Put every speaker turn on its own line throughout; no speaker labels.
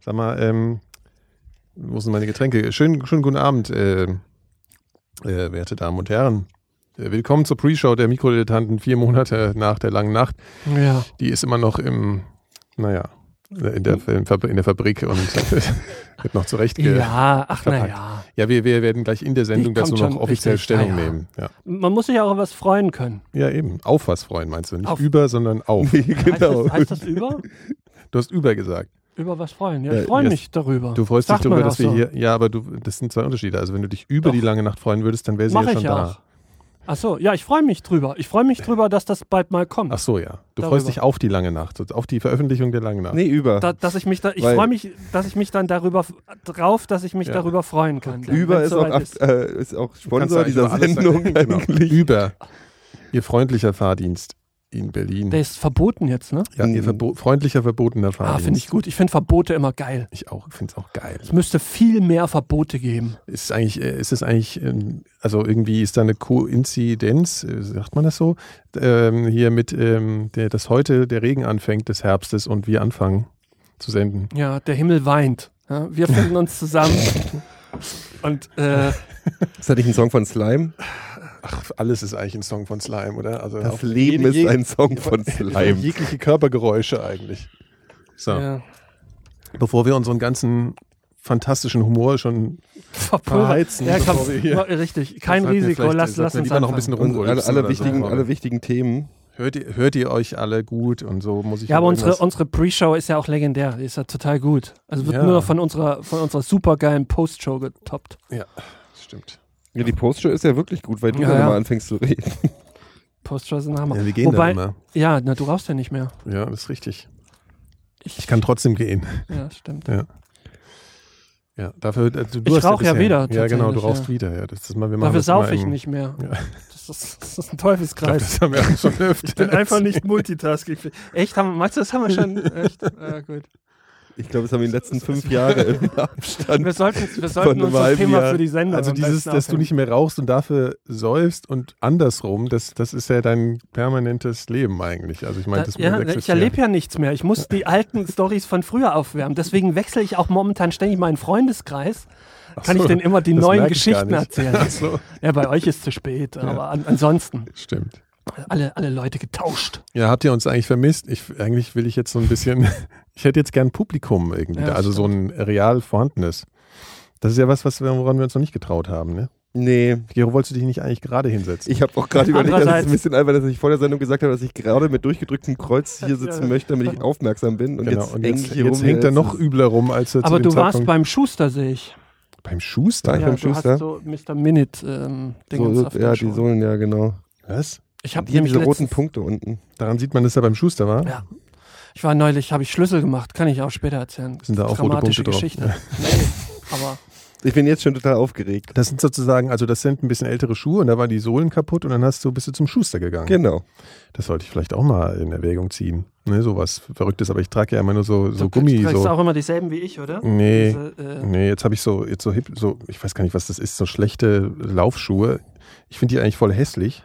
Sag mal, ähm, wo sind meine Getränke? Schönen, schönen guten Abend, äh, äh, werte Damen und Herren. Äh, Willkommen zur Pre-Show der Mikrodilettanten, vier Monate nach der langen Nacht.
Ja.
Die ist immer noch im, naja, in der, in Fabri- in der Fabrik und wird noch zurecht ge
Ja, ach
verpackt.
naja.
Ja, wir, wir werden gleich in der Sendung
Die kommt
dazu noch
schon
offiziell
richtig.
Stellung
Ah, ja.
nehmen. Ja.
Man muss sich auch über was freuen können.
ja, eben. Auf was freuen, meinst du? Nicht
Auf. genau.
über, sondern auf.
Heißt,
Genau.
das, heißt das über?
Du hast über gesagt.
Über was freuen? Ja,
Ja,
ich freue
Äh, yes.
mich darüber.
Du freust dich
Sagt man
darüber, dass
auch
wir
so.
hier. Ja, aber du, das sind zwei Unterschiede. Also wenn du dich über
Doch.
die lange Nacht freuen würdest, dann wäre sie
Mache
ja schon
ich
da.
auch. Ach so, ja, ich freue mich drüber. Ich freue mich drüber, dass das bald mal kommt.
Ach so, ja. Du
Darüber.
freust dich auf die lange Nacht, also auf die Veröffentlichung der langen Nacht.
Nee, über.
Da, dass ich mich da, ich
Weil-
freue mich, dass ich mich dann darüber f- drauf, dass ich mich
Ja.
darüber freuen kann. Dann,
über
wenn's
ist auch,
soweit
ab, äh, ist auch
Kannst du
Sponsor
eigentlich
dieser
über alles
Sendung
sagen. Genau.
eigentlich.
Über ihr freundlicher Fahrdienst in Berlin.
Der ist verboten jetzt, ne?
ja, ihr verbo freundlicher verbotener
Ah,
Fahrdienst.
finde ich gut. Ich finde Verbote immer geil.
Ich auch, finde es auch geil.
Es müsste viel mehr Verbote geben.
Ist eigentlich, äh, ist es eigentlich, ähm, also irgendwie ist da eine Koinzidenz, äh, sagt man das so, ähm, hier mit, ähm, der, dass heute der Regen anfängt des Herbstes und wir anfangen zu senden.
Ja, der Himmel weint. Ja, wir finden uns zusammen. Und äh,
Ist das nicht ein Song von Slime?
Ach, alles ist eigentlich ein Song von Slime, oder? Also
Das
auf
Leben
jede-
ist
je-
ein Song von Slime.
Jegliche Körpergeräusche eigentlich. So.
ja,
bevor wir unseren ganzen fantastischen Humor schon Verheizen,
verpulvert. Ja,
bevor
komm,
wir hier-
ja, richtig. Kein
Sollten wir
Risiko.
vielleicht-
Lass,
sollten
lass
wir
uns
lieber noch ein
anfangen.
bisschen
Und
rumrülpsen
alle, alle,
oder so.
wichtigen, alle wichtigen Themen.
hört, ihr, hört ihr euch alle gut und so muss ich
Ja, aber unsere,
irgendwas-
unsere Pre-Show ist ja auch legendär. Die ist ja total gut. Also wird
Ja.
nur noch von unserer, von unserer supergeilen Post-Show getoppt.
ja stimmt
Ja, die Postshow ist ja wirklich gut, weil du
Ja,
dann
ja.
mal anfängst zu reden.
Post-Show sind Hammer.
ja wir gehen
Wobei,
da immer
Ja, na, du rauchst ja nicht mehr.
ja das ist richtig ich kann trotzdem gehen
Ja, stimmt.
Ja. ja dafür also du
Ich
hast
rauch ja
bisher-
wieder,
ja genau du
tatsächlich,
rauchst
ja.
wieder ja das ist mal wir machen
Dafür
das immer
saufe ich
im-
nicht mehr.
Ja.
Das, ist, das ist ein
ich glaub,
Teufelskreis.
das haben wir auch schon öfter
Ich bin einfach nicht multitasking. Echt, haben, meinst du, das haben wir schon? Echt? Ja, gut.
Ich glaube, das haben wir in den letzten fünf Jahren im Abstand.
Wir sollten, wir sollten uns
einem
das
halben
Thema
Jahr.
für die Sendung
also
am
dieses
besten
dass du
aufheben.
nicht mehr rauchst und dafür säufst und andersrum das das ist ja dein permanentes Leben eigentlich also ich meine
Da,
das
ja,
muss
ich erlebe ja nichts mehr. Ich muss die alten Stories von früher aufwärmen. Deswegen wechsle ich auch momentan ständig meinen Freundeskreis. Kann ich denn immer die
das
neuen
merke ich gar
Geschichten
nicht.
erzählen?
Ach so,
Ja, bei euch ist zu spät, aber an, ansonsten
stimmt
alle, alle Leute getauscht.
Ja, habt ihr uns eigentlich vermisst? Ich, eigentlich will ich jetzt so ein bisschen, ich hätte jetzt gern Publikum irgendwie,
Ja,
da, also so ein real vorhandenes. Das ist ja was, was wir, woran wir uns noch nicht getraut haben. Ne?
Nee.
Gero, wolltest du dich nicht eigentlich gerade hinsetzen?
Ich habe auch gerade überlegt, das ist
Andererseits-
ein bisschen albern, dass ich vor der Sendung gesagt habe, dass ich gerade mit durchgedrücktem Kreuz hier sitzen möchte, damit ich aufmerksam bin. Und jetzt,
Genau, und
häng
jetzt,
ich hier
jetzt
rum.
hängt er
Jetzt
noch
ist-
übler rum, als er
Aber
zu dem
du warst
Zeitpunkt
beim Schuster, sehe ich.
beim Schuster.
Ja.
Ja,
beim
du
Schuster?
hast so ähm, Mr. Minute-Ding
so, so, Ja, die
so,
Sohlen, ja, genau.
Was?
Ich habe
Hier
nämlich
diese roten
letztens,
Punkte unten.
Daran sieht man, dass er beim Schuster war.
Ja. ich war neulich, habe ich Schlüssel gemacht, kann ich auch später erzählen.
Sind da auch rote
Dramatische
Punkte drauf?
Geschichte. Nee, aber
Ich bin jetzt schon total aufgeregt.
Das sind sozusagen, also das sind ein bisschen ältere Schuhe und da waren die Sohlen kaputt und dann hast du, bist du zum Schuster gegangen.
Genau.
Das sollte ich vielleicht auch mal in Erwägung ziehen. Ne, sowas Verrücktes, aber ich trage ja immer nur so, so Gummi.
du trägst
so.
auch immer dieselben wie ich, oder?
Nee.
Diese, äh,
Nee, jetzt habe ich so, jetzt so hip, so, ich weiß gar nicht, was das ist, so schlechte Laufschuhe. Ich finde die eigentlich voll hässlich,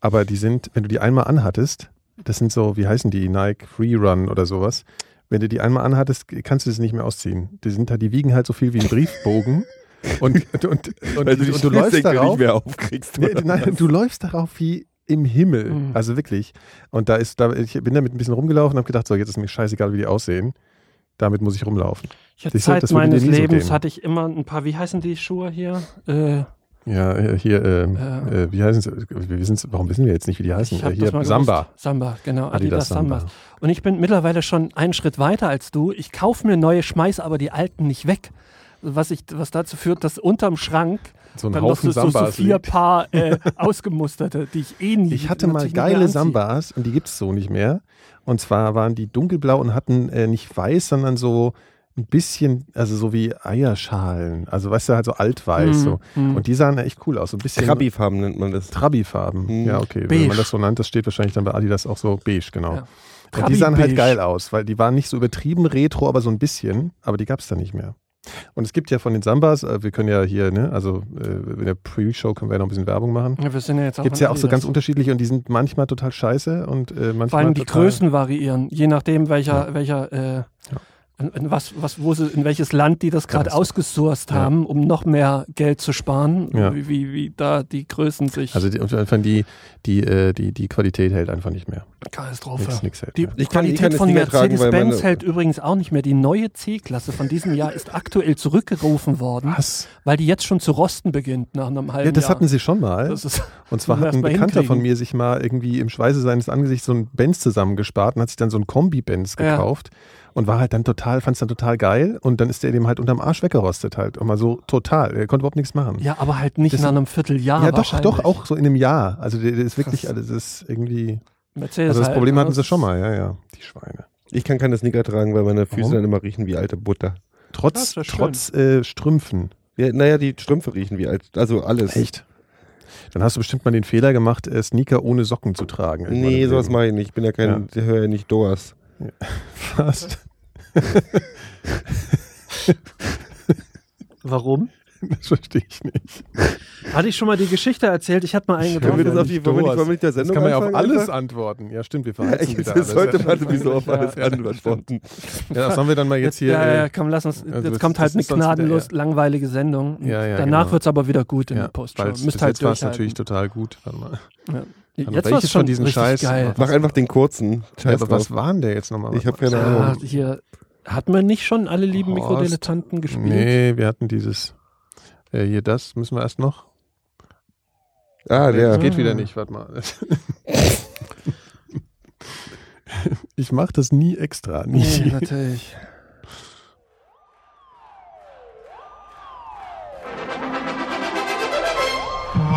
aber die sind, wenn du die einmal anhattest, das sind so, wie heißen die, Nike Freerun oder sowas. Wenn du die einmal anhattest, kannst du das nicht mehr ausziehen. Die sind halt, die wiegen halt so viel wie ein Briefbogen. und, und, und, und,
Also die
und du läufst
Schließdecke
darauf.
nicht mehr aufkriegst.
Nee, nein, du läufst darauf wie im Himmel.
Mhm.
Also wirklich. Und da ist, da, ich bin damit ein bisschen rumgelaufen und habe gedacht, so, jetzt ist mir scheißegal, wie die aussehen. Damit muss ich rumlaufen.
Ich hatte
Ich sag,
Zeit
das würde
meines
dir nie so
Lebens
gehen.
hatte ich immer ein paar, wie heißen die Schuhe hier? Äh,
Ja, äh, hier, ähm,
Äh.
äh, wie heißen sie? Wir wissen's, warum wissen wir jetzt nicht, wie die heißen?
ich hab
Äh,
das mal
hier,
gewusst.
Samba.
Samba, genau.
Adidas
Adidas, Sambas.
Samba.
Und ich bin mittlerweile schon einen Schritt weiter als du. Ich kaufe mir neue, schmeiß aber die alten nicht weg. Was, ich, was dazu führt, dass unterm Schrank
So ein
dann noch so,
Haufen
so, so
Sambas.
vier
liegt.
Paar äh, ausgemusterte, die ich eh nie
ich hatte mal
natürlich nie mehr
geile
anziehe.
Sambas und die gibt's so nicht mehr. Und zwar waren die dunkelblau und hatten äh, nicht weiß, sondern so ein bisschen, also so wie Eierschalen. Also weißt du, halt so altweiß.
Mhm,
So.
mhm.
Und die sahen echt cool aus. So ein bisschen
Krabifarben nennt man das.
Trabi-Farben.
Mhm.
Ja, okay.
Beige.
Wenn man das so nennt, das steht wahrscheinlich dann bei Adidas auch so beige, genau.
Ja.
Und die sahen halt
Trabi-beige.
geil aus, weil die waren nicht so übertrieben retro, aber so ein bisschen, aber die gab es da nicht mehr. Und es gibt ja von den Sambas, äh, wir können ja hier, ne, also äh, in der Pre-Show können wir ja noch ein bisschen Werbung machen.
Ja, wir sind ja jetzt auch
Gibt es
an
ja auch so
Adidas.
ganz unterschiedliche und die sind manchmal total scheiße und äh, manchmal.
Vor allem die
total,
Größen variieren, je nachdem welcher, welcher äh, in, in was, was, wo sie, in welches Land die das gerade ausgesourced haben, um noch mehr Geld zu sparen,
Ja.
wie, wie, wie da die Größen sich
Also die, einfach die, die, äh, die, die Qualität hält einfach nicht mehr.
Katastrophe.
Nix, nix hält.
Die
mehr.
Ich kann- ich
Qualität
kann es
von
nicht mehr tragen, weil meine-
Mercedes-Benz hält übrigens auch nicht mehr. Die neue C-Klasse von diesem Jahr ist aktuell zurückgerufen worden,
Was?
weil die jetzt schon zu rosten beginnt nach einem halben
Ja, das
Jahr.
hatten sie ne? schon mal.
das ist,
Und zwar
Müssen wir
hat ein
erst mal
Bekannter von
hinkriegen.
mir sich mal irgendwie im Schweiße seines Angesichts so ein Benz zusammengespart und hat sich dann so ein Kombi-Benz
Ja.
gekauft und war halt dann total, fand es dann total geil und dann ist der dem halt unterm Arsch weggerostet halt. Und mal so total. Er konnte überhaupt nichts machen.
ja, aber halt nicht
Das-
nach einem Vierteljahr.
Ja, doch, doch,
wahrscheinlich.
auch so in einem Jahr. Also der, der ist wirklich,
Krass.
also das ist irgendwie.
Mercedes
Also das
halt,
Problem
ne?
hatten sie schon mal, ja, ja. Die Schweine.
Ich kann keine Sneaker tragen, weil meine Füße
Warum?
dann immer riechen wie alte Butter.
Das
Trotz,
ist ja schön.
trotz äh, Strümpfen.
Ja, naja, die Strümpfe riechen wie alt. Also alles.
Echt? Dann hast du bestimmt mal den Fehler gemacht, äh, Sneaker ohne Socken zu tragen. irgendwann
Nee,
im
sowas
Leben.
mache ich nicht. Ich bin ja kein, ich höre ja nicht Doors.
Fast.
Warum?
Das verstehe ich nicht.
Hatte ich schon mal die Geschichte erzählt? Ich hatte mal einen
Können
Wollen
wir das
wir das
ja
auf
nicht
die, wollen wir
Doors.
nicht, wollen wir nicht der Sendung
Das kann man ja auf
anfangen
alles
einfach?
antworten. Ja, stimmt, wir verheizen
Ich,
wieder
das
alles.
sollte
Ja,
man sowieso auf
Ja.
alles antworten.
Ja, das haben wir dann mal jetzt hier.
ja,
äh,
ja, komm, lass uns.
also
jetzt
das-
kommt halt
das
eine
ist sonst wieder
gnadenlos langweilige Sendung. Und
Ja, ja,
Danach
genau.
wird's aber wieder gut in
ja,
der Postshow.
weil
Müsst
bis
halt
jetzt war es
durchhalten.
natürlich total gut. Warte mal.
Ja.
Aber
Jetzt war
welches
es
von
schon
diesen
diesen
Scheiß-
Scheiß. geil.
Mach einfach den kurzen.
Ja,
Scheiß
aber was
drauf.
waren der jetzt nochmal?
Ich habe keine
Ah,
Ahnung.
hier hat man nicht schon alle lieben
Horst.
Mikrodilettanten gespielt.
Oh, Nee, wir hatten dieses. Äh, hier das müssen wir erst noch.
Ah,
Nee, Das
der.
geht wieder nicht, warte mal. ich mache das nie extra. Nie.
Nee, natürlich.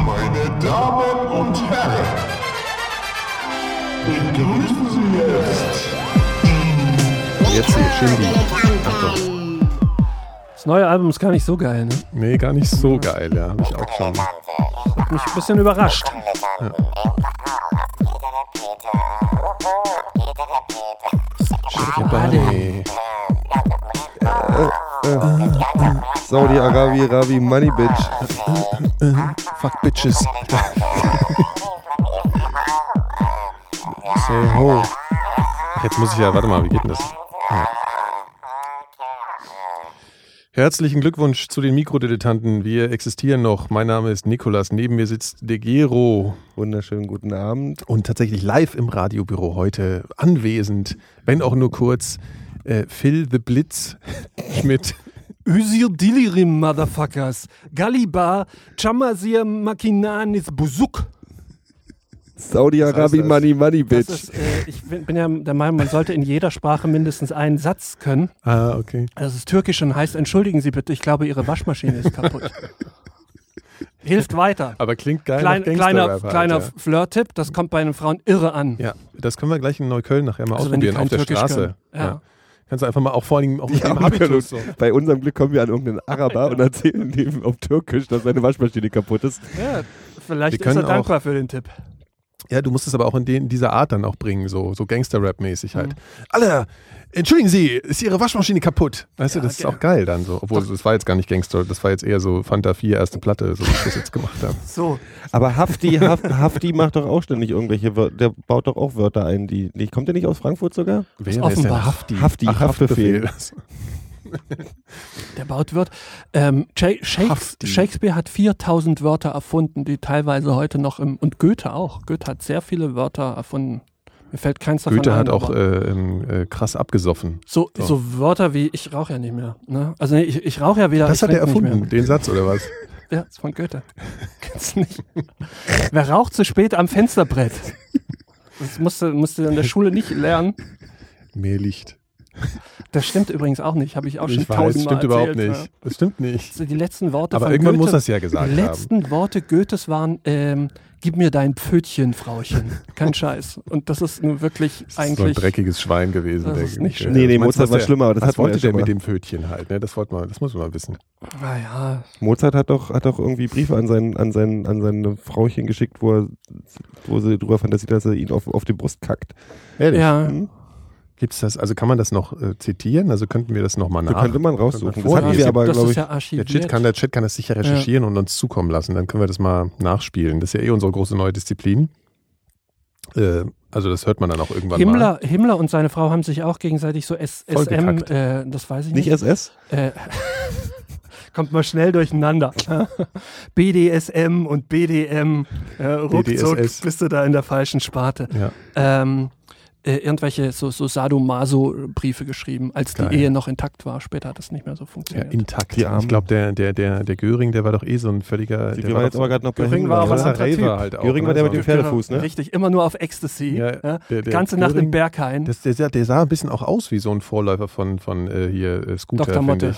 Meine Damen und Herren, begrüßen Sie jetzt
Jetzt hier, Shindy.
Das neue Album ist gar nicht so geil, ne?
Nee, gar nicht so geil, ja. Hab ich auch schon.
Hat mich ein bisschen überrascht.
Buddy.
Saudi-Arabi, Rabi, Money Bitch.
Fuck bitches. Say ho. Jetzt muss ich ja, warte mal, wie geht denn das? Ah. Herzlichen Glückwunsch zu den Mikrodilettanten. Wir existieren noch. Mein Name ist Nikolas. Neben mir sitzt De Gero.
Wunderschönen guten Abend.
Und tatsächlich live im Radiobüro heute anwesend, wenn auch nur kurz, äh, Phil the Blitz Schmidt.
Üsir Dilirim, Motherfuckers. Galibar, Chamazir Makinanis Busuk.
Saudi-Arabi,
das?
Money, Money
Das
Bitch.
ist, äh, ich bin bin ja der Meinung, man sollte in jeder Sprache mindestens einen Satz können.
Ah, okay.
Das ist türkisch und heißt, entschuldigen Sie bitte, ich glaube, Ihre Waschmaschine ist kaputt. Hilft weiter.
Aber klingt geil.
Klein,
nach Gangster-Rap
kleiner
halt,
kleiner
ja.
Flirt-Tipp, das kommt bei den Frauen irre an.
Ja, das können wir gleich in Neukölln nachher mal
Also wenn die
ausprobieren, auf der
kein Türkisch
Straße.
können. Ja.
Kannst du einfach mal auch vor allen Dingen auch mit
Ja,
dem Habitus so.
Bei unserem Glück kommen wir an irgendeinen Araber und erzählen dem auf Türkisch, dass seine Waschmaschine kaputt ist.
Ja,
Wir
vielleicht ist
können
er
auch-
dankbar für den Tipp.
Ja, du musst es aber auch in, den, dieser Art dann auch bringen, so, so Gangster-Rap-mäßig halt.
Mhm.
Alle, entschuldigen Sie, ist Ihre Waschmaschine kaputt? Weißt du, das
genau.
ist auch geil dann so. Obwohl, das war jetzt gar nicht Gangster, das war jetzt eher so Fanta 4 erste Platte, so wie ich das jetzt gemacht habe.
So,
Aber Hafti, Haf- Hafti macht doch auch ständig irgendwelche Wörter, der baut doch auch Wörter ein, die nicht. Kommt der nicht aus Frankfurt sogar?
Wer,
Offenbach.
Hafti?
Hafti,
Ach,
Haftbefehl.
der baut wird. Ähm, Sha- Shakes-
Hafti.
Shakespeare hat 4000 Wörter erfunden, die teilweise heute noch im. Und Goethe auch. Goethe hat sehr viele Wörter erfunden. Mir fällt keins davon
Goethe
ein,
hat auch
aber-
äh, ähm, äh, krass abgesoffen.
so,
so.
so. Wörter wie ich rauche ja nicht mehr. Ne? Also nee, ich, ich rauche ja wieder.
Das
ich
hat er
trink nicht
erfunden, den Satz oder was?
Mehr. Ja, ist von Goethe. Kennst du nicht? Wer raucht zu spät am Fensterbrett? Das musste musste in der Schule nicht lernen.
Mehr Licht.
Das stimmt übrigens auch nicht. Habe ich auch schon
Ich weiß,
tausendmal
stimmt überhaupt
erzählt.
nicht.
Ja.
Das stimmt nicht.
So die letzten Worte
Aber
von
irgendwann
Goethe,
muss das ja gesagt
Die
haben.
letzten Worte Goethes waren, ähm, gib mir dein Pfötchen, Frauchen. Kein Scheiß. Und das ist nun wirklich
Das ist so ein
eigentlich...
dreckiges Schwein gewesen.
Das
der
ist nicht
Goethe.
schön.
Nee, nee,
Was
Mozart war
der-
schlimmer, aber das
Was
hatten wir
wollte
ja schon
der mit
mal.
dem Pfötchen halt? Ne? Das, wollte man, das muss man mal wissen.
Ah naja,
Mozart hat doch, hat doch irgendwie Briefe an, sein, an, sein, an seine Frauchen geschickt, wo, er, wo sie drüber fantasiert, dass er ihn auf, auf die Brust kackt.
Ehrlich?
ja.
Hm?
Gibt's das, also kann man das noch äh, zitieren? Also könnten wir das nochmal
Da
nach?
könnte man raussuchen.
Könnte man
Das hatten wir
vorlesen.
aber,
das
glaube
ist
ich.
ja
der,
archiviert.
Chat kann, der Chat kann das sicher recherchieren und uns zukommen lassen. Dann können wir das mal nachspielen. Das ist ja eh unsere große neue Disziplin. Äh, Also das hört man dann auch irgendwann mal.
Himmler, Himmler und seine Frau haben sich auch gegenseitig so S SM,
Vollgekackt.
äh, das weiß ich
Nicht
nicht.
SS?
äh, kommt mal schnell durcheinander. BDSM und BDM, äh, ruckzuck
BDSS.
bist du da in der falschen Sparte.
Ja.
Ähm, äh, irgendwelche so, so Sadomaso-Briefe geschrieben, als
Geil.
die Ehe noch intakt war. Später hat das nicht mehr so
Ja,
funktioniert.
intakt.
Die Armen.
Ich glaube, der, der, der, der Göring, der war doch eh so ein völliger.
Wir
der
waren
war
jetzt aber gerade noch bei
Göring
Himmler,
war aber
oder?
ein anderer Typ.
halt auch.
Göring war der
ne?
mit dem
So-
Pferdefuß, ne?
Richtig, immer nur auf Ecstasy.
Ja,
Ja,
der- der
Ganze Nacht
Göring-
im Berghain.
Das, der, sah- der sah ein bisschen auch aus wie so ein Vorläufer von, von äh, hier äh, Scooter,
Dr.
finde
Motte.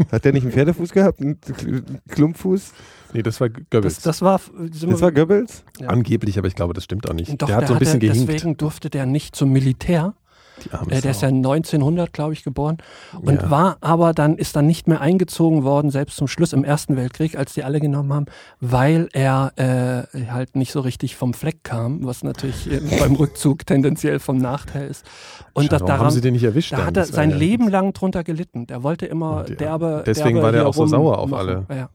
ich.
Hat der nicht einen Pferdefuß gehabt? Einen Kl- Klumpfuß?
Nee, das war Goebbels.
Das, das war. Sind wir,
Das war Goebbels?
ja.
Angeblich, aber ich glaube, das stimmt auch nicht.
doch,
der hat so ein bisschen
der,
gehinkt.
Deswegen durfte der nicht zum Militär.
Die arme
Äh, der ist
Sau.
ja 1900, glaube ich, geboren und
Ja.
war aber dann ist dann nicht mehr eingezogen worden, selbst zum Schluss im Ersten Weltkrieg, als die alle genommen haben, weil er äh, halt nicht so richtig vom Fleck kam, was natürlich äh, beim Rückzug tendenziell vom Nachteil ist. Und
Schade,
das,
warum haben sie den nicht erwischt?
da
dann?
hat er
Das war
sein
ja-
Leben lang drunter gelitten. Der wollte immer
Und, ja,
derbe.
deswegen
derbe
war der
hier
auch so sauer auf
rummachen. Ja.
Ja.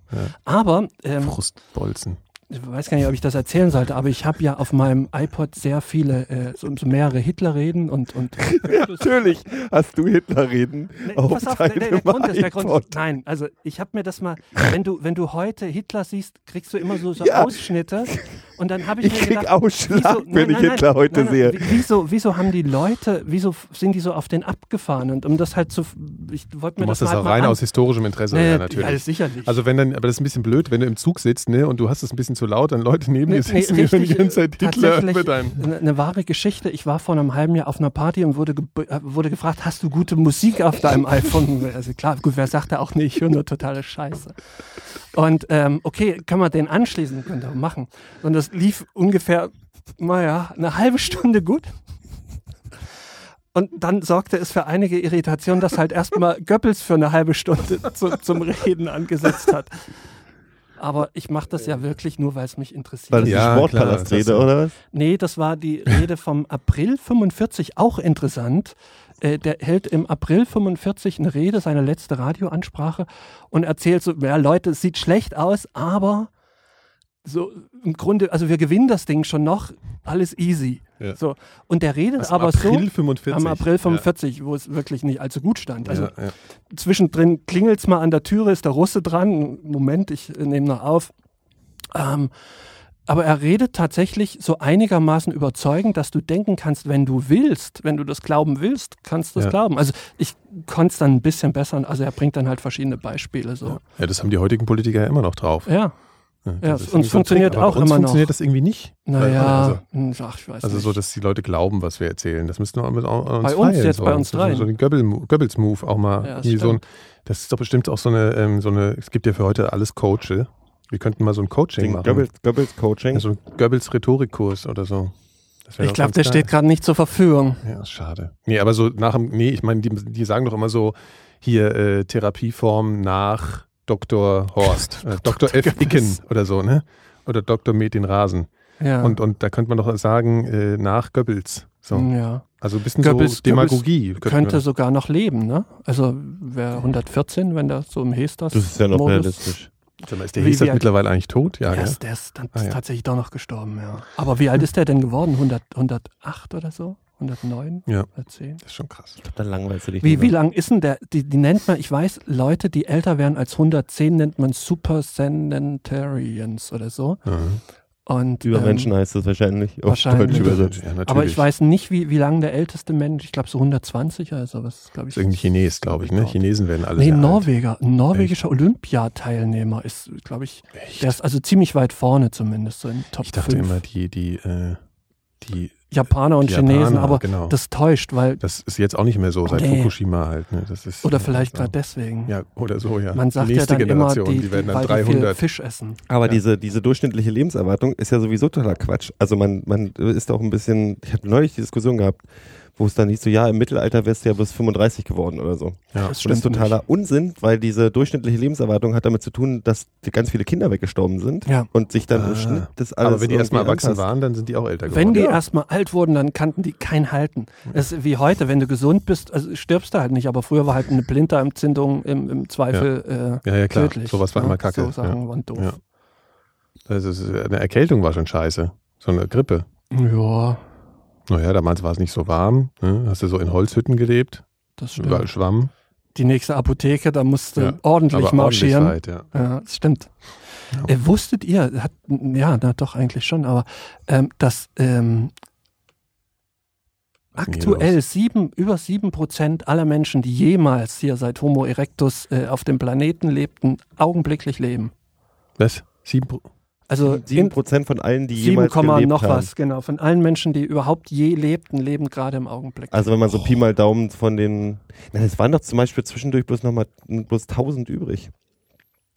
Aber ähm,
Frustbolzen.
ich weiß gar nicht, ob ich das erzählen sollte, aber ich habe ja auf meinem iPod sehr viele, äh, so, so mehrere Hitler-Reden und, und
Natürlich hast du Hitler-Reden
Nee,
auf
Ne, pass auf, nee,
deinem
nee, der Grund ist, der Grund
iPod.
ist, nein, also ich habe mir das mal, wenn du, wenn du heute Hitler siehst, kriegst du immer so, so
Ja.
Ausschnitte und dann habe ich,
Ich
mir
krieg
gedacht,
Ausschlag,
wieso-
wenn ich Hitler heute sehe.
wie- Wieso, wieso haben die Leute, wieso f- sind die so auf den abgefahren und um das halt zu, ich wollte
Du
mir
machst
das
das
mal
auch
mal
rein
an-
aus historischem Interesse,
nee,
ja, natürlich.
Alles sicherlich.
Also wenn dann, aber das ist ein bisschen blöd, wenn du im Zug sitzt, ne, und du hast es ein bisschen zu laut, dann Leute neben dir sitzen die hören die ganze Zeit Hitler
äh, tatsächlich
über deinen.
Eine, eine wahre Geschichte. Ich war vor einem halben Jahr auf einer Party und wurde, ge äh, wurde gefragt, hast du gute Musik auf deinem iPhone? Also klar, gut, wer sagt da auch, nee, ich höre nur totale Scheiße. Und ähm, okay, können wir den anschließen, können wir machen. Und das lief ungefähr, naja, eine halbe Stunde gut. Und dann sorgte es für einige Irritation, dass halt erstmal Goebbels für eine halbe Stunde zu, zum Reden angesetzt hat. Aber ich mache das ja wirklich nur, weil es mich interessiert.
War das
Ja,
die
klar,
Sportpalastrede,
das-
oder was?
Nee, das war die Rede vom April 45, auch interessant. Äh, der hält im April 45 eine Rede, seine letzte Radioansprache und erzählt so, ja Leute, es sieht schlecht aus, aber so im Grunde, also wir gewinnen das Ding schon noch, alles easy.
Ja.
So. Und der redet
Was,
aber so
April 45.
am April 45, wo es wirklich nicht allzu gut stand.
Ja.
Also
ja, ja.
zwischendrin klingelt es mal an der Türe, ist der Russe dran. Moment, ich äh, nehme noch auf. Ähm, aber er redet tatsächlich so einigermaßen überzeugend, dass du denken kannst, wenn du willst, wenn du das glauben willst, kannst du es
Ja.
glauben. Also ich konnte es dann ein bisschen bessern. Also er bringt dann halt verschiedene Beispiele so.
ja, das haben die heutigen Politiker ja immer noch drauf.
Ja,
das
es-
ist
und
irgendwie
es
so ein
funktioniert
Trick, aber
auch
bei uns
immer noch.
funktioniert das irgendwie nicht.
naja,
Also,
also, ach, ich weiß
also
nicht.
so, dass die Leute glauben, was wir erzählen. Das müssten wir auch mit auch an uns
Bei uns
feilen,
jetzt,
so.
bei uns
So- So
dreien.
den Goebbel- Goebbels-Move auch mal.
Ja, das
irgendwie so ein, das ist doch bestimmt auch so eine, ähm, so eine, es gibt ja für heute alles Coache. Wir könnten mal so ein Coaching
Den
machen.
Goebbels, Goebbels Coaching.
Ja, so ein Goebbels-Rhetorikkurs oder so. Das wär
ich
doch
glaube,
ganz
der
geil.
steht gerade nicht zur Verfügung.
Ja, ist schade. Nee, aber so nach dem, nee, ich meine, die, die sagen doch immer so, hier äh, Therapieform nach Dr. Horst, äh, Dr. F. Icken oder so, ne? Oder Dr. Med den Rasen.
Ja.
Und, und da könnte man doch sagen, äh, nach Goebbels. So.
Hm, ja.
Also ein bisschen so
Goebbels-
Demagogie. könnten
könnte
wir-
sogar noch leben, ne? Also wäre 114, wenn der so im Hestas.
Das ist ja noch
Modus-
realistisch.
Sag mal, ist der
wie-
Hess
wie-
mittlerweile eigentlich tot? Ja,
Ja,
ja.
ist, der ist dann
Ah, ja.
tatsächlich doch noch gestorben, ja. Aber wie alt ist der denn geworden? 100, 108 oder so? 109?
Ja.
110?
Das ist schon krass.
Dann langweilst du dich
Wie, wie lang ist denn der? Die, die nennt man, ich weiß, Leute, die älter werden als 110, nennt man Supersenatarians oder so.
Mhm.
Und,
Über
ähm,
Menschen heißt das wahrscheinlich. Auf
wahrscheinlich.
Deutsch übersetzt.
Ja, natürlich.
Aber ich weiß nicht, wie, wie lang der älteste Mensch, ich glaube so 120 oder sowas, glaube ich.
Das ist irgendwie Chines, glaube ich, ne? Chinesen werden alle.
Nee,
sehr
ein
alt.
Norweger. Ein norwegischer Olympiateilnehmer ist, glaube ich, der ist also ziemlich weit vorne zumindest, so in Top
Ich dachte
5.
immer, die, die, äh, die
Japaner und
die
Chinesen,
Japaner,
aber
genau.
das täuscht, weil,
Das ist jetzt auch nicht mehr so, seit
Nee.
Fukushima halt. Ne? Das ist,
oder vielleicht
so.
gerade deswegen.
Ja, oder so, ja.
Man sagt
die
ja
nächste
dann immer, die,
Generation,
die,
die, werden dann
weil die viel
300.
Fisch essen.
Aber
Ja.
diese, diese durchschnittliche Lebenserwartung ist ja sowieso totaler Quatsch. Also man, man ist auch ein bisschen, ich habe neulich die Diskussion gehabt, wo es dann hieß, so ja, im Mittelalter wärst du ja bis 35 geworden oder so.
Ja.
Das
Und das ist
stimmt
totaler Unsinn, weil diese durchschnittliche Lebenserwartung hat damit zu tun, dass die ganz viele Kinder weggestorben sind
Ja.
und sich dann
Ah.
im Schnitt das alles
Aber wenn die erstmal
irgendwie
erwachsen
anpasst.
waren, dann sind die auch älter geworden.
Also Wenn die
ja.
erstmal alt wurden, dann kannten die kein Halten. Das ist wie heute, wenn du gesund bist, also stirbst du halt nicht, aber früher war halt eine Blinddarmentzündung im, im Zweifel äh,
ja, ja, klar.
tödlich.
Sowas war
ne?
immer kacke.
So Sachen waren doof.
Ja. Also es ist, eine Erkältung war schon scheiße. So eine Grippe.
Ja,
Naja, damals war es nicht so warm. Ne? Hast du so in Holzhütten gelebt,
Das
überall
stimmt.
Schwamm.
Die nächste Apotheke, da musste
Ja,
ordentlich marschieren.
ordentlich weit, ja.
Ja, das stimmt. Äh, wusstet ihr, hat, ja, na doch eigentlich schon, aber ähm, dass ähm,
Was ist denn hier
aktuell sieben, über sieben Prozent aller Menschen, die jemals hier seit Homo erectus äh, auf dem Planeten lebten, augenblicklich leben.
Was? Sieben Pro-
Also in-
7% von allen, die
7,
jemals gelebt
noch
haben.
was, genau. Von allen Menschen, die überhaupt je lebten, leben gerade im Augenblick.
Also wenn man
Oh.
so Pi mal Daumen von den... Na, es waren doch zum Beispiel zwischendurch bloß nochmal bloß 1000 übrig.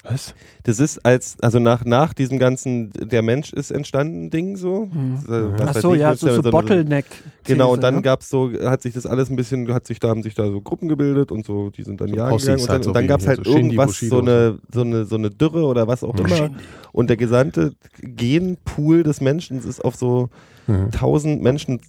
Was?
Das ist als, also nach, nach diesem ganzen, der Mensch ist entstanden Ding so.
Mhm.
Also, was
Ach
weiß
so,
ich,
ja,
das
so,
ist
so Bottleneck.
Genau, und dann
ne?
gab's so, hat sich das alles ein bisschen, hat sich da, haben sich da so Gruppen gebildet und so, die sind dann
So
jagen
Ossis
gegangen
halt, so
und dann, und dann
wie
gab's
hier
halt
so Shindy,
irgendwas,
Bushido
so
und
eine, so eine, so eine Dürre oder was auch immer. Und der gesamte Genpool des Menschen ist auf so
Mhm.
1000 Menschen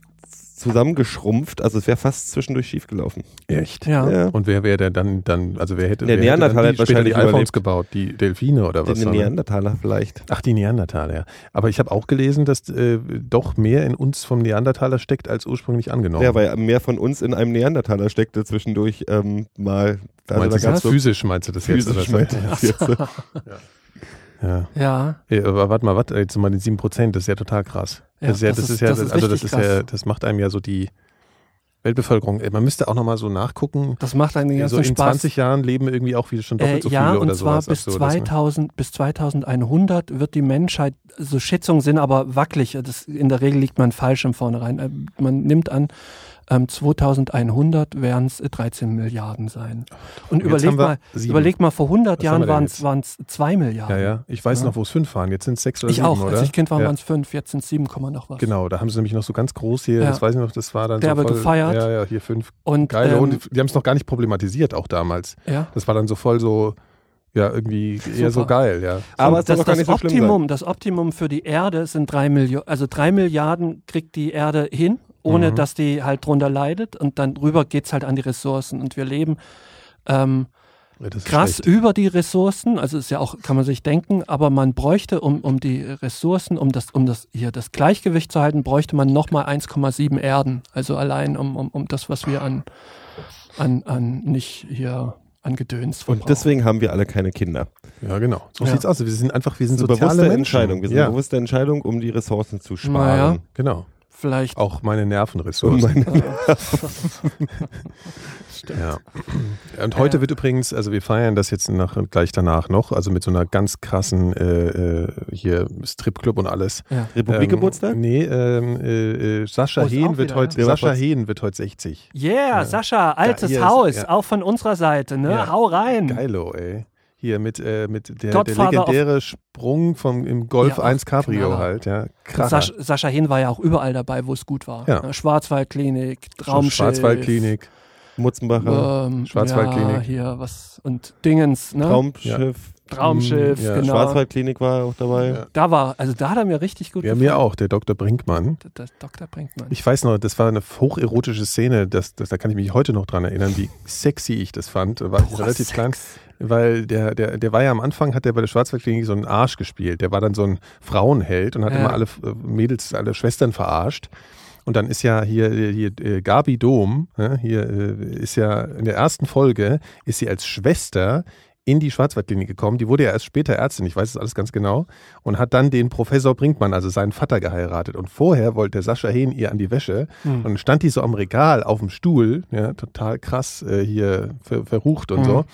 zusammengeschrumpft, also es wäre fast zwischendurch schiefgelaufen.
Echt?
Ja.
Ja.
Und wer wäre der dann, dann, also wer hätte,
Der
wer hätte
Neandertaler
dann
hat
die, später die
wahrscheinlich
iPhones
überlebt.
gebaut? Die Delfine oder was?
Den
sondern-
Neandertaler vielleicht.
Ach, die Neandertaler, ja. Aber ich habe auch gelesen, dass äh, doch mehr in uns vom Neandertaler steckt, als ursprünglich angenommen.
Ja, weil mehr von uns in einem Neandertaler steckte zwischendurch ähm, mal. Also
meinst du das
gab's
jetzt physisch, meinst du das
physisch
jetzt? Oder?
meinte ich jetzt so.
Ja.
Ja,
Ja, aber Äh, warte mal, warte, jetzt mal den 7%, das ist ja total krass.
Ja,
das ist ja,
das
das,
ist-
ist, ja,
das ist
also das ist
richtig
ja,
krass.
das macht einem ja so die Weltbevölkerung. Ey, Man müsste auch nochmal so nachgucken.
das macht einen ganzen
so in
Spaß.
20 Jahren leben irgendwie auch wieder schon doppelt
Äh,
so
ja,
viele
und
oder
zwar
sowas.
bis,
Absurdes, ne?
2000, bis 2100 wird die Menschheit, so Schätzungen sind aber wackelig, das, in der Regel liegt man falsch im Vornherein. Äh, Man nimmt an, ähm, 2100 werden es 13 Milliarden sein. Und,
jetzt
überleg
haben wir
mal,
sieben.
überleg mal, vor 100
Was haben wir
Jahren
denn
waren
jetzt?
es 2 Milliarden.
Ja, ja. Ich weiß
Ja.
noch, wo es fünf waren. Jetzt sind es sechs oder
Ich
sieben,
auch,
oder?
als ich Kind war,
ja.
waren es 5, jetzt sind 7, Komma noch was.
Genau, da haben sie nämlich noch so ganz groß hier,
Ja.
das weiß ich noch, das war dann
Derbe
so voll,
gefeiert.
Ja, ja, hier fünf.
Und,
Geil,
ähm,
und die, die haben es noch gar nicht problematisiert auch damals.
ja.
Das war dann so voll so, ja, irgendwie eher so
Super.
geil, ja.
Aber es
das,
soll doch gar
das
nicht so schlimm sein.
Optimum, das Optimum für die Erde sind drei Millionen, also drei Milliarden kriegt die Erde hin, ohne
Mhm.
dass die halt drunter leidet und dann rüber geht's halt an die Ressourcen und wir leben ähm,
Ja, das ist
krass
schlecht.
über die Ressourcen, also ist ja auch, kann man sich denken, aber man bräuchte, um, um die Ressourcen, um das, um das hier das Gleichgewicht zu halten, bräuchte man nochmal 1,7 Erden. Also allein um, um, um das, was wir an, an, an nicht hier an Gedöns verbrauchen.
Und deswegen haben wir alle keine Kinder.
Ja, genau. So
Ja.
sieht's aus. Wir sind einfach, wir sind
Das ist eine
soziale
bewusste
Menschen.
Entscheidung. Wir sind
ja,
eine bewusste Entscheidung, um die Ressourcen zu sparen.
Naja.
genau.
vielleicht
Auch meine Nervenressourcen. ja. Und heute
Ja.
wird übrigens, also wir feiern das jetzt nach, gleich danach noch, also mit so einer ganz krassen äh, äh, hier Stripclub und alles.
ja.
Republikgeburtstag?
Ähm, nee, ähm, äh, äh, Sascha
Oh, ist auch
Hehn wird
wieder,
heute
ja.
Sascha Hehn wird heute 60.
Yeah, Sascha, altes
hier ist-
Haus,
ja.
auch von unserer Seite, ne?
Ja.
Hau rein.
Geilo, ey. Hier mit, äh, mit der, der
Godfather of-
legendäre Sprung vom im Golf
Ja,
1 Cabrio
Knaller.
halt, ja. Krass.
Sascha, Sascha Hehn war ja auch überall dabei, wo es gut war.
Ja.
Ne? Schwarzwaldklinik, Traumschiff.
Schwarzwaldklinik.
Mutzenbacher,
Ähm,
Schwarzwaldklinik.
Ja, hier was und Dingens, ne?
Traumschiff,
Traumschiff,
Ja.
genau.
Schwarzwaldklinik war auch dabei.
Ja.
Da war, also da hat er mir richtig gut
Ja, mir auch, der Dr. Brinkmann.
gefallen. Das Dr. Brinkmann.
Ich weiß noch, das war eine hocherotische Szene, das, das, da kann ich mich heute noch dran erinnern, wie sexy ich das fand. War ich
Purer
relativ
Sex.
klein, weil der, der, der war ja am Anfang, hat der bei der Schwarzwaldklinik so einen Arsch gespielt. Der war dann so ein Frauenheld und hat
Ja.
immer alle äh, Mädels, alle Schwestern verarscht. Und dann ist ja hier, hier äh, Gabi Dom, ne, hier äh, ist ja in der ersten Folge, ist sie als Schwester in die Schwarzwaldklinik gekommen. Die wurde ja erst später Ärztin, ich weiß das alles ganz genau, und hat dann den Professor Brinkmann, also seinen Vater, geheiratet. Und vorher wollte der Sascha Hehn ihr an die Wäsche und dann stand die so am Regal auf dem Stuhl, ja, total krass äh, hier ver verrucht und
Mhm.
so.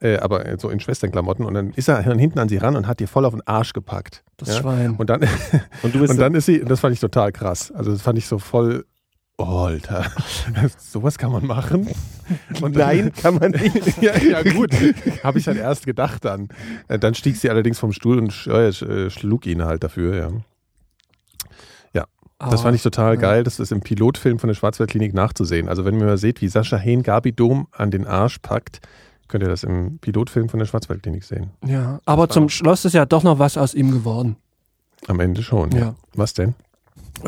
Äh, aber äh, so in Schwesternklamotten. Und dann ist er von hinten an sie ran und hat ihr voll auf den Arsch gepackt.
Das
ja.
Schwein.
Und dann,
Und du bist
und dann ist sie, das fand ich total krass. Also das fand ich so voll, oh, Alter, sowas kann man machen. Und dann-
Nein, kann man nicht.
ja, ja, gut. Habe ich halt erst gedacht dann. Äh, Dann stieg sie allerdings vom Stuhl und sch äh, sch- äh, schlug ihn halt dafür, ja. Das fand ich total
ja.
geil, das ist im Pilotfilm von der Schwarzwaldklinik nachzusehen. Also wenn ihr mal seht, wie Sascha Hehn Gabi Dom an den Arsch packt, könnt ihr das im Pilotfilm von der Schwarzwaldklinik sehen.
Ah, Ja, aber zum Schluss ist ja doch noch was aus ihm geworden.
Am Ende schon.
Ja.
Was denn?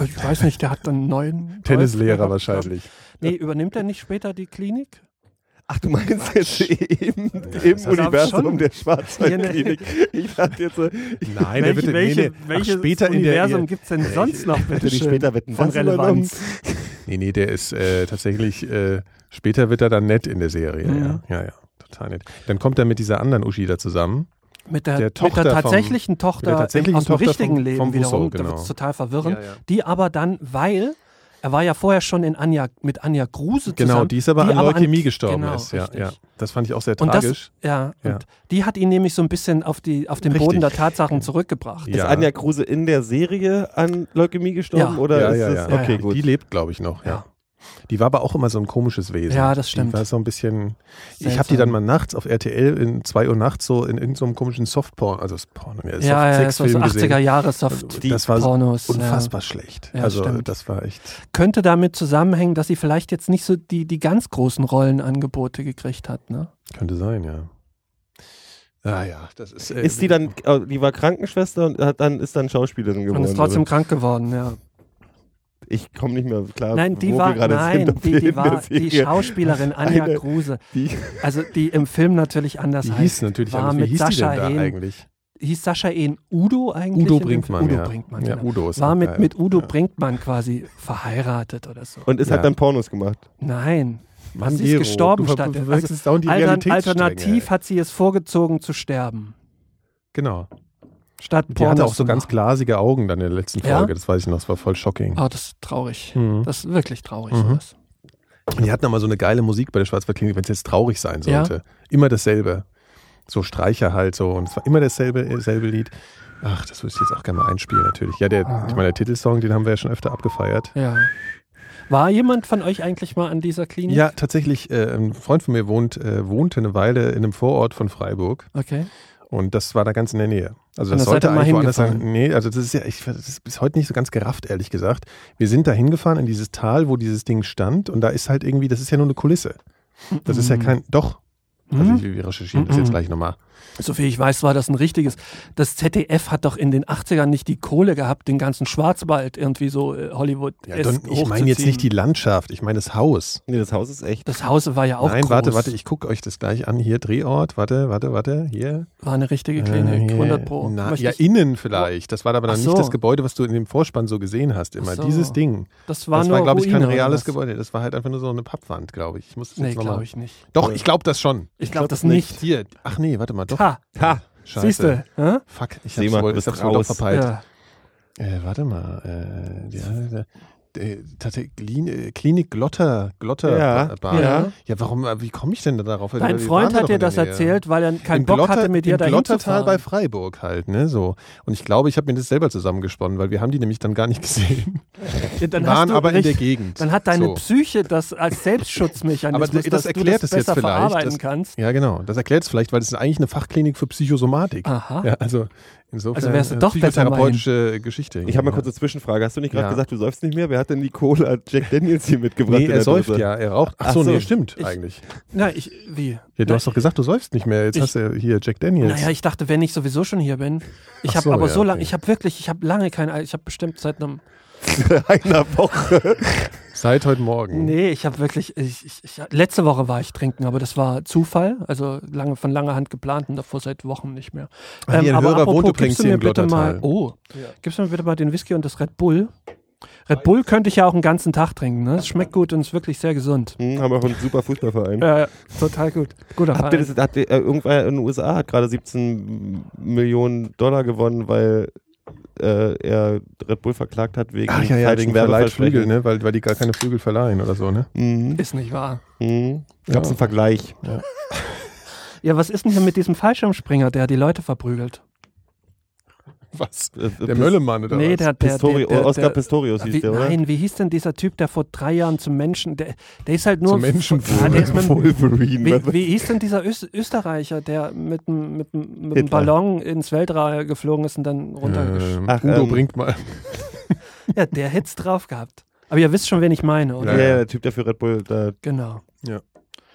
Ich weiß nicht, der hat dann einen neuen. Golf
Tennislehrer
gehabt.
wahrscheinlich.
Nee, übernimmt er nicht später die Klinik?
Ach, du meinst jetzt im, im
hab ich
Universum
schon.
der Schwarzwaldklinik. Ich dachte jetzt, äh, ich
Nein,
Welche,
der wird
welche,
nee, nee. Ach,
welches
später in der
Universum gibt es denn sonst noch, bitte
hätte dich
schön,
später wetten
von
lassen übernommen.
Relevanz?
Nee, nee, der ist äh, tatsächlich, äh, später wird er dann nett in der Serie.
Mhm.
Ja, ja, ja, total nett. Dann kommt er mit dieser anderen Uschi da zusammen.
Mit der,
Der Tochter
mit der
vom-
tatsächlichen Tochter
der tatsächlichen
aus dem
Tochter
richtigen
vom-
Leben
vom
wiederum,
Wusso,
da wird es
genau.
total verwirrend,
Ja, ja.
die aber dann, weil er war ja vorher schon in Anja, mit Anja Gruse zusammen.
Genau, die ist aber an Leukämie gestorben
genau,
ist. Ja,
richtig.
ja. Das fand ich auch sehr
Und
tragisch.
das, ja,
Ja.
und die hat ihn nämlich so ein bisschen auf, die, auf den
Richtig. Genau.
Boden der Tatsachen zurückgebracht.
Ja.
Ist Anja Kruse in der Serie an Leukämie gestorben?
Ja.
Oder
ja,
ist
ja,
es,
ja.
Okay,
Ja,
gut.
Die lebt, glaube ich, noch, ja.
Ja.
Die war aber auch immer so ein komisches Wesen.
Ja, das stimmt.
Die war so ein bisschen. Ich habe
Seltsam.
die dann mal nachts auf RTL in 2 Uhr nachts so in irgendeinem komischen Softporn, also es- Porn, ja,
Ja, ja, das war so
Soft-Sex-Film gesehen.
80er Jahre
Also,
Soft
das war
Pornos.
Unfassbar schlecht.
Ja,
also
stimmt.
das war echt.
Ja. Könnte damit zusammenhängen, dass sie vielleicht jetzt nicht so die, die ganz großen Rollenangebote gekriegt hat, ne?
Könnte sein, ja. Ah ja, das ist. äh,
Ist die dann, äh, die war Krankenschwester und hat dann, ist dann Schauspielerin geworden?
Und ist trotzdem
oder?
krank geworden, ja.
ich komme nicht mehr klar,
Nein, die
wo
war,
wir gerade
nein,
sind. auf
die,
jeden
die war
Fall
die Schauspielerin Anja
Eine-
Kruse.
Die-
Also die im Film natürlich anders
die
heißt.
hieß natürlich
war
anders. Wie
mit
hieß
Sascha
die denn da
Hehn.
eigentlich?
Hieß Sascha Ehn Udo eigentlich?
Udo
in dem
Brinkmann.
Film? Udo
ja.
Brinkmann,
ja,
genau.
Udo ist
War
auch
mit,
geil.
mit Udo
ja.
Brinkmann quasi verheiratet oder so.
Und ist
Ja.
halt dann Pornos gemacht.
Nein.
Mann,
sie ist
Gero,
gestorben
du ver-
statt-
verwechselst dauernd die
Altern,
Realitätsstränge,
alternativ
ey.
hat sie es vorgezogen zu sterben.
Genau.
Statt
Die hatte
Pornos
auch so
zu
ganz
machen.
glasige Augen dann in der letzten
Ja?
Folge, das weiß ich noch, das war voll shocking.
Oh, das ist traurig.
Mhm.
Das ist wirklich traurig.
Mhm.
sowas.
Die hatten mal so eine geile Musik bei der Schwarzwaldklinik, wenn es jetzt traurig sein sollte. Immer dasselbe. So Streicher halt so. Und es war immer dasselbe dasselbe Lied. Ach, das würde ich jetzt auch gerne mal einspielen, natürlich. Ja, der,
Ah.
ich meine, der Titelsong, den haben wir ja schon öfter abgefeiert.
Ja. War jemand von euch eigentlich mal an dieser Klinik?
Ja, tatsächlich, äh, ein Freund von mir wohnt, äh, wohnte eine Weile in einem Vorort von Freiburg
Okay.
und das war da ganz in der Nähe. Also das
Und da seid
sollte
ihr mal
eigentlich woanders sein.
hingefahren?
Nee, also das ist ja, ich das ist bis heute nicht so ganz gerafft, ehrlich gesagt. Wir sind da hingefahren in dieses Tal, wo dieses Ding stand und da ist halt irgendwie, das ist ja nur eine Kulisse. Das ist ja kein, doch. Also
Mhm.
ich- wir recherchieren das jetzt gleich nochmal.
Soviel ich weiß, war das ein richtiges. Das ZDF hat doch in den 80ern nicht die Kohle gehabt, den ganzen Schwarzwald irgendwie so äh, Hollywood.
Ja, Don, ich meine jetzt nicht die Landschaft, ich meine das Haus.
Nee, das Haus ist echt.
Das Haus war ja auch
Nein,
groß.
warte, warte, ich gucke euch das gleich an. Hier Drehort, warte, warte, warte, hier.
War eine richtige Klinik,
Äh,
100 pro.
Na,
Möchte
ja,
ich-
innen vielleicht. Das war aber dann
Ach
nicht
so.
das Gebäude, was du in dem Vorspann so gesehen hast. Immer
Ach so.
dieses Ding.
das war,
das
nur
war, glaube ich, kein
Ruine, oder
reales
was?
Gebäude. Das war halt einfach nur so eine Pappwand, glaube ich. Ich muss das
Nee,
jetzt nochmal.
glaube ich nicht.
Doch, ich glaube das schon.
Ich glaube das nicht.
Hier, ach nee, warte mal, doch.
Ha,
Ha!
Scheiße. Halt.
siehst du? hä?
Fuck, ich
Seemann,
hab's wohl,
du bist
ich hab's wohl doch
raus.
verpeilt.
Ja.
Äh, warte mal. Äh, ja, äh, äh, Tate- Klin- äh, Klinik Glotter, Glotter
Ja,
Ba- Bahn.
ja.
ja, warum, äh, wie komme ich denn da darauf? Die
Dein
waren
Freund
da
hat
doch
dir
in der
das
Nähe.
erzählt, weil er keinen
Im
Bock
Glotter-
hatte, mit dir
im
dahin zu
Glottertal bei
fahren.
Freiburg halt, ne, so. Und ich glaube, ich habe mir das selber zusammengesponnen, weil wir haben die nämlich dann gar nicht gesehen.
Ja, dann hast
waren
du
aber in der
recht.
Gegend.
Dann hat deine
so.
Psyche das als Selbstschutzmechanismus,
Aber das,
dass
erklärt
du das
es jetzt
besser
vielleicht.
verarbeiten
das-
kannst.
Ja, genau. Das erklärt es vielleicht, weil es ist eigentlich eine Fachklinik für Psychosomatik.
Aha.
Ja, also insofern
Also wärst du
äh,
doch besser mal hin.
psychotherapeutische Geschichte.
Ich habe mal
Ja.
kurz eine Zwischenfrage. Hast du nicht gerade
Ja.
gesagt, du säufst nicht mehr? Wer hat denn die Cola Jack Daniels hier mitgebracht?
Nee,
in
er
der
säuft
Dose?
ja, er raucht. Ach so,
Ach so.
nee, stimmt
Ich-
eigentlich.
Na, ich, wie?
Ja, du
Na,
hast doch gesagt, du säufst nicht mehr. Jetzt
Ich-
hast du hier Jack Daniels.
Naja, ich dachte, wenn ich sowieso schon hier bin. Ich
Ach
habe
so,
aber
ja,
so lange,
okay.
ich habe wirklich, ich habe lange kein, Al- ich habe bestimmt seit einem.
einer Woche.
Seit heute Morgen.
Nee, ich habe wirklich, ich, ich, ich, letzte Woche war ich trinken, aber das war Zufall, also lange von langer Hand geplant und davor seit Wochen nicht mehr. Ähm,
Ah, hier, ein Hörer wohnt übrigens
gibst du
hier
mir
im
bitte mal,
Glottertal.
oh, gibst du mir bitte mal den Whisky und das Red Bull. Red Bull könnte ich ja auch einen ganzen Tag trinken, ne? Es schmeckt gut und ist wirklich sehr gesund.
Hm, haben wir auch einen super Fußballverein.
Äh, total gut. Guter
Habt ihr
Verein.
das, habt ihr, äh, irgendwer in den USA hat gerade 17 Millionen Dollar gewonnen, weil äh, er Red Bull verklagt hat wegen
Ach ja, ja,
falschen
wegen verleiht Flügel,
Werbeversprechen.
ne? weil, weil die gar keine Flügel verleihen oder so, ne?
Mhm.
Ist nicht wahr.
Mhm. Gab's einen Vergleich?
Ja, was ist denn hier mit diesem Fallschirmspringer, der die Leute verprügelt?
Was?
Äh,
Der Möllemann oder
Nee,
was?
der, der,
Pistori
der, der,
Oscar Pistorius
wie,
hieß der, oder?
Nein, wie hieß denn dieser Typ, der vor drei Jahren zum Menschen, der, der ist halt nur.
Zum Menschen
ja, der ist mit, dem-
Wolverine.
wie, wie hieß denn dieser Öst, Österreicher, der mit dem mit, dem- mit dem
Hitler.
Ballon ins Weltall geflogen ist und dann runter.
Ähm,
Ach,
Udo
ähm,
bringt mal.
Ja, der hätt's drauf gehabt. Aber ihr wisst schon, wen ich meine,
Ja,
oder?
Ja,
ja,
ja.
der Typ, der für Red Bull da
Genau.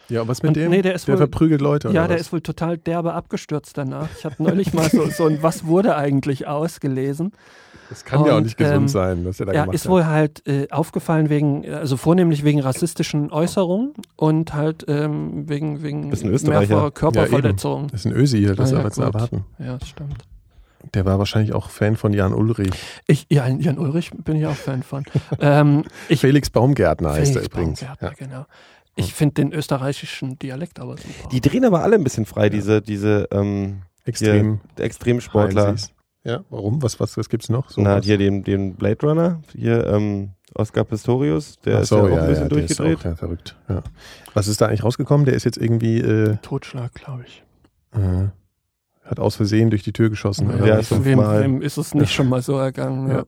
Ja, und was mit
Und
dem?
nee, der ist
der
wohl-
verprügelt Leute.
Ja,
oder
der
was?
ist wohl total derbe abgestürzt danach. Ich habe neulich mal so, so ein Was wurde eigentlich ausgelesen.
Das kann ja auch
und,
nicht gesund
ähm,
sein, was er da
Ja,
gemacht
ist
hat.
wohl halt äh, aufgefallen wegen, also vornehmlich wegen rassistischen Äußerungen und halt ähm, wegen, wegen
Bist ein Österreicher.
mehrfacher Körperverletzungen.
Das ist ein Ösi hier, das ist
Ah, ja,
aber zu
gut.
erwarten.
Ja, das stimmt.
Der war wahrscheinlich auch Fan von Jan Ulrich.
Ich, ja, Jan Ulrich bin ich auch Fan von. ähm, ich,
Felix Baumgärtner heißt er
Felix
übrigens.
Baumgärtner, genau. Ich finde den österreichischen Dialekt aber super.
Die drehen aber alle ein bisschen frei, diese, diese ähm,
Ja. Extrem.
hier, Extremsportler.
Einsies. Ja, warum? Was, was, was gibt's noch? So
Na,
was?
hier den, den Blade Runner, hier ähm, Oscar Pistorius, der
Ach
ist
so,
ja auch ein bisschen
der ist
durchgedreht.
Auch, ja, verrückt. Ja. Was ist da eigentlich rausgekommen? Der ist jetzt irgendwie, äh,
Totschlag, glaube ich.
äh, hat aus Versehen durch die Tür geschossen.
Ja,
oder?
Ja,
wem- wem,
fünfmal.
wem ist es nicht schon mal so ergangen?
Ja.
Ja.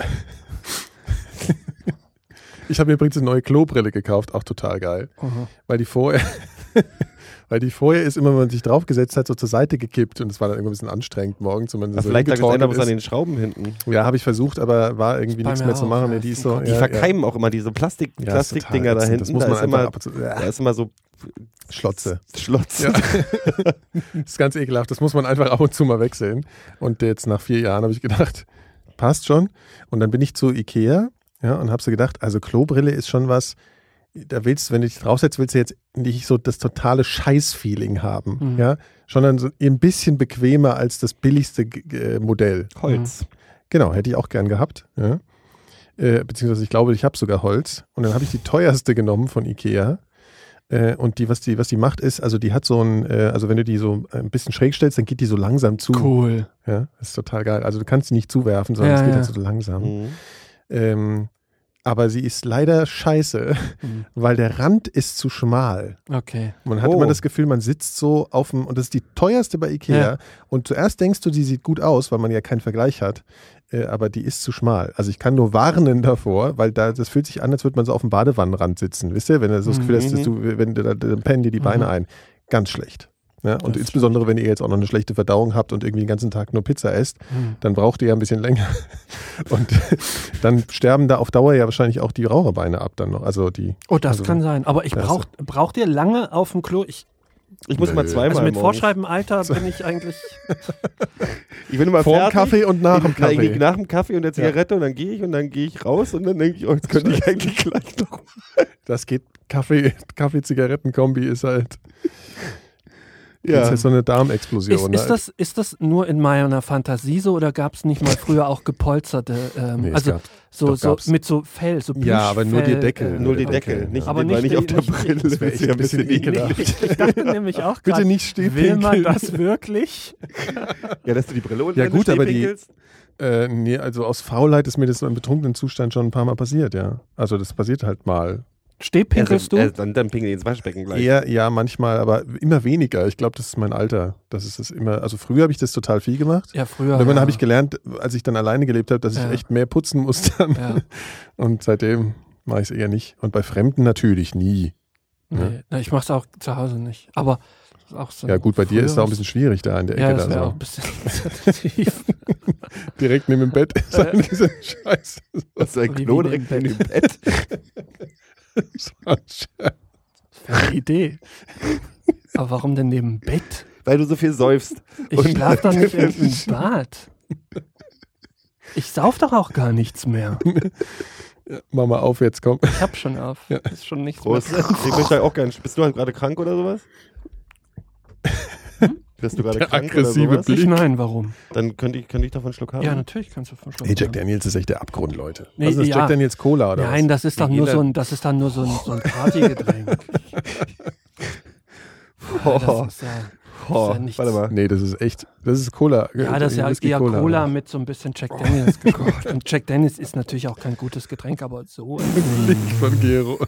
Ich habe mir übrigens eine neue Klobrille gekauft, auch total geil.
Aha.
Weil die vorher, weil die vorher ist, immer wenn man sich draufgesetzt hat, so zur Seite gekippt und es war dann irgendwie ein bisschen anstrengend morgens. Und man
Ah,
so
vielleicht lag das
hingetorkelt
einer was an
ist.
den Schrauben hinten.
Ja, habe ich versucht, aber war irgendwie
Bei
nichts
mir
mehr zu
auch,
machen.
ja,
Nee, die ist
ist
so,
ein
ja,
Die
ja.
verkeimen auch immer diese Plastik,
Ja, ist
Plastikdinger
total
da
ätzend. Das
hinten.
muss
da,
man
ist
einfach
immer,
ab und zu,
da ist immer so
Schlotze.
Schlotz.
Ja. Das ist ganz ekelhaft. Das muss man einfach ab und zu mal wechseln. Und jetzt nach vier Jahren habe ich gedacht, passt schon. Und dann bin ich zu Ikea ja, und habe so gedacht, also Klobrille ist schon was, da willst du, wenn du dich draufsetzt, willst du jetzt nicht so das totale Scheißfeeling haben.
Mhm.
Ja? Schon dann so ein bisschen bequemer als das billigste äh, Modell.
Holz.
Genau, hätte ich auch gern gehabt. Ja. Äh, beziehungsweise ich glaube, ich habe sogar Holz. Und dann habe ich die teuerste genommen von Ikea. Äh, und die was, die, was die macht, ist, also die hat so ein, äh, also wenn du die so ein bisschen schräg stellst, dann geht die so langsam zu.
Cool.
Ja, das ist total geil. Also du kannst sie nicht zuwerfen, sondern
Ja,
es geht
ja.
halt so langsam.
Mhm.
Ähm, aber sie ist leider scheiße,
Mhm.
weil der Rand ist zu schmal.
Okay.
Man hat
Oh.
immer das Gefühl, man sitzt so auf dem, und das ist die teuerste bei Ikea.
Ja.
Und zuerst denkst du, die sieht gut aus, weil man ja keinen Vergleich hat, äh, aber die ist zu schmal. Also ich kann nur warnen davor, weil da, das fühlt sich an, als würde man so auf dem Badewannenrand sitzen. Wisst ihr, wenn du so das Gefühl hast, dass du, wenn du, da- dann pennen dir die Beine
Mhm.
ein. Ganz schlecht. Ja, und
Das
insbesondere, wenn ihr jetzt auch noch eine schlechte Verdauung habt und irgendwie den ganzen Tag nur Pizza esst,
Mhm.
dann braucht ihr ja ein bisschen länger. Und dann sterben da auf Dauer ja wahrscheinlich auch die Raucherbeine ab dann noch. Also die,
Oh, das
Also,
kann sein. Aber ich
das-
brauch, braucht ihr lange auf dem Klo? Ich,
Ich muss mal
Nö.
zweimal.
also mit
morgens-
Vorschreibenalter bin ich eigentlich.
Ich bin immer
Vorm
fertig.
Kaffee und nach dem
Na, ich
Kaffee.
gehe Nach dem Kaffee und der Zigarette und dann gehe ich und dann gehe ich raus und dann denke ich, oh, jetzt könnte ich eigentlich gleich noch.
Das geht. Kaffee, Kaffee-Zigaretten-Kombi ist halt. Ist halt so eine
Ist,
Darmexplosion.
ist,
ne?
das, ist das nur in meiner Fantasie so oder gab es nicht mal früher auch gepolsterte, ähm,
Nee, es
also
gab-
so,
doch,
so
gab's.
mit so Fell, so
Ja, aber nur die
Plüschfell,
Deckel.
äh,
Nur die
Okay,
Deckel,
ja.
nicht,
Aber
weil
nicht
nicht auf
die-
der
nicht-
Brille.
Das wär
ist
echt
ja
ein bisschen ekelhaft.
Ich dachte nämlich auch
Bitte
grad,
nicht
Will man
stehpinkeln.
das wirklich?
Ja, dass du die Brille unten
Ja,
wenn du
gut, aber die-
stehpinkelst.
Äh, nee, also aus Faulheit ist mir das so im betrunkenen Zustand schon ein paar Mal passiert, ja. Also das passiert halt mal.
Stehpinkelst
Also,
du?
äh, dann, dann pinkel ich ins Waschbecken gleich.
Eher, ja, manchmal, aber immer weniger. Ich glaube, das ist mein Alter. Das ist das immer. Also früher habe ich das total viel gemacht.
Ja, früher.
Und dann
ja.
habe ich gelernt, als ich dann alleine gelebt habe, dass ich
Ja.
echt mehr putzen muss dann.
Ja.
Und seitdem mache ich es eher nicht. Und bei Fremden natürlich nie.
Nee, na, ich mach's auch zu Hause nicht. Aber das ist auch so.
ne? Ja gut, bei dir
Früher
ist da auch ein
was-
bisschen schwierig da in der Ecke.
Ja, das
da
wäre
so.
auch ein bisschen sensitiv.
direkt neben dem Bett ist dann diese Scheiße.
Das ist ein
Wie- wie
Klo
neben
direkt
dem
in dem Bett.
Idee. Aber warum denn neben dem Bett?
Weil du so viel säufst.
Ich schlaf doch nicht im, im Bad. Ich sauf doch auch gar nichts mehr.
Mach mal auf jetzt, komm.
Ich hab schon auf. Ist schon nichts
Prost.
mehr. drin.
Ich möchte auch gerne. Bist du halt gerade krank oder sowas? Bist du gerade
Der
krank
aggressive
oder sowas?
Blick.
Ich nein, warum?
Dann könnte ich, könnte ich davon einen Schluck haben.
Ja, natürlich kannst du verschlucken.
Hey, Jack Daniels ist echt der Abgrund, Leute.
Nee,
Was ist das,
ja.
Jack Daniels Cola oder
Nein, das ist doch nur
Jeder-
so ein, das ist dann nur so ein, so ein Partygetränk. Ja,
Oh,
das ist ja,
oh,
ja nichts.
warte
was?
mal.
Nee, das ist echt, das ist Cola.
ja, das ist ja
Whisky
eher Cola,
oder?
mit so ein bisschen Jack Daniels gekocht. Und Jack Daniels ist natürlich auch kein gutes Getränk, aber so.
Blick von Gero.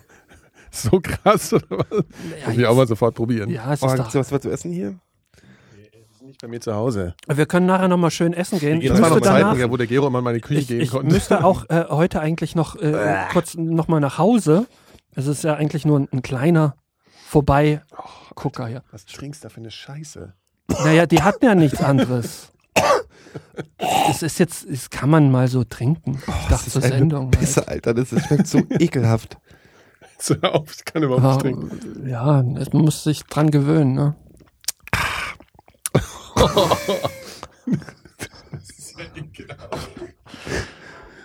So krass, oder was?
Ja,
Muss ich auch mal sofort probieren.
ja, es
Oh,
ist
gibt's
doch,
was, was zu essen hier?
Nicht bei mir zu Hause.
wir können nachher nochmal schön essen gehen.
gehen
Ich
Das war noch
müsste
ein
danach,
Zeitpunkt, ja, wo der Gero immer in meine Küche
ich,
gehen
ich
konnte.
müsste auch äh, heute eigentlich noch äh, kurz nochmal nach Hause. Es ist ja eigentlich nur ein, ein kleiner Vorbeigucker hier.
Was trinkst du da für eine Scheiße?
Naja, die hatten ja nichts anderes. Es ist jetzt, das
Oh,
kann man mal so trinken. Ich dachte zur
eine
Sendung. ne?
Pisse, Alter. Das ist, schmeckt so ekelhaft.
so auf, ich kann überhaupt nicht
Aber,
trinken.
ja, es- man muss sich dran gewöhnen. Ne?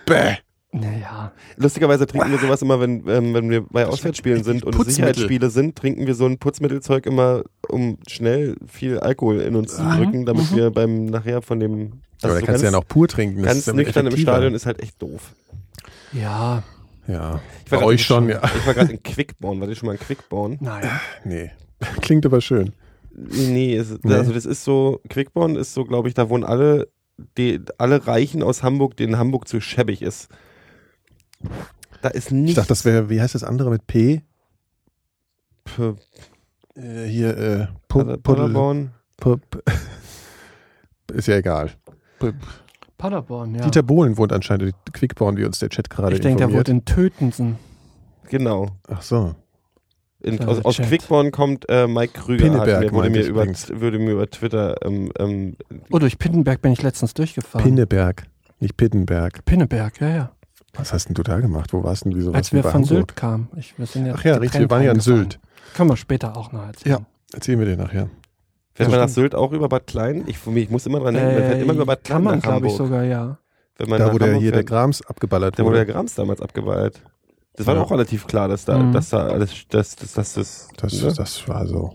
Bäh.
Naja,
Lustigerweise trinken wir sowas immer, wenn, ähm, wenn wir bei Auswärtsspielen sind und es
Putzmittel.
Sicherheitsspiele sind, trinken wir so ein Putzmittelzeug immer, um schnell viel Alkohol in uns zu drücken, damit wir beim nachher von dem. also
aber da kannst du ja noch pur trinken.
Ganz
dann
nüchtern im
effektiver.
Stadion ist halt echt doof.
ja,
Ja,
Ich
bei
war grad
euch
in-
schon, ja.
Ich war gerade in Quickborn. Wart ihr schon mal in Quickborn?
nein.
Nee, klingt aber schön.
Nee, es,
Nee.
also das ist so, Quickborn ist so, glaube ich, da wohnen alle, die, alle Reichen aus Hamburg, denen Hamburg zu schäbig ist. Da ist
Ich
nicht
dachte, das wäre, wie heißt das andere mit P?
P-
Äh, hier, äh,
Pader-
Pu- Puddel.
Paderborn.
Pu- P- Ist ja egal.
Paderborn, ja.
Dieter Bohlen wohnt anscheinend in Quickborn, wie uns der Chat gerade
ich denke, der
informiert.
wurde in Tötensen.
Genau.
Ach so.
In,
Kleiner
aus, aus
Chat.
Quickborn kommt äh, Mike Krüger.
Pinneberg
hat mir- wurde,
meinte
mir
ich
über,
übrigens.
wurde mir über Twitter ähm, ähm,
Oh, durch Pittenberg bin ich letztens durchgefahren.
Pinneberg, nicht Pittenberg.
Pinneberg, ja, ja.
Was hast denn du da gemacht? Wo warst denn? Wieso warst
Als
du
wir
bei
von
Hamburg?
Sylt kamen. Ich, wir sind ja
Ach ja, richtig, wir
getrennt
waren ja in
reingefahren.
Sylt.
Können wir später auch noch erzählen.
Erzählen wir dir nachher.
Fährt man
stimmt.
nach
Äh,
Sylt auch über Bad Klein? Ich, ich muss immer dran denken, man fährt immer über Bad Klein
Äh, kann man,
nach
glaube
Hamburg.
ich, sogar, ja.
Wenn man
da
nach
wurde ja
Hamburg
hier der
fährt.
Grams abgeballert.
Da wurde der
wurde.
Grams damals abgeweiht. Das war
Ja.
auch relativ klar, dass da,
Mhm.
dass da alles, dass, dass, dass das,
Das,
ne?
das war so.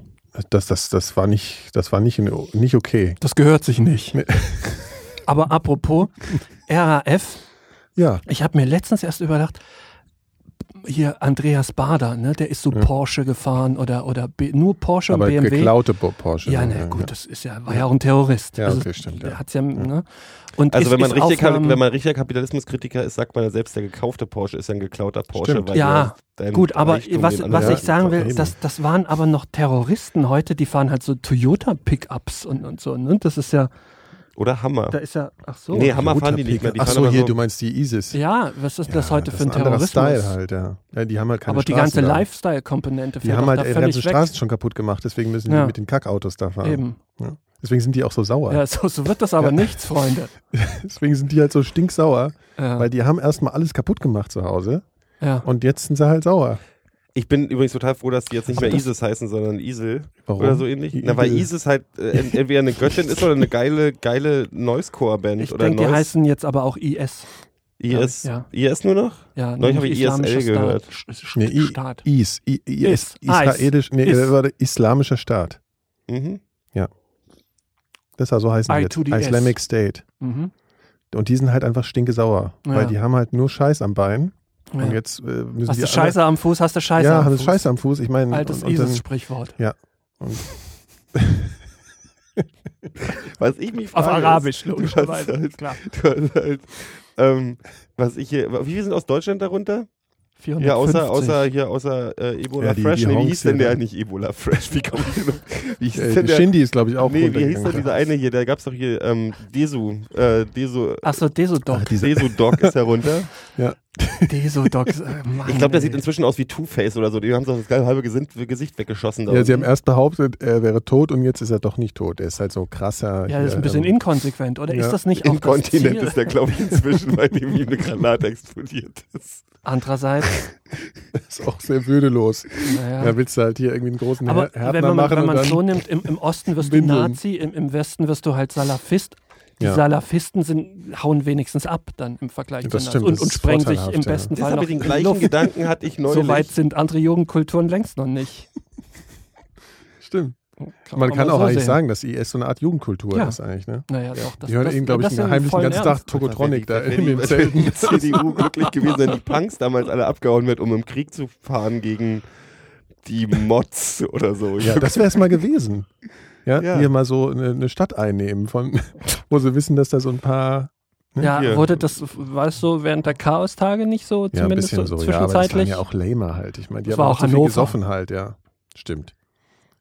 Das, das, das war nicht, das war nicht, in, nicht okay.
Das gehört sich nicht.
Nee.
Aber apropos RAF,
Ja,
ich habe mir letztens erst überlegt, hier Andreas Bader, ne, der ist so Porsche gefahren oder, oder B, nur Porsche
aber
und BMW.
geklaute Bo- Porsche.
Ja, ne, gut, das ist ja, war ja auch ein Terrorist. Also
Ja, okay, stimmt, ja.
Der hat's ja, ne? Und
Also
ist,
wenn man,
ist ähm,
richtig,
Aufnahmen-
wenn man richtiger Kapitalismuskritiker ist, sagt man ja selbst, der gekaufte Porsche ist ja ein geklauter Porsche.
Stimmt.
weil
Ja,
du deinen
Gut, aber
Reichtum
was,
den
was
anderen
ich sagen will,
Eben.
das, das waren aber noch Terroristen heute, die fahren halt so Toyota-Pickups und, und so. Ne? Das ist ja,
Oder Hammer.
da ist ja, ach so.
Nee, Hammer fahren die nicht mehr. Die
Ach
fahren
so,
aber
hier,
so-
du meinst die ISIS.
Ja, was ist das
Ja,
heute für ein
ist anderer
Terrorismus?
Style halt, ja. ja. Die haben halt keine
aber die ganze
Straßen da.
Lifestyle-Komponente
Die
fällt
haben
doch
halt
da
ihre
völlig
ganzen
weg.
Straßen schon kaputt gemacht, deswegen müssen
Ja.
die mit den Kackautos da fahren.
Eben.
Ja. Deswegen sind die auch so sauer.
Ja, so, so wird das aber nichts, Freunde.
Deswegen sind die halt so stinksauer,
Ja.
weil die haben erstmal alles kaputt gemacht zu Hause
ja.
und jetzt sind sie halt sauer.
Ich bin übrigens total froh, dass die jetzt nicht
Ach,
mehr
das-
ISIS heißen, sondern Isel
Warum?
oder so ähnlich.
I-
Na, weil
Igel.
ISIS halt äh, ent- entweder eine Göttin ist oder eine geile, geile Noise-Core-Band.
Ich
oder
denke, die
Noise-
heißen jetzt aber auch IS.
IS,
ja.
IS nur noch?
Ja,
Neulich habe
nämlich
ich ISL
Islamischer
gehört.
Staat. Sch-
Nee, I,
Staat.
Is, I, I,
Is.
Is, israelisch, nee,
Is.
äh, warte, islamischer Staat.
Mhm.
Das war so heißen die
I
jetzt.
to the S.
Islamic State.
Mhm.
Und die sind halt einfach stinkesauer,
Ja.
weil die haben halt nur Scheiß am Bein.
Ja.
Und jetzt äh, müssen
Hast
die
du
alle-
Scheiße am Fuß, hast du Scheiße
ja,
am
haben
Fuß.
sie Scheiße am Fuß. Ich meine,
Altes
und, und dann,
ISIS-Sprichwort.
Was ich mich
Auf
frage,
Arabisch,
ist, du hast
logischerweise.
halt,
Klar.
du hast halt, ähm, was ich hier, wie viele sind aus Deutschland darunter? Ja, außer, außer hier, außer äh, Ebola
Ja, die-
Fresh.
die
nee, wie
Honks
hieß denn
hier,
der
ne?
nicht Ebola Fresh? Wie kommt denn Wie hieß
äh,
denn der?
Shindy ist, glaube ich, auch
nee, wie hieß
runtergegangen.
denn dieser eine hier? Da gab's doch hier ähm, Desu. Äh, Desu.
Achso, Desodoc.
diese-
Desu Doc ist herunter.
Desodoc.
Ich glaube, der sieht inzwischen aus wie Two-Face oder so. Die haben so das halbe Gesicht, Gesicht weggeschossen. Da
Ja, sie haben
unten.
erst behauptet, er wäre tot und jetzt ist er doch nicht tot. Er ist halt so ein krasser.
Ja, das ist
hier,
ein bisschen
ähm,
inkonsequent, oder?
ja,
Ist das nicht auch das
Inkontinent
Ziel?
ist der, glaube ich, inzwischen, weil dem ihm eine Granate explodiert ist.
Andererseits,
ist auch sehr würdelos.
naja.
Da willst du halt hier irgendwie einen großen
Aber
Her-
wenn
Härtner
man
machen
wenn
und
man
dann
so nimmt, im, im Osten wirst du
Windeln.
Nazi, im, im Westen wirst du halt Salafist. Die
Ja.
Salafisten sind, hauen wenigstens ab dann im Vergleich
Das
zu Nazis
stimmt,
und,
das
und
ist
sprengen sich
vorteilhaft,
im
ja.
besten
Jetzt
Fall
habe
noch
ich den
in die
gleichen
Luft.
Gedanken, hatte ich neulich.
So weit sind andere Jugendkulturen längst noch nicht.
Stimmt. Man kann
mal
auch
so
eigentlich
sehen.
sagen, dass IS so eine Art Jugendkultur
Ja.
ist eigentlich. Ne?
Naja, doch. Das,
Die hören
das,
eben, glaube ich,
das
einen
sind
heimlichen
vollen
ganzen
Ernst.
Tag Tokotronic da in den
Wenn
Zelten.
die CDU glücklich gewesen, wenn die Punks damals alle abgehauen wird, um im Krieg zu fahren gegen die Mods oder so.
Ja, das wäre es mal gewesen. Ja,
Ja.
hier mal so eine, eine Stadt einnehmen, von, wo sie wissen, dass da so ein paar.
Ja,
Hier.
wurde das, weißt du, während der Chaostage nicht so,
Ja, ein
zumindest
bisschen
so
so, ja, aber das waren
zwischenzeitlich?
ja auch Lamer halt. Ich meine, die
Das
haben
war
auch
auch
zu viel
Hannover.
gesoffen halt, ja. Stimmt.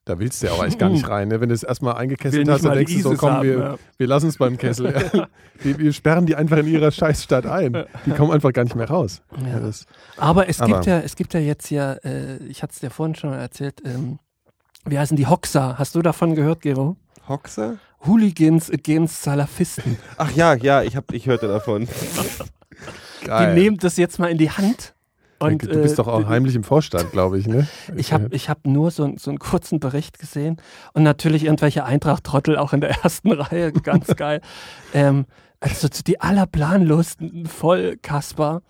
Da willst du ja auch eigentlich gar nicht rein, ne? Wenn du es erstmal eingekesselt
Hm. Will
hast,
nicht
dann
mal
denkst du so,
ISIS
komm,
haben, ne?
wir,
ja.
wir lassen es beim Kessel. wir, wir sperren die einfach in ihrer Scheißstadt ein. Die kommen einfach gar nicht mehr raus. Ja, das,
Aber es
Aber-
gibt ja, es gibt ja jetzt ja, äh, ich hatte es dir vorhin schon mal erzählt, ähm, wie heißen die Hoxer? Hast du davon gehört, Gero?
Hoxer?
Hooligans against Salafisten.
Ach ja, ja, ich, hab, ich hörte davon.
geil.
Die nehmen das jetzt mal in die Hand Und, äh,
du bist doch auch heimlich im Vorstand, glaube ich, ne?
Ich habe ich hab nur so, einen- so einen kurzen Bericht gesehen und natürlich irgendwelche Eintracht-Trottel auch in der ersten Reihe, ganz geil. ähm, also zu- die allerplanlosen Vollkasper,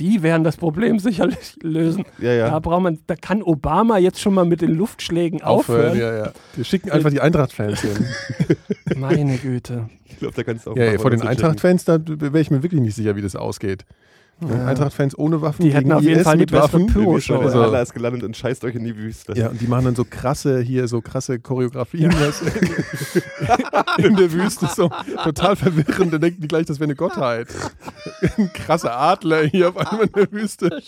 die werden das Problem sicherlich lösen.
Ja, ja.
Da braucht man, da kann Obama jetzt schon mal mit den Luftschlägen aufhören.
ja, ja. Wir schicken einfach die Eintracht-Fans hin.
Meine Güte.
Ich glaube, da kannst du auch
Ja, ja,
machen,
vor den
das zu checken.
Eintracht-Fans, da wäre ich mir wirklich nicht sicher, wie das ausgeht. Eintracht-Fans ohne Waffen.
Die hätten
gegen
auf jeden
IS
Fall die
mit
beste
Waffen.
Pyro-
Irgendwie ist
Show.
schon
Also-
Allah ist gelandet und scheißt euch in die Wüste.
Ja, und die machen dann so krasse hier, so krasse Choreografien weißt du? in der Wüste. So total verwirrend. Dann denken die gleich, das wäre eine Gottheit. Ein krasser Adler hier auf einmal in der Wüste.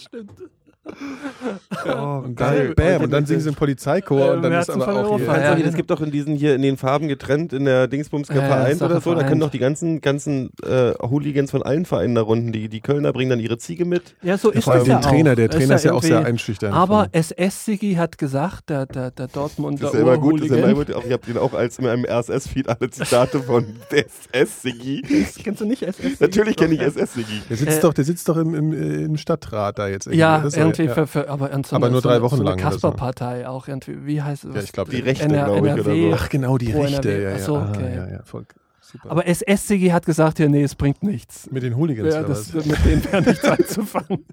Oh,
Und dann, bam, und dann singen sie im Polizeichor und dann
Äh,
ist
Herzen
aber
von
auch
Europa,
hier.
Kannst
Ja,
du nicht,
ja.
das gibt auch in diesen hier in den Farben getrennt in der Dingsbumsker
Ja, ja,
Vereins
Sache
oder so. Da
Vereins.
können doch die ganzen, ganzen äh, Hooligans von allen Vereinen da runden. Die, die Kölner bringen dann ihre Ziege mit.
Ja, so ist
Vor allem
das ja
den Trainer,
auch.
der
Das
Trainer ist ja auch sehr
irgendwie-
einschüchternd.
Aber SS-Sigi hat gesagt, der, der, der Dortmunder
Das ist ja immer gut, das ist ja immer
Oberhooligan.
gut. Auch, ich habe den auch als in meinem RSS-Feed alle Zitate von SS Siggi.
Kennst du nicht SS-Sigi?
Natürlich kenne ich SS Siggi.
Der sitzt
Äh,
doch, der sitzt doch im, im, äh, im Stadtrat da jetzt. irgendwie,
Ja,
oder? Das ist
irgendwie,
ja.
Für, für, aber, in so
Aber
einer-
nur
so
drei
einer-
Wochen
so eine
lang oder so.
Kasper-Partei auch irgendwie. Wie heißt
Ja, ich glaube,
Die Rechte,
NR-
glaube ich,
NRW.
oder so.
Ach genau, die
Pro
Rechte.
NRW.
Ja, ja.
Ach so,
Ah,
okay.
ja, ja. Voll, super.
Aber SS-Sigi hat gesagt, ja, nee, es bringt nichts.
mit den Hooligans
Ja,
oder
das,
was?
mit denen wäre nichts anzufangen.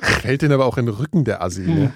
Fällt denen aber auch in den Rücken der Assi, ne?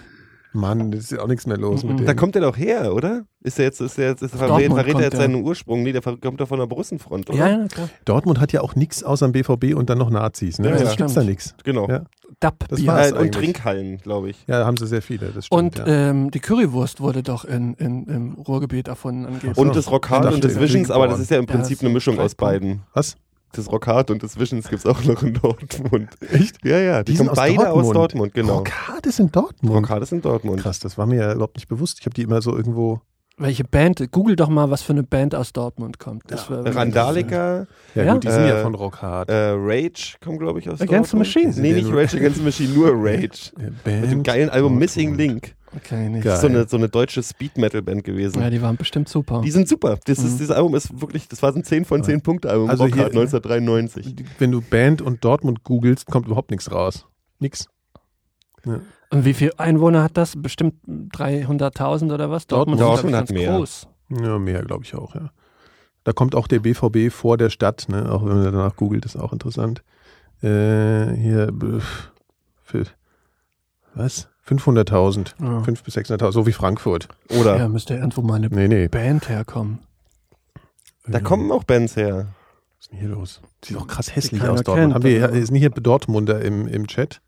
Mann, das ist ja auch nichts mehr los mit denen.
Da kommt der doch her, oder? Ist der jetzt, ist der jetzt, ist der
Dortmund
verrät, verrät
kommt
er jetzt
der.
seinen Ursprung? Nee, der ver- kommt doch von der Russenfront, oder?
Ja, ja, klar.
Dortmund hat ja auch nichts außer dem BVB und dann noch Nazis, ne?
Ja,
also
ja.
gibt's da nichts.
Genau.
Ja. Das
Dappbier.
war's
Äh, und
eigentlich.
Trinkhallen, glaube ich.
Ja, da haben sie sehr viele, das stimmt.
Und
ja.
ähm, die Currywurst wurde doch in, in, im Ruhrgebiet erfunden angeblich.
so.
Und des Rockhard
Dachte,
und des
der
Visions, aber das ist ja im
Ja, das
Prinzip
ist
eine Mischung aus
Streitpunkt.
beiden.
Was?
Das Rockhard und des Visions gibt es auch noch in Dortmund.
Echt?
Ja, ja, die,
Die sind
kommen
aus
beide aus
Dortmund.
Dortmund, genau.
Rockhard ist in Dortmund.
Rockhard ist in Dortmund.
Krass, das war mir ja überhaupt nicht bewusst. Ich habe die immer so irgendwo.
Welche Band? Google doch mal, was für eine Band aus Dortmund kommt. Das wär-
Randalika,
Ja,
Ja?
gut, die sind ja
Äh,
von Rockhard.
äh, Rage kommen, glaube ich, aus
Against the
Dortmund.
Machine.
Nee, nicht Rage Against the Machine, nur Rage.
Band
Mit dem geilen Album
Dortmund.
Missing Link.
Okay, nicht.
Geil.
Das ist so eine, so eine deutsche Speed-Metal-Band gewesen.
Ja, die waren bestimmt super.
Die sind super. Das ist,
Mhm.
Dieses Album ist wirklich, das war so ein 10 von 10 Punkte-Album.
Also hier-
Rockhard 1993.
Wenn du Band und Dortmund googelst, kommt überhaupt nichts raus. Nix.
Und wie viele Einwohner hat das? Bestimmt 300.000 oder was?
Dortmund-
ist
Dortmund hat
ganz
mehr.
groß.
Ja, mehr glaube ich auch, ja. Da kommt auch der BVB vor der Stadt, ne? auch wenn man danach googelt, ist auch interessant. Äh, hier, pf, für, was? 500.000,
Ja.
500.000 bis 600.000, so wie Frankfurt.
Oder?
Ja, müsste irgendwo mal eine
Nee, nee.
Band herkommen.
Da kommen auch Bands her.
Was ist denn hier los? Sieht doch krass hässlich
keiner
aus Dortmund.
kennt,
Haben wir,
aber-
ist nicht hier Dortmunder im, im Chat?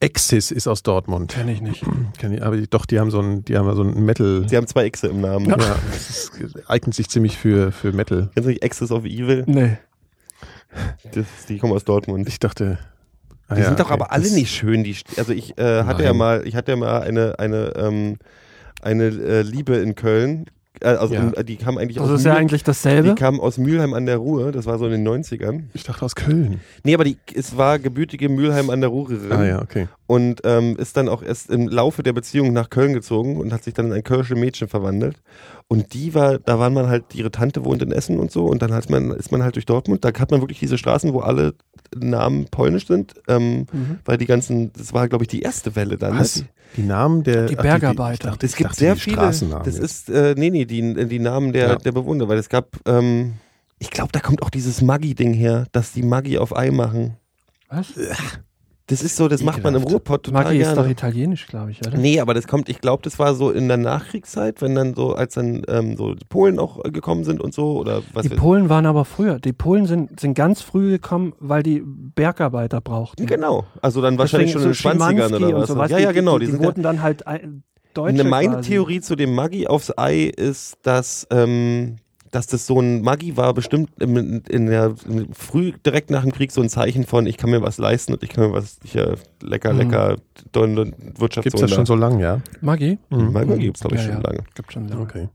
Exis ist aus Dortmund.
Kenne ich nicht.
Kann ich, aber die, doch, die haben so ein, die haben so ein Metal.
Sie haben zwei Xe im Namen.
Ja, das ist, eignet sich ziemlich für, für Metal.
Kennst du nicht Axis of Evil?
Nee.
Das, die kommen aus Dortmund.
Ich dachte. ah
Die
ja,
sind doch
okay,
aber alle
das-
nicht schön. Die, St- also ich äh, hatte
Nein.
ja mal, ich hatte ja mal eine eine ähm, eine äh, Liebe in Köln. Äh, also
Ja.
in, die kam eigentlich
Das
aus
ist ja
Mühl-
eigentlich
die
dasselbe.
kam aus Mülheim an der Ruhr. Das war so in den 90ern.
Ich dachte aus Köln.
Nee, aber die, es war gebürtige Mülheim an der Ruhrerin
Ah ja, okay.
und ähm, ist dann auch erst im Laufe der Beziehung nach Köln gezogen und hat sich dann in ein kölsche Mädchen verwandelt. Und die war, da waren man halt, ihre Tante wohnt in Essen und so und dann hat man, ist man halt durch Dortmund, da hat man wirklich diese Straßen, wo alle Namen polnisch sind, ähm,
Mhm.
weil die ganzen, das war glaube ich die erste Welle dann. ne?
Was?
Die-
also Die Namen der.
Die
ach,
Bergarbeiter.
ich dachte,
Es
ich
gibt
dachte,
sehr
die
viele,
Straßennamen.
das
jetzt.
ist, äh, nee, nee, die, die Namen der,
Ja.
der Bewohner, weil es gab, ähm, ich glaube, da kommt auch dieses Maggi-Ding her, dass die Maggi auf Ei machen.
Was?
Das ist so, das macht man im
Ekelhaft.
Ruhrpott total
Maggi
gerne.
ist doch italienisch, glaube ich, oder?
Nee, aber das kommt, ich glaube, das war so in der Nachkriegszeit, wenn dann so, als dann ähm, so die Polen auch äh, gekommen sind und so oder was
Die
weiß-
Polen waren aber früher. Die Polen sind, sind ganz früh gekommen, weil die Bergarbeiter brauchten.
Genau, also dann wahrscheinlich
Deswegen
schon in den 20ern
Schimanski
oder
und
was.
sowas,
ja, ja, genau.
Die, die, die
sind ja-
wurden dann halt ein- Deutsche
Ne, meine
quasi.
Theorie zu dem Maggi aufs Ei ist, dass, ähm, dass das so ein Maggi war, bestimmt im, in der im früh direkt nach dem Krieg so ein Zeichen von, ich kann mir was leisten und ich kann mir was ich, äh, lecker,
Mhm.
lecker Don, Don,
Gibt's das schon so lange, ja?
Maggi?
Maggi gibt's glaube ich
Mhm. Ja,
schon
ja.
lange.
Gibt schon lange.
Okay.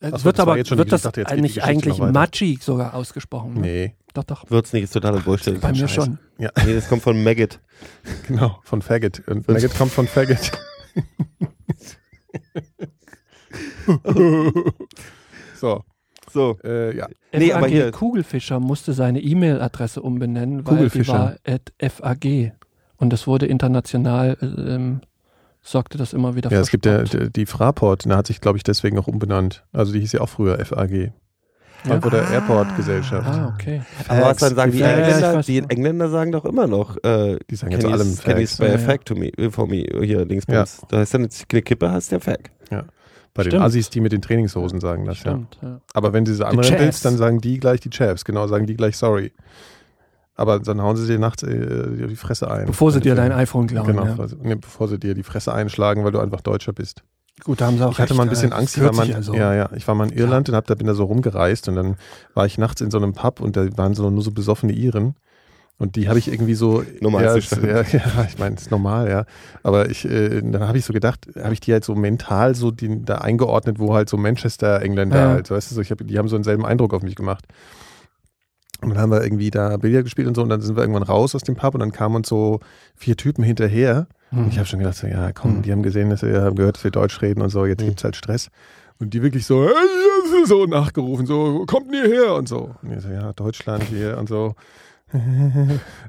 Es
Ach so,
wird
das war
aber
jetzt schon die
wird das
Geschichte. Jetzt geht die
nicht
Geschichte
eigentlich
noch weiter.
Maggi sogar ausgesprochen? ne?
Nee.
Doch, doch.
Wird's nicht, ist totaler Bullshit.
Bei mir
Scheiße.
schon.
Ja,
Nee, das kommt von Maggot.
genau. Von Faggot. Und Faggot kommt von Faggot. so.
So.
Äh, ja.
Nee,
FAG
aber hier-
Kugelfischer musste seine E-Mail-Adresse umbenennen, weil die war
Kugelfischer.
at FAG. Und das wurde international, äh, ähm, sorgte das immer wieder
Ja, es gibt ja
Spott.
die die Fraport, da hat sich, glaube ich, deswegen auch umbenannt. Also die hieß ja auch früher FAG. Frankfurter
Ah.
Airport Gesellschaft.
Ah, okay.
Aber was dann sagen die
Ja, ja, ich
Engländer?
weiß
Die
schon.
Engländer sagen doch immer noch, äh,
Die sagen ja
can,
zu
you,
allem
can you
Fags.
spare
Ja,
a
ja.
fact to me, äh, for me, hier links bei uns. Da heißt dann eine Kippe, hast der Fact.
Bei den
Stimmt.
Assis, die mit den Trainingshosen sagen das, ja.
Stimmt. Ja.
Aber wenn du sie
Chavs.
anrempelst, dann sagen die gleich die Chaps, genau, sagen die gleich sorry. Aber dann hauen sie dir nachts äh, die Fresse ein.
Bevor sie dir dein
Ende.
iPhone klauen.
Genau,
ja.
bevor sie- nee, bevor sie dir die Fresse einschlagen, weil du einfach Deutscher bist.
Gut, da haben sie auch
Ich hatte mal ein bisschen Angst, ich war mal,
also.
ja, ja, ich war mal in Irland und hab, da bin da so rumgereist und dann war ich nachts in so einem Pub und da waren so nur so besoffene Iren und die habe ich irgendwie so
Normal
ja,
Zustand.
ja, ja, ich meine, ist normal, ja, aber ich äh, dann habe ich so gedacht, habe ich die halt so mental so die, da eingeordnet, wo halt so Manchester Engländer
Ja.
halt, weißt du, so, ich hab, die haben so denselben Eindruck auf mich gemacht. Und dann haben wir irgendwie da Billard gespielt und so und dann sind wir irgendwann raus aus dem Pub und dann kamen uns so vier Typen hinterher
Hm.
und ich habe schon gedacht, so, ja,
Hm.
komm, die haben gesehen, dass wir haben gehört, dass wir Deutsch reden und so, jetzt gibt's halt Stress. Und die wirklich so, "Hey", so nachgerufen, so, kommt denn ihr her und so. Und ich so, ja, Deutschland hier und so.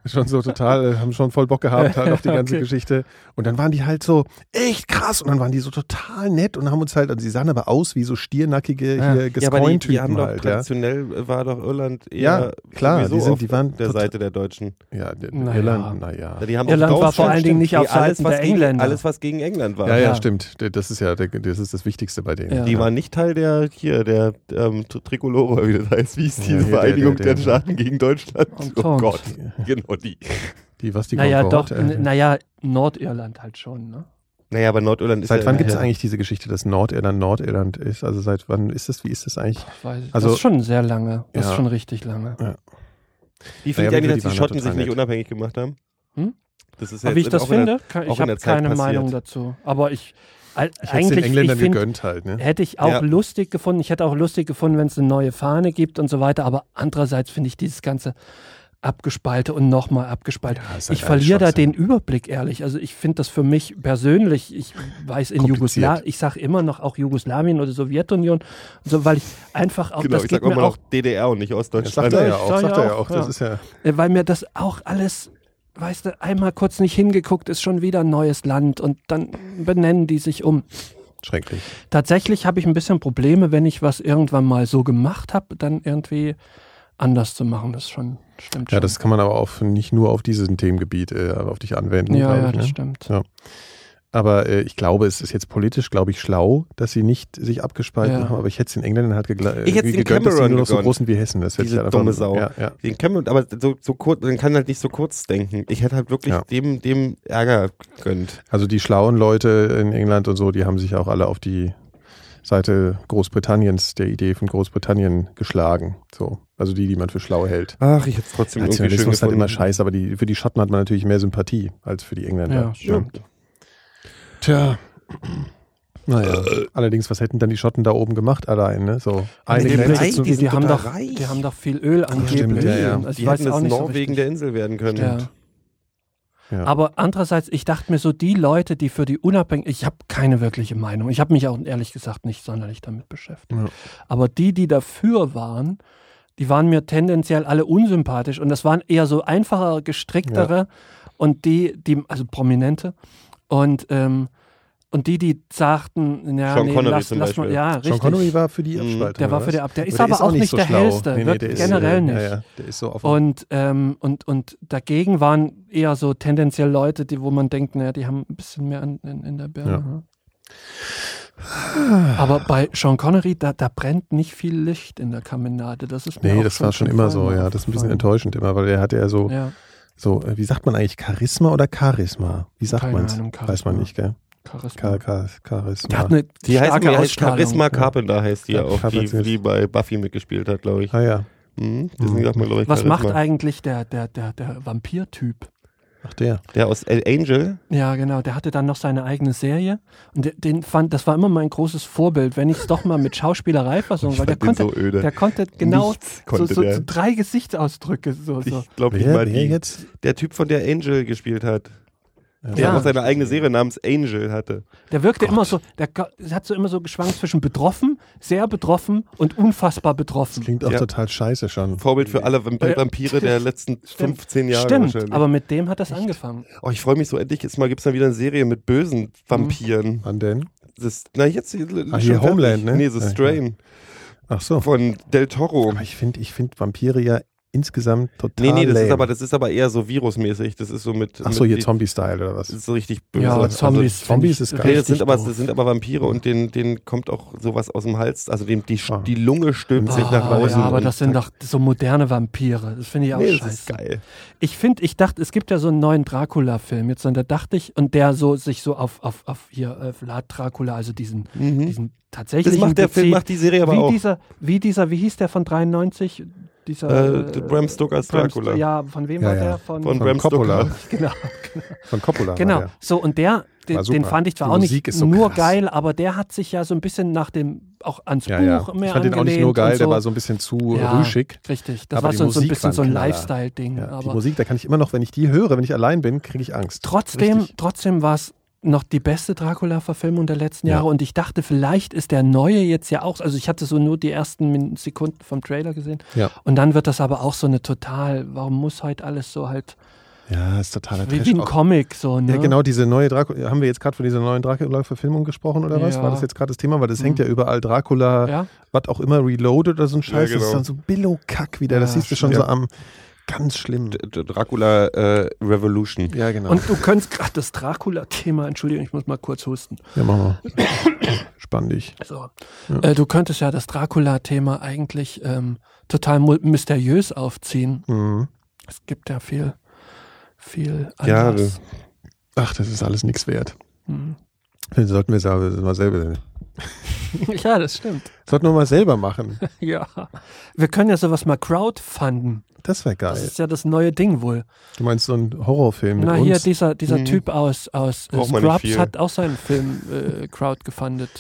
schon so total, äh, haben schon voll Bock gehabt halt auf die ganze
Okay.
Geschichte. Und dann waren die halt so echt krass und dann waren die so total nett und haben uns halt, also sie sahen aber aus wie so stiernackige
Ja.
hier
Ah. Ja, aber die, die
Gascoigne-Typen
haben doch
halt, ja.
traditionell äh, war doch Irland eher
Ja, klar,
sowieso
die sind-
auf
die waren
der
total-
Seite der Deutschen.
Ja, der-
Naja.
Irland, naja.
Die haben
Irland
auch
war vor
Deutschland-
allen Dingen nicht
Nee,
auf
alles,
Seiten
was
der
gegen-
Engländer.
Alles, was gegen England war.
Ja, ja,
Ja.
stimmt. Das ist ja, das ist das Wichtigste bei denen.
Ja.
Die waren nicht Teil der hier, der ähm, Tri- Tricolore, wie das heißt. Wie hieß
Ja,
diese
hier, der-
Vereinigung
der-
der,
der-
Staaten gegen Deutschland? Oh
Entente.
Gott, genau die.
Die, was die
Naja, doch,
Concorde, äh,
n- naja, Nordirland halt schon, ne?
Naja, aber Nordirland ist
Seit
ja
äh,
wann gibt es
ja.
eigentlich diese Geschichte, dass Nordirland Nordirland ist? Also seit wann ist das, wie ist das eigentlich?
Ich weiß,
Also-
das ist schon sehr lange. Das
Ja.
ist schon richtig lange.
Wie findet
Naja,
ihr
aber
eigentlich, dass die
die waren
Schotten
ja
sich
total
nicht
nett.
unabhängig gemacht haben?
Hm?
Das ist
Aber wie ich das
auch in
finde, kann,
auch
ich
in
habe
der Zeit
keine
passiert.
Meinung dazu. Aber ich, al-
Ich hätte es den
eigentlich
Engländern
ich find, äh,
gegönnt halt, ne?
hätte ich auch
Ja.
lustig gefunden. Ich hätte auch lustig gefunden, wenn es eine neue Fahne gibt und so weiter. Aber andererseits finde ich dieses ganze abgespalte und nochmal abgespalte.
Ja, ist halt
ich verliere da
Schwachsinn.
den Überblick, ehrlich. Also ich finde das für mich persönlich, ich weiß in
Kompliziert.
Jugoslawien, ich sage immer noch auch Jugoslawien oder Sowjetunion, und so, weil ich einfach auch,
Genau,
das
ich sag
geht
auch
mir
mal
auch
auch DDR und nicht
Das
Ostdeutschland.
sagt er ja
Ja,
auch,
ich
sagt er
sag
ja
ja
auch.
auch,
Das
ja.
ist ja,
Äh, weil mir das auch alles, weißt du, einmal kurz nicht hingeguckt, ist schon wieder ein neues Land und dann benennen die sich um.
schrecklich.
Tatsächlich habe ich ein bisschen Probleme, wenn ich was irgendwann mal so gemacht habe, dann irgendwie anders zu machen. Das schon stimmt schon.
Ja, das kann man aber auch nicht nur auf dieses Themengebiet äh, auf dich anwenden,
ja,
glaube
ja,
ich.
das
Ne?
stimmt.
Ja. Aber äh, ich glaube, es ist jetzt politisch, glaube ich, schlau, dass sie nicht sich abgespalten
Ja.
haben. Aber ich hätte es den Engländern halt gegla-
Ich hätte es
irgendwie
den
gegönnt, dass die
Cameron
nur noch so
gegönnt.
großen wie Hessen. Das hätte
Diese
ich halt
dumme Sau.
Ja, ja.
Den kann man, aber so, so kurz, man kann halt nicht so kurz denken. Ich hätte halt wirklich
Ja.
dem, dem Ärger gegönnt.
Also die schlauen Leute in England und so, die haben sich auch alle auf die Seite Großbritanniens, der Idee von Großbritannien geschlagen. So. Also die, die man für schlau hält.
Ach, ich hätte es trotzdem irgendwie schön
Nationalismus ist halt
gefunden.
immer scheiße, aber die, für die Schotten hat man natürlich mehr Sympathie als für die Engländer.
Ja, stimmt.
Tja. Naja. Allerdings, was hätten dann die Schotten da oben gemacht allein, ne? So.
die
Eine
sind
Grenze
reich,
zu,
die sind
haben
total
doch,
reich.
die haben doch viel Öl
stimmt,
angeblich.
ja, ja.
Also
Die
ich weiß
hätten
auch
das
nicht so
Norwegen
richtig.
der Insel werden können.
Ja.
Ja.
Aber andererseits, ich dachte mir so, die Leute, die für die Unabhängigkeit, ich habe keine wirkliche Meinung. Ich habe mich auch ehrlich gesagt nicht sonderlich damit beschäftigt.
Ja.
Aber die, die dafür waren, die waren mir tendenziell alle unsympathisch und das waren eher so einfacher, gestricktere und die, die, also Prominente und, ähm, und die, die sagten, ja,
Sean
nee,
Connery
lass,
zum
lass mal,
Beispiel.
ja,
Sean
richtig.
Connery war für die
Mhm.
Abspaltung.
der war
oder
für
was?
der, der ist
Aber
aber
ist
auch nicht
so
der
schlau.
hellste,
Nee, nee,
wirkt
der ist,
generell
äh,
nicht.
Ja, ja, der ist so auf
Und, ähm, und, und dagegen waren eher so tendenziell Leute, die, wo man denkt, naja, die haben ein bisschen mehr an, in, in der Birne. ne? Aber bei Sean Connery, da, da brennt nicht viel Licht in der Kaminade. Das ist mir
Nee,
auch
das war schon immer so,
vorhin
ja. Das ist ein bisschen
aufgefallen.
enttäuschend immer, weil er hat ja so,
Ja,
so, äh, wie sagt man eigentlich, Charisma oder Charisma? Wie sagt
Keine
man's?
Ahnung,
Weiß man
Charisma.
nicht, gell? Char
Charisma.
Char Charisma.
Der hat eine
Die heißt,
starke
die heißt
Ausstrahlung.
Charisma Carpenter, heißt die ja
Ja,
auch, die,
Carpenter.
die bei Buffy mitgespielt hat, glaube ich.
ah ja,
Mhm. Deswegen sagt man, glaube ich,
Was macht
Charisma.
eigentlich der, der, der, der Vampir-Typ?
ach der.
Der aus El Angel?
Ja, genau. Der hatte dann noch seine eigene Serie. Und de- den fand, das war immer mein großes Vorbild, wenn ich es doch mal mit Schauspielerei versuche, weil der
fand den
konnte,
so öde.
der konnte genau
Nichts konnte
so, so,
der.
so drei Gesichtsausdrücke. So, so.
Ich glaube nicht
Wer,
mal
wer
die.
jetzt?
Der Typ, von der Angel gespielt hat. Dass
Ja.
er auch seine eigene Serie namens Angel hatte.
Der wirkte immer so, der ga- hat so immer so geschwankt zwischen betroffen, sehr betroffen und unfassbar betroffen.
Klingt auch
Ja.
total scheiße schon.
Vorbild für alle Vamp
Ja.
Vampire der letzten 15 Jahre
Stimmt,
wahrscheinlich.
aber mit dem hat das angefangen.
oh, ich freue mich so endlich. Jetzt mal gibt es dann wieder eine Serie mit bösen Vampiren.
Wann denn?
Das, na, jetzt.
Ah, hier Homeland, ne?
Nee, The
Ja,
Strain
Ach so.
von Del Toro.
Aber ich finde ich find Vampire ja insgesamt total.
Nee, nee, das
lame.
ist, aber, das ist aber eher so virusmäßig. Das ist so mit.
Ach so,
mit
hier
die-
Zombie-Style oder was?
Das ist so richtig böse.
Ja, aber
Also,
Zombies.
Zombies ist
Nee,
geil.
das sind, aber,
doof.
das sind aber Vampire und denen, denen kommt auch sowas aus dem Hals. Also dem, die,
Ah.
die Lunge stülpt sich nach
Ah,
außen.
ja, aber
und-
das sind doch so moderne Vampire. Das finde ich auch
nee, das ist
scheiße.
geil.
Ich finde, ich dachte, es gibt ja so einen neuen Dracula-Film jetzt, und da dachte ich, und der so sich so auf, auf, auf hier äh, Vlad Dracula, also diesen, diesen
Mhm. Das
tatsächlichen
macht der Film,
bezieht.
macht die Serie aber
wie
auch.
dieser, wie dieser, wie hieß der von 93? Dieser,
Äh, Bram Stoker's Dracula.
Ja, von wem
Ja,
war
ja.
der? Von,
Von
Von
Bram
Coppola.
Stoker.
genau,
Von Coppola. war
genau.
der.
So, und der, den,
War super.
den fand ich zwar
Die
auch
Musik
nicht
ist so
nur
krass.
geil, aber der hat sich ja so ein bisschen nach dem, auch ans
Ja, ja.
Buch mehr
Ich fand den auch nicht
angelehnt
nur geil,
und
der war so ein bisschen zu
Ja,
rüschig.
Richtig, das
Aber
war
die
so, so ein
Musik war
bisschen
ein
so ein
Knaller.
Lifestyle-Ding.
Ja, die
aber
Musik, da kann ich immer noch, wenn ich die höre, wenn ich allein bin, kriege ich Angst.
Trotzdem,
Richtig.
trotzdem war es noch die beste Dracula-Verfilmung der letzten
Ja.
Jahre und ich dachte, vielleicht ist der neue jetzt ja auch, also ich hatte so nur die ersten Min- Sekunden vom Trailer gesehen
Ja.
und dann wird das aber auch so eine total, warum muss heute alles so halt,
Ja, ist totaler
wie,
Trash.
wie ein
auch.
Comic so, ne?
Ja, genau, diese neue Dracula. Haben wir jetzt gerade von dieser neuen Dracula-Verfilmung gesprochen oder was?
Ja. Mhm.
War das jetzt gerade das Thema? Weil das hängt ja überall Dracula,
Ja?
was auch immer, Reloaded oder so ein Scheiß.
Ja,
Das ist
genau.
dann so Billo-Kack wieder. das
Ja,
siehst du schon
stimmt.
so am ganz schlimm.
D- D- Dracula äh, Revolution.
Ja, genau.
Und du könntest gerade das Dracula-Thema, Entschuldigung, ich muss mal kurz husten.
ja, machen wir. Spann dich.
So. Äh, du könntest ja das Dracula-Thema eigentlich ähm, total mu- mysteriös aufziehen.
Mhm.
Es gibt ja viel, viel
Ja,
anderes.
Ach, das ist alles nichts wert.
Hm.
Dann sollten wir es aber mal selber.
ja, das stimmt.
Sollten wir mal selber machen.
Ja. Wir können ja sowas mal crowdfunden.
Das wäre
Das
geil.
ist ja das neue Ding wohl.
Du meinst so einen Horrorfilm mit
Na,
uns?
hier, dieser, dieser
Hm.
Mhm.
Typ aus, aus äh,
Braucht man nicht
Scrubs
viel.
hat auch seinen Film äh, crowdgefundet.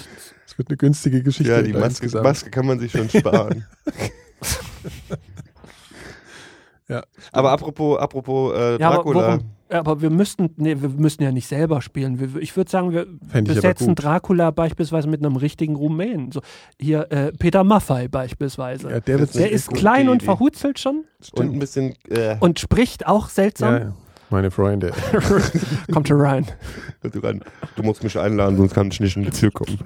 das wird eine günstige Geschichte.
Ja, die
da
Maske,
insgesamt.
Maske kann man sich schon sparen.
Ja.
Aber apropos, apropos äh,
Ja, aber,
Dracula.
worum, aber wir müssten, nee, wir müssen ja nicht selber spielen. Wir, ich würde sagen, wir
Fänd ich aber
besetzen
gut.
Dracula beispielsweise mit einem richtigen Rumänen. So, hier äh, Peter Maffei beispielsweise.
Ja, der wird
der ist klein
gute
und
Idee.
verhutzelt schon
und ein bisschen äh,
und spricht auch seltsam.
Ja, ja. meine Freunde.
Kommt schon rein.
du, kann- du musst mich einladen, sonst kann ich nicht in die Tür kommen.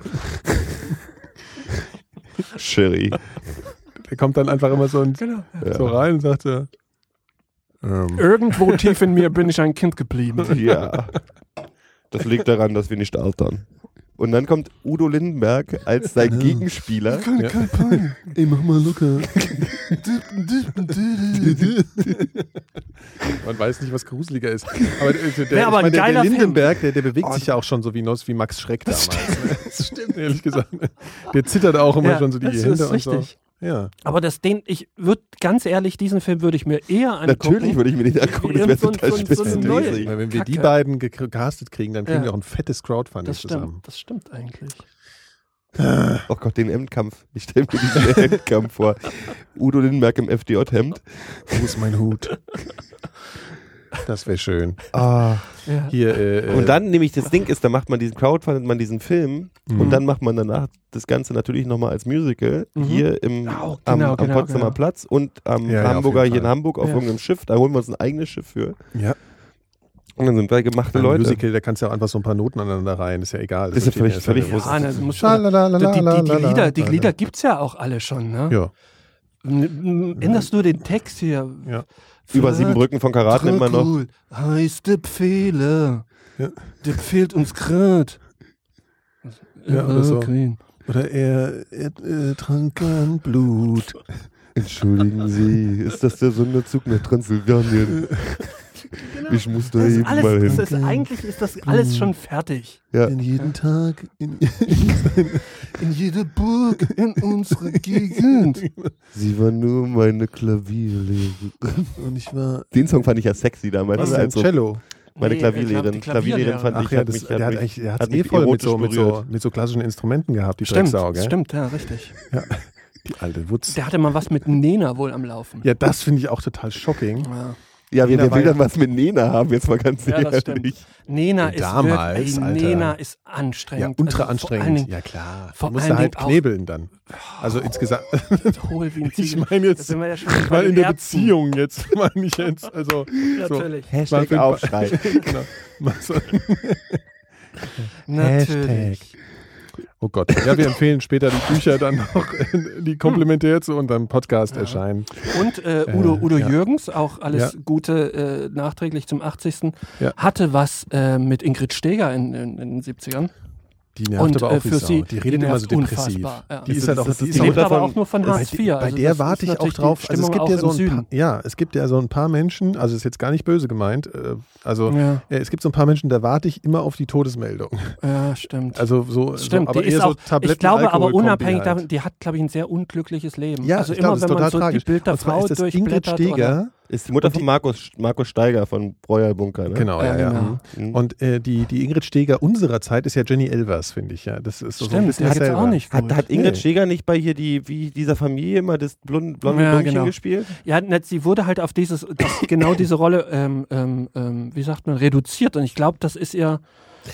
Sherry.
Der kommt dann einfach immer so, ein,
Genau.
so rein und sagt so, ähm,
Irgendwo tief in mir bin ich ein Kind geblieben.
Ja. Das liegt daran, dass wir nicht altern. Und dann kommt Udo Lindenberg als sein Gegenspieler.
ja. Ey, mach mal locker. Man weiß nicht, was gruseliger ist. Aber, äh, der,
Wär aber
ich
ein
der,
geiler
der
Film.
Lindenberg, der, der bewegt sich ja auch schon so wie, Nos- wie Max Schreck damals. ne? Oh. Das stimmt, ehrlich gesagt. Der zittert auch immer
Ja,
schon so die
das ist
Hände und so.
richtig.
Ja.
Aber das den, ich würde ganz ehrlich, diesen Film würde ich mir eher angucken.
Natürlich würde ich mir den angucken, das wäre
So ein-
total
so ein- so ein neues-
spitzenmäßig.
Weil wenn wir die
Kacke.
beiden gecastet kriegen, dann kriegen
Ja.
wir auch ein fettes Crowdfunding
Das
zusammen.
stimmt, das stimmt eigentlich.
Oh Gott, den Endkampf. Ich stelle mir diesen Endkampf vor. Udo Lindenberg im FDJ-Hemd.
Wo ist mein Hut? Das wäre schön.
Ja.
Hier, äh, äh,
Und dann nämlich das Ding ist, da macht man diesen Crowdfunding, man diesen Film
Mhm.
und dann macht man danach das Ganze natürlich nochmal als Musical hier
Au, Mhm.
im,
genau,
am, am
genau,
Potsdamer
genau.
Platz und am
Ja, ja, auf
Hamburger
jeden
hier in
Fall.
Hamburg auf
Ja.
irgendeinem Schiff. Da holen wir uns ein eigenes Schiff für.
ja,
Und dann sind wir gemachte
ein
Leute.
Musical, da kannst du ja auch einfach so ein paar Noten aneinander rein, ist ja egal.
Das ist ja
versteht
völlig-
ja
völlig
selber.
Ah, ne, muss,
Schalalalala,
die, die, die Lieder, die
lalala.
Lieder gibt es ja auch alle schon. Ne?
Ja,
M- m- Änderst du den Text hier?
Ja.
Über sieben Brücken von Karat nimmt man noch.
Cool. Heißt der Pfehle.
Ja.
Der fehlt uns grad.
Ja, oder so.
Okay.
Oder er, trank an Blut.
Entschuldigen Sie, ist das der Sonderzug nach Transsilvanien? Ich muss da
Genau. Das ist
eben mal
alles,
hin.
das ist, eigentlich ist das alles schon fertig.
Ja.
jeden Tag. In,
In jede Burg, in unsere Gegend.
Sie war nur meine Klavierlehrerin.
und ich war.
Den Song fand ich ja sexy damals.
Was ist denn?
Also,
Cello.
meine
Nee,
Klavierlehrerin.
die
Klavierlehrerin fand
Ach
ich
ja,
hat
das,
mich,
der hat, eigentlich, der hat es eh
mich
voll mit
erotisch
so, mit, so,
berührt.
mit so klassischen Instrumenten gehabt, die
Stimmt,
Drecksau, gell?
stimmt, ja, richtig.
Die alte Wutz.
Der hatte mal was mit Nena wohl am Laufen.
Ja, das finde ich auch total shocking.
Ja.
Ja, wir,
Nena
wir
war
will
ja-
dann was mit Nena haben, jetzt mal ganz
Ja, das
ehrlich.
stimmt. Nena ist,
Damals,
wirklich, ey,
Alter.
Nena ist
Ja,
anstrengend.
ultra
Also vor allen
anstrengend.
Dingen
Ja, klar.
vor
Man muss
allen
da halt
Dingen auch-
knebeln dann. Also insgesamt.
hohl wie ein
Ich
Ziegel.
meine
Da
jetzt
sind wir ja schon bei
mal
den
in der
Ärzten.
Beziehung jetzt, meine ich jetzt. Also,
Natürlich.
Mal für
Hashtag
ein-
Aufschrei.
So, genau. Mal so-
Natürlich.
Oh Gott. Ja, wir empfehlen später die Bücher dann noch, äh, die komplementär zu unserem Podcast erscheinen.
Und äh, Udo, Udo
ja.
Jürgens, auch alles
Ja.
Gute äh, nachträglich zum 80.
Ja.
hatte was äh, mit Ingrid Steger in, in, in den 70ern.
Die nervt
Und,
aber auch
äh,
wie
für
Sau.
sie-
die
die
redet immer so
nervt
depressiv.
unfassbar, ja.
Die ist halt auch,
Das ist-
die
das
ist
ist
auch
lebt
lebt
aber
davon-
auch nur von
Bei,
Hartz
de-
IV.
bei
Also das
der
ist
warte ich auch
natürlich die
drauf. Also es
Stimmung
gibt ja
auch
so
im
ein paar,
Süden.
ja, es gibt ja so ein paar Menschen, also ist jetzt gar nicht böse gemeint, äh, also
Ja.
äh, es gibt so ein paar Menschen, da warte ich immer auf die Todesmeldung.
Ja, stimmt.
Also so,
Stimmt,
so aber
die
eher
ist
so
auch,
Tabletten
ich glaube aber
Alkoholkombi
unabhängig
halt.
davon, die hat, glaube ich, ein sehr unglückliches Leben.
Ja,
also
ich glaube,
immer,
das ist
wenn man
total
so
tragisch.
die Bild der
Und zwar
Frau
ist das Ingrid
durchblättert. Oder,
Steger,
Ist die Mutter
Und die-
von Markus, Markus Steiger von Breuer Bunker, ne?
genau, ja,
Ja,
ja.
genau.
Mhm.
Und äh, die, die Ingrid Steger unserer Zeit ist ja Jenny Elvers, finde ich, ja. Das ist so ein
stimmt,
bisschen
die hat jetzt
dasselbe.
auch nicht gut.
Hat, hat Ingrid
Nee.
Steger nicht bei hier die, wie dieser Familie immer das blonde, blonde
Ja,
Blümchen
genau.
gespielt?
Ja, na, sie wurde halt auf dieses, das, genau diese Rolle, ähm, ähm, ähm, wie sagt man, reduziert. Und ich glaube, das ist ihr,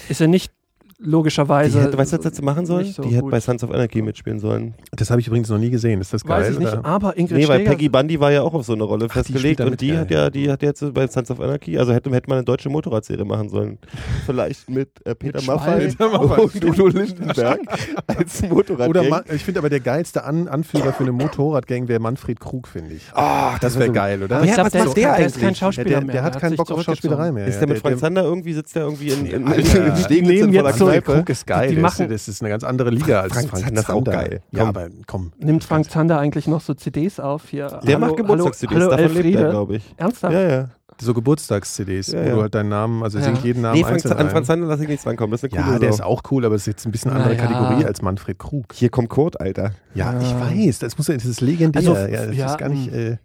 ist ihr nicht logischerweise.
Also
die hat, weißt du, was sie machen sollen?
nicht so
die hat
gut.
bei Sons of Anarchy mitspielen sollen.
Das habe ich übrigens noch nie gesehen. Ist das geil?
Weiß ich nicht, Ah.
oder?
aber Ingrid
Nee, weil
Steger.
Peggy Bundy war ja auch auf so eine Rolle
Ach, die spielt
festgelegt
da
und
mit,
die
ja,
hat
ja.
ja, die hat jetzt bei Sons of Anarchy, also hätte, hätte man eine deutsche Motorradserie machen sollen. Vielleicht mit äh, Peter
Mit
Maffay
Peter Maffay.
und Udo Lindenberg als Motorrad.
Oder Ma- ich finde aber der geilste An Anführer für eine Motorradgang wäre Manfred Krug, finde ich.
Ah,
Das wäre geil, oder?
aber ich
Ja,
glaube,
was
der, ist
macht
kein-
der
der ist kein
eigentlich?
Ja,
Schauspieler
der,
mehr.
der hat
der
keinen
sich
Bock auf
zurückgezogen.
Schauspielerei mehr.
Ist
ja.
der mit Frank
der-
Zander irgendwie, sitzt der irgendwie in, in, in,
Alter.
in Steglitz
Die
in
nehmen
voller
jetzt
Manfred
so-
Kneipe?
Krug ist geil.
Die
der ist,
machen-
das ist eine ganz andere Liga als
Frank
Frank,
Zander ist auch
Zander.
geil.
Ja,
Komm.
aber komm.
Nimmt Frank Zander eigentlich noch so CDs auf hier?
Der
Hallo-
macht Geburtstags-CDs,
Hallo,
davon
Hallo
lebt er,
Elfriede.
glaube ich.
Ernsthaft?
Ja, ja.
So Geburtstags-CDs,
Ja,
wo
ja.
du halt deinen Namen, also
Ja.
singt jeden Namen
Nee, Frank,
einzeln
an
ein.
Franz Zander lasse ich nichts rankommen. Das ist eine coole
Ja, der
Sau.
ist auch cool, aber es ist jetzt ein bisschen eine andere
Naja.
Kategorie als Manfred Krug.
Hier kommt Kurt, Alter.
Ja, ich
Ja.
weiß, das, muss, ja- das ist legendär.
Also,
ja, das
ja, hm.
ist gar nicht, äh,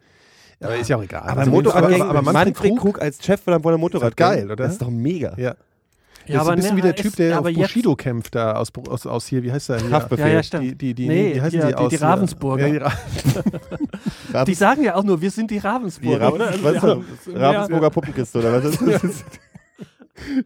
aber ist ja auch egal.
Aber,
Also,
Motorradgang,
aber, aber Manfred Krug,
als Chef von einem Motorrad.
geil, oder?
Das ist doch mega.
ja.
Ja,
das ist ein bisschen wie der
na,
Typ,
es-
der auf
ne, aber jetzt-
Bushido kämpft, da aus, aus, aus hier, wie heißt der? hier?
Haftbefehl.
Ja, ja, stimmt.
Die, die, die,
Nee,
wie heißen
hier,
die
die-
aus? äh,
die Ravensburger.
Ja, die Ra
Die sagen ja auch nur, wir sind die
Die
Ravensburger,
Raff-
ne?
oder?
Also,
ja,
was ist das?
ja.
Ravensburger Puppenkiste, oder was ist das? ist-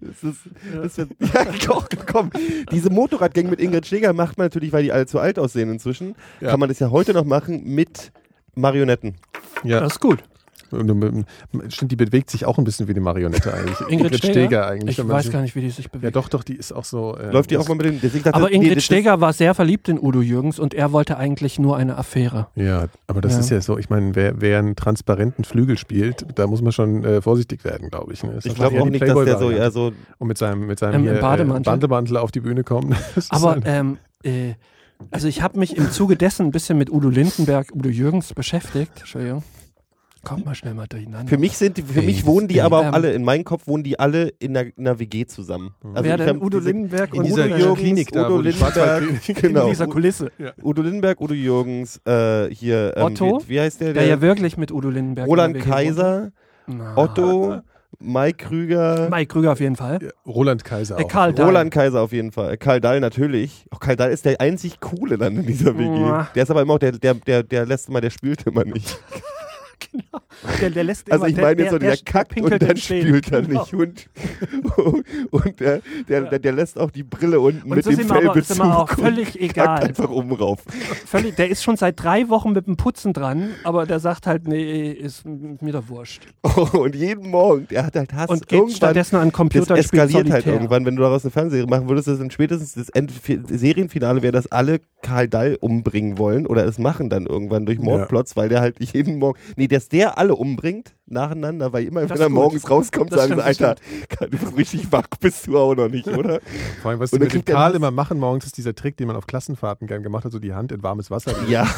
Das ist, das wird, ja, doch, komm. Diese Motorradgang mit Ingrid Steger macht man natürlich, weil die alle zu alt aussehen inzwischen.
Ja.
Kann man das ja heute noch machen mit Marionetten.
ja.
Das ist gut.
Und, ähm, Stimmt, die bewegt sich auch ein bisschen wie die Marionette eigentlich.
Ingrid Steger
eigentlich.
Ich
wenn man
weiß
sie-
gar nicht, wie die sich bewegt.
Ja, doch, doch, die ist auch so. äh,
Läuft die auch
das-
mal mit dem. deswegen dachte
Aber
ich, nee,
Ingrid
das ist-
Steger war sehr verliebt in Udo Jürgens und er wollte eigentlich nur eine Affäre.
Ja, aber das
Ja.
ist ja so, ich meine, wer, wer einen transparenten Flügel spielt, da muss man schon äh, vorsichtig werden, glaube ich. Ne? Das
Ich
ist ja
glaube auch
die
nicht, dass der so,
Playboy-Variante.
ja, so.
Und mit seinem, mit seinem
Ähm, im
hier,
Bademantel.
Äh, Bandemantel auf die Bühne kommt. Das ist
Aber
halt-
ähm, äh, also ich habe mich im Zuge dessen ein bisschen mit Udo Lindenberg, Udo Jürgens beschäftigt. Entschuldigung. Kommt mal schnell mal durcheinander.
Für mich sind, die- für
Ey,
mich
das-
wohnen die
ey,
aber auch
ähm,
alle, in meinem Kopf wohnen die alle in einer, in einer WG zusammen. Also
Wer
ich
denn
hab
Udo
diese-
Lindenberg
in
und
dieser
Udo
Jürgens,
Mhm. Klinik da,
Udo
wo die
Lindenberg,
Schwarzwaldklinik-
genau.
in dieser Kulisse,
Udo Lindenberg, Udo Jürgens, äh, hier. Ähm,
Otto?
Wie, wie heißt der?
der ja wirklich mit Udo Lindenberg.
Roland
in der WG
Kaiser,
wohnt. Na.
Otto, Mike Krüger,
Mike Krüger auf jeden Fall.
Roland Kaiser.
Äh,
auch.
Karl Dahl.
Roland Kaiser auf jeden Fall. Karl Dahl natürlich. Auch Karl Dahl ist der einzig coole dann in dieser WG.
Mua.
Der ist aber immer auch der, der, der, der letzte Mal, der spielt immer nicht.
Der, der lässt
Also
immer-
ich meine jetzt so, der, kackt und
pinkelt
dann
im Stehen.
spielt er
Genau.
nicht. Und, und der, der, der, der lässt auch die Brille unten
Und
mit
das ist
dem
ihm aber- ist ihm aber auch
Fellbezug und
völlig egal.
kackt einfach oben rauf.
Völlig, der ist schon seit drei Wochen mit dem Putzen dran, aber der sagt halt, nee, ist m- mir doch wurscht.
und jeden Morgen, der hat halt Hass.
Und geht
irgendwann
stattdessen an den
Das
Computer und spielt
eskaliert halt
Solitär.
irgendwann, wenn du daraus eine Fernsehserie machen würdest, das ist dann spätestens das End Fi- Serienfinale wäre, dass alle Karl Dall umbringen wollen oder es machen dann irgendwann durch Mordplots, weil der halt jeden Morgen, nee, dass der alle umbringt nacheinander, weil immer, wenn
ist
er
gut.
morgens rauskommt,
Das
sagen sie,
stimmt,
Alter, du bist richtig wach, bist du auch noch nicht, oder?
Vor allem, was
Und
die
dann
mit dem
kriegt er
Karl
das-
immer machen morgens, ist dieser Trick, den man auf Klassenfahrten gern gemacht hat, so die Hand in warmes Wasser.
ja,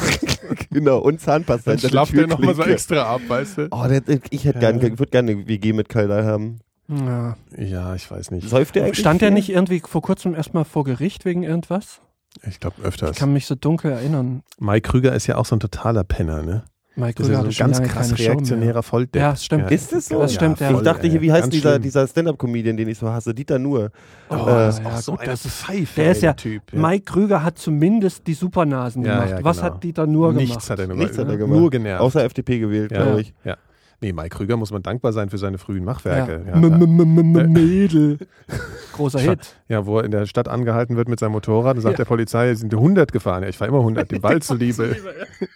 genau, und Zahnpasta.
Dann
hinter der
schlaft er nochmal so
Türklinke.
extra ab, weißt du?
Oh, der, ich hätte
Ja.
gern, ich würde gerne eine WG mit Karl Dall haben.
Ja.
Ja, ich weiß nicht.
Säuft der eigentlich?
Stand
viel?
der nicht irgendwie vor kurzem erstmal vor Gericht wegen irgendwas?
Ich glaube
Ich
öfters.
kann mich so dunkel erinnern.
Mike Krüger ist ja auch so ein totaler Penner, ne?
Mike
Das ist ja
Krüger
so
hatte
ein
schon
ganz
lange
krass
keine Show mehr.
reaktionärer Volldepp.
Ja, stimmt.
Ist das so?
Das stimmt, ja.
Ich dachte hier, wie heißt
Ganz
dieser,
schlimm.
dieser Stand-Up-Comedian, den ich so hasse? Dieter Nuhr.
Oh,
Äh,
ist auch so
gut,
einer
das ist
Pfeife,
der
ey,
ist ja-
Typ.
Mike Krüger hat zumindest die Supernasen
Ja,
gemacht.
ja,
Was
genau.
hat Dieter nur
Nichts
gemacht?
hat er gemacht. ne?
Nichts hat er gemacht.
Nur genervt.
Außer FDP gewählt,
Ja.
glaube ich.
ja. Nee, Mai Krüger muss man dankbar sein für seine frühen Machwerke.
Ja. M- m- m- m-
Äh.
Mädel. Großer Hit.
Ja, wo er in der Stadt angehalten wird mit seinem Motorrad und sagt der Polizei, sind 100 gefahren. Ja, ich fahre immer 100, dem Wald zuliebe.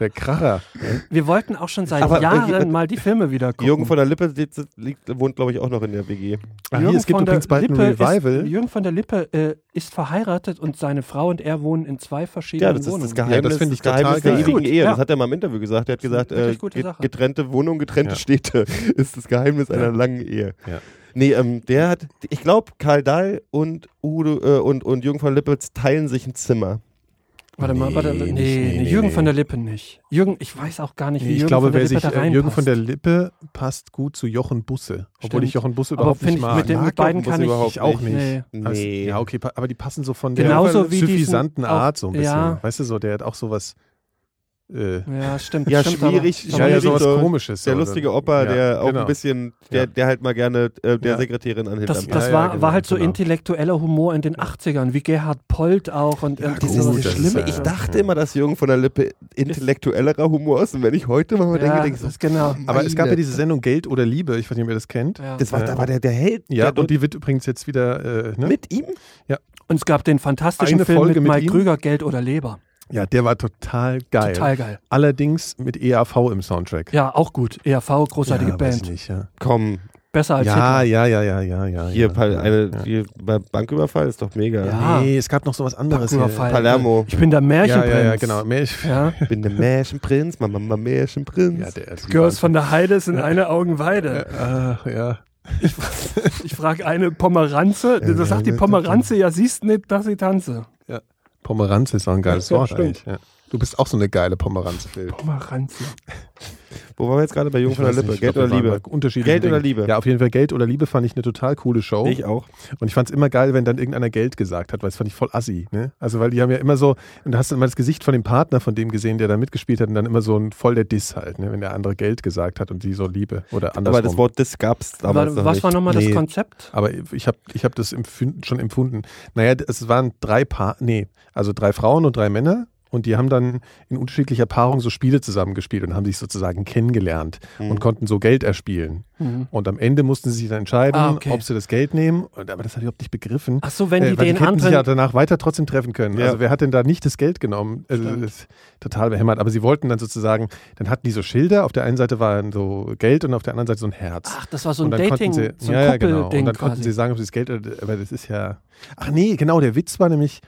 Der Kracher. Ah,
Wir wollten auch schon seit
Aber, äh,
Jahren mal die Filme wieder gucken.
Jürgen von der Lippe sitzt, liegt, wohnt, glaube ich, auch noch in der WG.
Ah, hier, es gibt
von der
übrigens bald ein
Lippe
Revival.
Ist, Jürgen von der Lippe äh, ist verheiratet und seine Frau und er wohnen in zwei verschiedenen Wohnungen.
Ja, das finde ich
das
total
Geheimnis der
geil.
ewigen E Ehe.
E Ja.
Das hat er mal im Interview gesagt. Er hat gesagt, äh,
wirklich gute
get-
Sache.
getrennte Wohnung, getrennte
Ja.
Städte ist das Geheimnis einer langen Ehe.
Ja.
Nee, ähm, der hat, ich glaube, Karl Dahl und Udo äh, und, und Jürgen von Lippitz teilen sich ein Zimmer.
Warte mal, warte, nee,
Nee,
nee,
nicht, nee, nee,
Jürgen
nee.
von der Lippe nicht. Jürgen, ich weiß auch gar nicht, wie
ich
Jürgen
glaube,
von der
wer
Lippe
sich
da
äh,
reinpasst.
Jürgen von der Lippe passt gut zu Jochen Busse, obwohl
Stimmt.
ich Jochen Busse
aber
überhaupt
finde
nicht
ich,
mag.
mit den
Mag
mit beiden
doch
kann
Busse
ich
überhaupt
ich auch nicht.
Nee.
Aber es-
Nee.
Ja, okay, pa- aber die passen so von
Genauso
der
wie diesen-
suffisanten
auch-
Art so ein bisschen.
ja.
Weißt du so, der hat auch sowas äh,
Ja, stimmt.
Ja,
stimmt
schwierig,
Aber,
ja, ja,
schwierig,
sowas
so-
komisches.
Der
so.
lustige Opa,
Ja,
der auch
genau.
ein bisschen, der,
Ja.
der halt mal gerne äh, der
Ja.
Sekretärin anhält.
Das,
am
das
Ja, ja,
war,
genau,
war halt so
genau.
intellektueller Humor in den 80ern, wie Gerhard Polt auch und ja,
gut,
diese
das
schlimme.
ist,
Ich
Ja.
dachte immer, dass Jürgen von der Lippe intellektuellerer Humor ist. Und wenn ich heute mal
ja,
denke, denke ich so,
das ist genau.
Aber es gab ja
Meine-
diese Sendung Geld oder Liebe, ich weiß nicht, ob ihr das kennt.
Ja.
das war, da war der, der Held.
Ja,
der,
und die wird übrigens jetzt wieder, äh, ne?
mit ihm?
Und es gab den fantastischen
Eine
Film
Folge
mit
mit
Mike
ihm?
Krüger, Geld oder Leber.
Ja, der war total geil.
Total geil.
Allerdings mit EAV im Soundtrack.
Ja, auch gut. ERV, großartige
Ja, weiß ich
Band.
Nicht, ja.
Komm,
Besser als
Ja, ja, ja, ja, ja, ja.
hier,
ja.
Pal- also- eine, hier bei Banküberfall ist doch mega.
Ja.
Nee, es gab noch sowas anderes.
Hitler.
hier.
Fall.
Palermo.
Ich bin der
Ja,
Ah. Märchenprinz.
ja, ja, genau. Mehr, ich,
Ja?
Ich bin der Märchenprinz, Mama, Mama Märchenprinz.
ja, der, die
Girls
waren-
von der Heide sind eine Augenweide.
Äh, ja.
Ich frage eine Pomeranze,
Ja,
das sagt die
ja,
Pomeranze, ja siehst nicht, dass ich tanze.
Pomeranz ist auch ein geiles
Ja,
Wort
stimmt.
eigentlich. Ja. Du bist auch so eine geile Pomeranz. Phil.
Pomeranze.
Wo waren wir jetzt gerade bei Jung
Ich
von der
weiß
Lippe?
nicht, ich
Geld
glaub,
oder
wir waren
Liebe?
bei Unterschiedlichen
Geld oder
Dingen.
Liebe?
Ja, auf jeden Fall Geld oder Liebe fand ich eine total coole Show.
Ich auch.
Und ich fand es immer geil, wenn dann irgendeiner Geld gesagt hat, weil es fand ich voll assi. Ne? Also weil die haben ja immer so, und da hast du immer das Gesicht von dem Partner von dem gesehen, der da mitgespielt hat und dann immer so ein voll der Diss halt, ne? wenn der andere Geld gesagt hat und die so Liebe oder andersrum.
Aber das Wort das gab's damals
Was
noch nicht.
war nochmal
Nee.
das Konzept?
Aber ich habe ich hab das empfin- schon empfunden. Naja, d- es waren drei Paar, nee, also drei Frauen und drei Männer. Und die haben dann in unterschiedlicher Paarung so Spiele zusammengespielt und haben sich sozusagen kennengelernt und konnten so Geld erspielen. Und am Ende mussten sie sich dann entscheiden,
Mhm. Ah, okay.
ob sie das Geld nehmen. Und, aber das habe ich überhaupt nicht begriffen.
Ach so, wenn die
Äh, weil
den
die hätten sich
anderen-
ja danach weiter trotzdem treffen können.
Ja.
Also wer hat denn da nicht das Geld genommen? Also, das ist total behämmert. Aber sie wollten dann sozusagen, dann hatten die so Schilder. Auf der einen Seite waren so Geld und auf der anderen Seite so ein Herz.
Ach, das war so
Und
ein
dann konnten
Dating,
sie,
so ein
ja, ja, genau.
Kuppelding
Und dann konnten sie
quasi.
sagen, ob sie das Geld, oder- aber das ist ja. Ach nee, genau, der Witz war nämlich,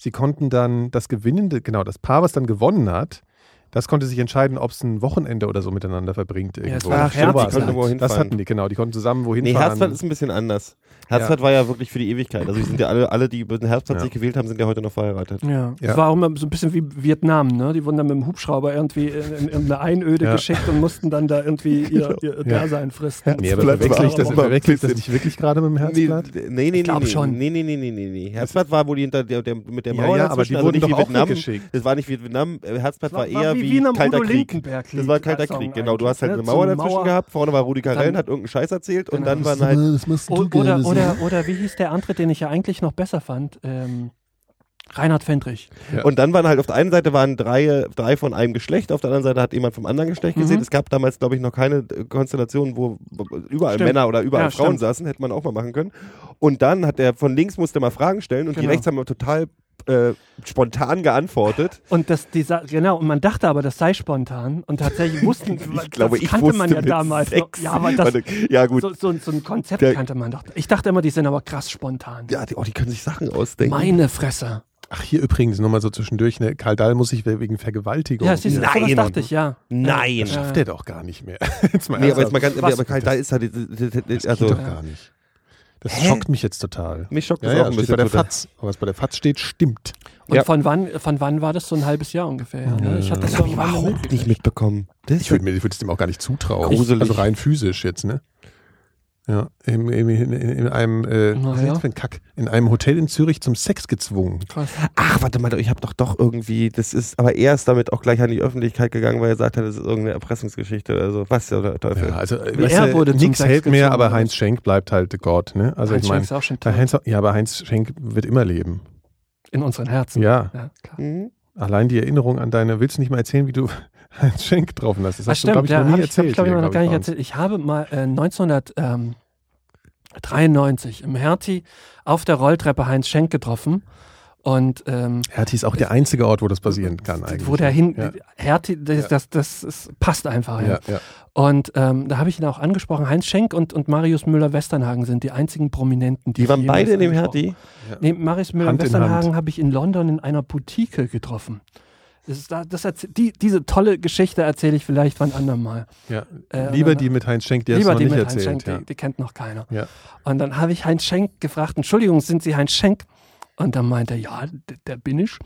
sie konnten dann das Gewinnende, genau, das Paar, was dann gewonnen hat, das konnte sich entscheiden, ob es ein Wochenende oder so miteinander verbringt
es
irgendwo.
war
Ach,
Ach,
stimmt, die
Herzblatt.
konnten wohin
das
fahren.
hatten die, genau, die konnten zusammen wohin
Nee,
fahren.
Herzblatt ist ein bisschen anders. Herzblatt war ja wirklich für die Ewigkeit. Also die sind ja alle, alle die den Herzblatt
Ja.
sich gewählt haben, sind ja heute noch verheiratet.
Ja.
Ja.
es war auch immer so ein bisschen wie Vietnam, ne? Die wurden dann mit dem Hubschrauber irgendwie in, in, in eine Einöde
Ja.
geschickt und mussten dann da irgendwie ihr, ihr Dasein fristen.
nee, aber
Herzblatt
verwechsel
war
ich das,
auch mal ein
verwechsel ich das nicht wirklich gerade mit dem Herzblatt?
Nee, nee, nee,
glaub
nee,
schon.
nee, nee, nee, nee, nee, nee. Herzblatt war, wo die hinter der, der, mit der
Ja,
Mauer
ja, aber
dazwischen,
die
also
wurden
nicht
doch
wie
auch
Vietnam.
weggeschickt.
Das war nicht wie Vietnam, äh, Herzblatt war,
war-
eher
war wie
wie,
Wien am
Kalter
Udo
Krieg.
Lindenberg-Lied,
Das war Kalter
Song
Krieg, genau. Du hast halt eine
eigentlich, ne?
Mauer
So eine
dazwischen
Mauer.
gehabt, vorne war Rudi Carell,
Dann-
hat irgendeinen Scheiß erzählt und
Genau.
dann waren halt
das machst
O- Oder, oder, oder wie hieß der andere, den ich ja eigentlich noch besser fand? Ähm, Reinhard Fendrich.
Ja.
Und dann waren halt auf der einen Seite waren drei, äh, drei von einem Geschlecht, auf der anderen Seite hat jemand vom anderen Geschlecht
Mhm.
gesehen. Es gab damals, glaube ich, noch keine äh, Konstellation, wo b- überall
Stimmt.
Männer oder überall
Ja,
Frauen
stimmt.
saßen, hätte man auch mal machen können. Und dann hat er von links musste mal Fragen stellen und die
Genau.
rechts haben total äh, spontan geantwortet.
Und das, dieser, genau, und man dachte aber, das sei spontan. Und tatsächlich wussten,
Ich glaube,
das
ich
kannte
wusste
man ja
mit
damals.
sechs.
Noch. Ja, aber das,
Warte, ja gut.
so, so, so ein Konzept
Der-
kannte man doch. Ich dachte immer, die sind aber krass spontan.
ja, die, oh, die können sich Sachen ausdenken.
Meine Fresse.
Ach, hier übrigens, nur mal so zwischendurch, ne, Karl Dahl muss sich wegen Vergewaltigung.
Ja, siehst du,
Nein.
sowas dachte ich, ja.
Nein.
das schafft
Ja.
er doch gar nicht mehr. jetzt mal
Nee,
ernsthaft.
aber jetzt mal ganz,
Was?
aber Karl, da ist halt, das
Also,
also,
geht doch gar nicht. Das
Hä?
schockt mich jetzt total.
Mich schockt
ja,
das
ja,
auch ein
steht
bisschen
bei der
total.
FATS. Aber was bei der FATS steht, stimmt.
Und
Ja.
von, wann, von wann war das? So ein halbes Jahr ungefähr. Ja, ne? Ich hatte
Äh,
das so am Rande
überhaupt nicht mitbekommen. Das
Ich würde mir- ich würde es dem auch gar nicht zutrauen.
Gruselig.
Also rein physisch jetzt, ne? Ja, in, in, in, in einem äh,
Na
was ist
ja.
das für ein Kack? in einem Hotel in Zürich zum Sex gezwungen.
Krass.
Ach, warte mal, ich habe doch doch irgendwie, das ist, aber er ist damit auch gleich an die Öffentlichkeit gegangen, weil er sagt hat, das ist irgendeine Erpressungsgeschichte oder so. Was ja, der Teufel.
Ja, also äh,
Er
weißt du,
wurde zum
nix
Sex
hält mehr,
gezwungen.
aber Heinz Schenk bleibt halt der Gott, ne? Also
Heinz
ich meine,
Schenk ist auch schon tot.
Heinz, ja, aber Heinz Schenk wird immer leben.
In unseren Herzen.
Ja,
Ja, klar.
Mhm.
Allein die Erinnerung an deine, willst du nicht mal erzählen, wie du einen Schenk drauf hast? Das
Das
hast du, glaube ich,
Ah, ja,
noch nie
hab ich, hab
erzählt.
ich, glaub ich,
hier,
noch
glaub
gar nicht
bei uns.
erzählt. Ich habe mal äh, 1993 ähm, im Hertie auf der Rolltreppe Heinz Schenk getroffen und ähm,
Hertie ist auch der einzige Ort, wo das passieren kann eigentlich. ne?
wo der hin,
Ja.
Hertie, das,
Ja.
das, das, ist- passt einfach. Ja.
Ja, ja.
Und ähm, da habe ich ihn auch angesprochen. Heinz Schenk und, und Marius Müller-Westernhagen sind die einzigen Prominenten, die
Die waren
ich jemals
beide in dem
angesprochen
Hertie.
Nee, Marius
Hand in
Müller-Westernhagen habe ich in London in einer Boutique getroffen. Das ist da, das erzäh- die, diese tolle Geschichte erzähle ich vielleicht wann andermal.
Ja.
Äh,
Lieber
und
die mit Heinz Schenk, die hast du
Lieber
noch
die
nicht
mit
erzählt.
Heinz Schenk,
ja.
die, die kennt noch keiner.
Ja.
Und dann habe ich Heinz Schenk gefragt, Entschuldigung, sind Sie Heinz Schenk? Und dann meinte er, ja, d- der bin ich.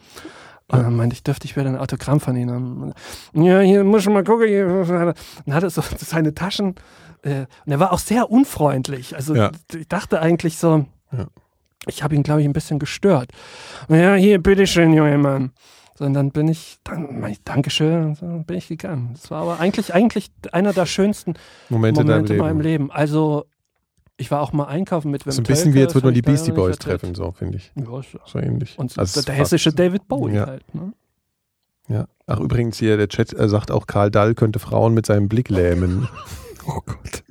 Und dann meinte ich, dürfte ich wieder ein Autogramm von Ihnen? haben? Ja, hier muss ich mal gucken. Hier. Dann hat er so seine Taschen. äh, Und er war auch sehr unfreundlich. Also
Ja.
d- ich dachte eigentlich so,
Ja.
ich habe ihn, glaube ich, ein bisschen gestört. Ja, hier, bitteschön, junger Mann. So, und dann bin ich, dann mein Dankeschön, und so bin ich gegangen. Das war aber eigentlich, eigentlich einer der schönsten
Momente, in
Momente in
deinem
meinem
Leben.
Leben. Also, ich war auch mal einkaufen mit Wim
So ein bisschen
Tölke,
wie jetzt wird man die
fand ich
Beastie
da noch
Boys
nicht
treffen, so finde ich.
vertreten. Ja, ist ja.
So ähnlich.
äh, Und
Also
der,
es war-
hessische David Bowie
Ja.
halt. Ne?
Ja. Ach, übrigens hier, der Chat äh, sagt auch, Karl Dall könnte Frauen mit seinem Blick lähmen.
Oh Gott.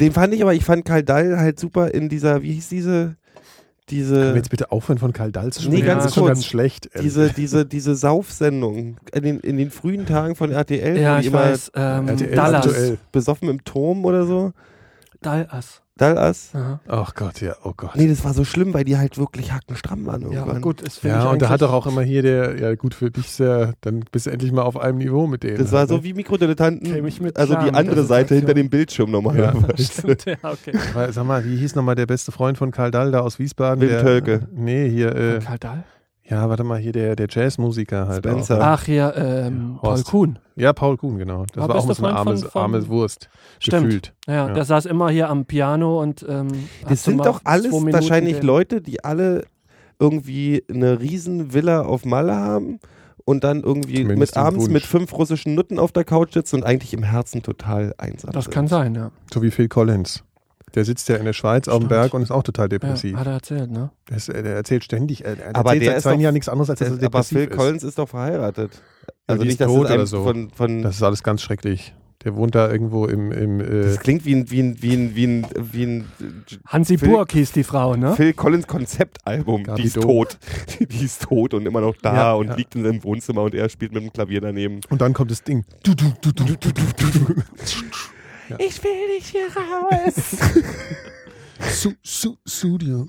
Den fand ich aber, ich fand Karl Dall halt super in dieser, wie hieß diese,
Können wir
diese,
jetzt bitte aufhören, von Karl Dall zu
Nee,
sprechen?
ganz
das ist schon
kurz.
ganz schlecht. ehrlich.
diese, diese, diese Saufsendung in den, in den frühen Tagen von RTL,
Ja,
wo
ich
die immer
weiß. Ähm,
RTL
Dallas.
aktuell.
besoffen im Turm oder so.
Dallas.
Dallas.
Aha.
Ach Gott, ja, oh Gott.
Nee, das war so schlimm, weil die halt wirklich hackenstramm waren
Ja,
irgendwann.
aber gut, es finde ich
ja, und da hat
eigentlich-
doch auch immer hier der, ja gut, für dich sehr, dann bist du endlich mal auf einem Niveau mit denen.
Das war so
Ne?
wie Mikrodilettanten,
Käme ich mit
also
klar
die
mit
andere
der
Seite
Situation.
hinter dem Bildschirm normalerweise.
Stimmt, ja, okay.
Weil, Sag mal, wie hieß nochmal der beste Freund von Karl Dall da aus Wiesbaden?
Wim
der,
Tölke.
Nee, hier, äh,
Karl Dahl?
ja, warte mal, hier der, der Jazzmusiker halt.
Spencer.
Auch.
Ach, hier, ähm, Paul
Horst.
Kuhn.
Ja, Paul Kuhn, genau. Das
War
war, auch
bester
mal so eine
Freund
arme,
von- von-
arme Wurst.
Stimmt.
Gefühlt.
Ja,
Ja.
der saß immer hier am Piano und. Ähm, hat
Das sind
immer
doch alles
zwei Minuten
wahrscheinlich
den-
Leute, die alle irgendwie eine riesen Villa auf Malle haben und dann irgendwie
Zumindest
mit
im
abends
Wunsch.
mit fünf russischen Nutten auf der Couch sitzen und eigentlich im Herzen total einsam
Das
sind.
kann sein, ja.
So wie Phil Collins. Der sitzt ja in der Schweiz auf dem
Stimmt.
Berg und ist auch total
ja.
depressiv.
Hat er erzählt, ne?
Der ist- äh, der erzählt ständig, äh, er
Aber
erzählt
der
seit
ist
zwei
doch-
Jahren nichts anderes, als dass er
Also aber
depressiv
Phil
ist.
Collins ist doch verheiratet. Also
die
nicht,
ist
dass
tot
es einem
oder so.
von, von
Das
das,
ist alles ganz schrecklich. Der wohnt da irgendwo im, im äh,
klingt wie ein, wie ein, wie ein, wie ein, wie ein
Hansi
Phil-
Burg hieß die Frau, ne?
Phil Collins Konzeptalbum.
Gabi
Die ist
Do.
tot. Die ist tot und immer noch da
Ja,
und
ja.
liegt in seinem Wohnzimmer und er spielt mit dem Klavier daneben.
und dann kommt das Ding. Du, du, du, du, du, du, du, du.
Ich will nicht hier raus.
Su, su, Studio.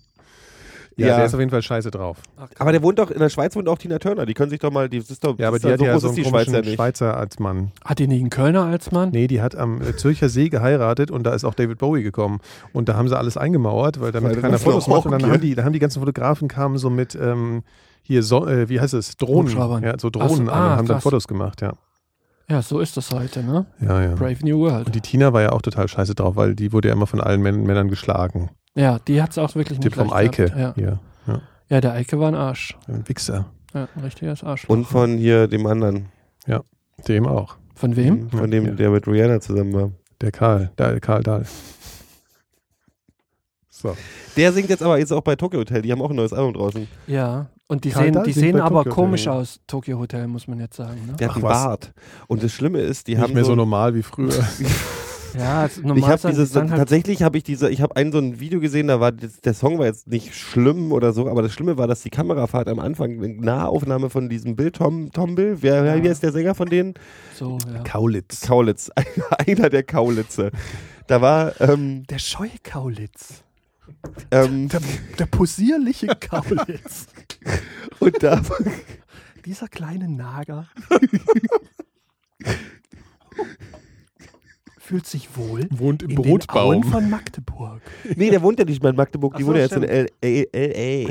Ja,
Ja.
der ist auf jeden Fall scheiße drauf.
Aber der wohnt doch, in der Schweiz wohnt auch Tina Turner. Die können sich doch mal, die das ist doch,
Ja, aber
das
die
ist
hat
doch-
ja
groß
so
ist
einen
die Schweiz ja
komischen
nicht.
Schweizer als Mann.
Hat die nicht einen Kölner als Mann?
Nee, die hat am äh, Zürcher See geheiratet und da ist auch David Bowie gekommen. Und da haben sie alles eingemauert, weil damit
Weil
keiner
das ist eine
Fotos macht. Und dann
Orgie.
haben, die, dann haben die ganzen Fotografen kamen so mit ähm, hier, so, äh, wie heißt es, Drohnen.
Hubschraubern.
Ja, so
Ach so,
Drohnen an
ah,
und haben dann
krass.
Fotos gemacht, ja.
Ja, so ist das heute, ne?
Ja, ja.
Brave New World.
Und die Tina war ja auch total scheiße drauf, weil die wurde ja immer von allen Män Männern geschlagen.
ja, die hat es auch wirklich
Die
nicht
vom
leicht
Eike.
gehabt. Ja.
Hier.
ja, der Eike war ein Arsch.
Ein Wichser.
Ja, ein richtiges Arsch.
Und von hier dem anderen.
Dem auch.
Von wem?
Von dem,
Hm? Ja.
der mit Rihanna zusammen war.
Der Karl. Der Karl Dahl. So.
Der singt jetzt aber jetzt auch bei Tokyo Hotel. Die haben auch ein neues Album draußen.
Ja. Und die
Karl
sehen,
Dahl
die
singt
sehen
bei
aber
Tokyo Hotel,
komisch
ja.
aus, Tokyo Hotel, muss man jetzt sagen. Ne?
Der hat
Ach,
einen
was.
Bart. Und das Schlimme ist, die
Nicht
haben
mehr so,
so
normal wie früher.
Ja, es ist normal.
ich habe
sein,
dieses
dann halt,
tatsächlich habe ich diese ich habe ein so ein Video gesehen, da war das, der Song war jetzt nicht schlimm oder so, aber das Schlimme war, dass die Kamerafahrt am Anfang eine Nahaufnahme von diesem Bill Tom Tom Bill, wer
Ja.
wer ist der Sänger von denen?
so, ja.
Kaulitz.
Kaulitz, einer der Kaulitze. Da war ähm,
Der scheue Kaulitz.
ähm,
Der, der possierliche Kaulitz.
und da
Dieser kleine Nager. Fühlt sich wohl
Wohnt im
in den Auen
Brotbaum.
von Magdeburg.
nee, der wohnt ja nicht mehr in Magdeburg,
Ach
die
so,
wohnt ja jetzt in
stimmt.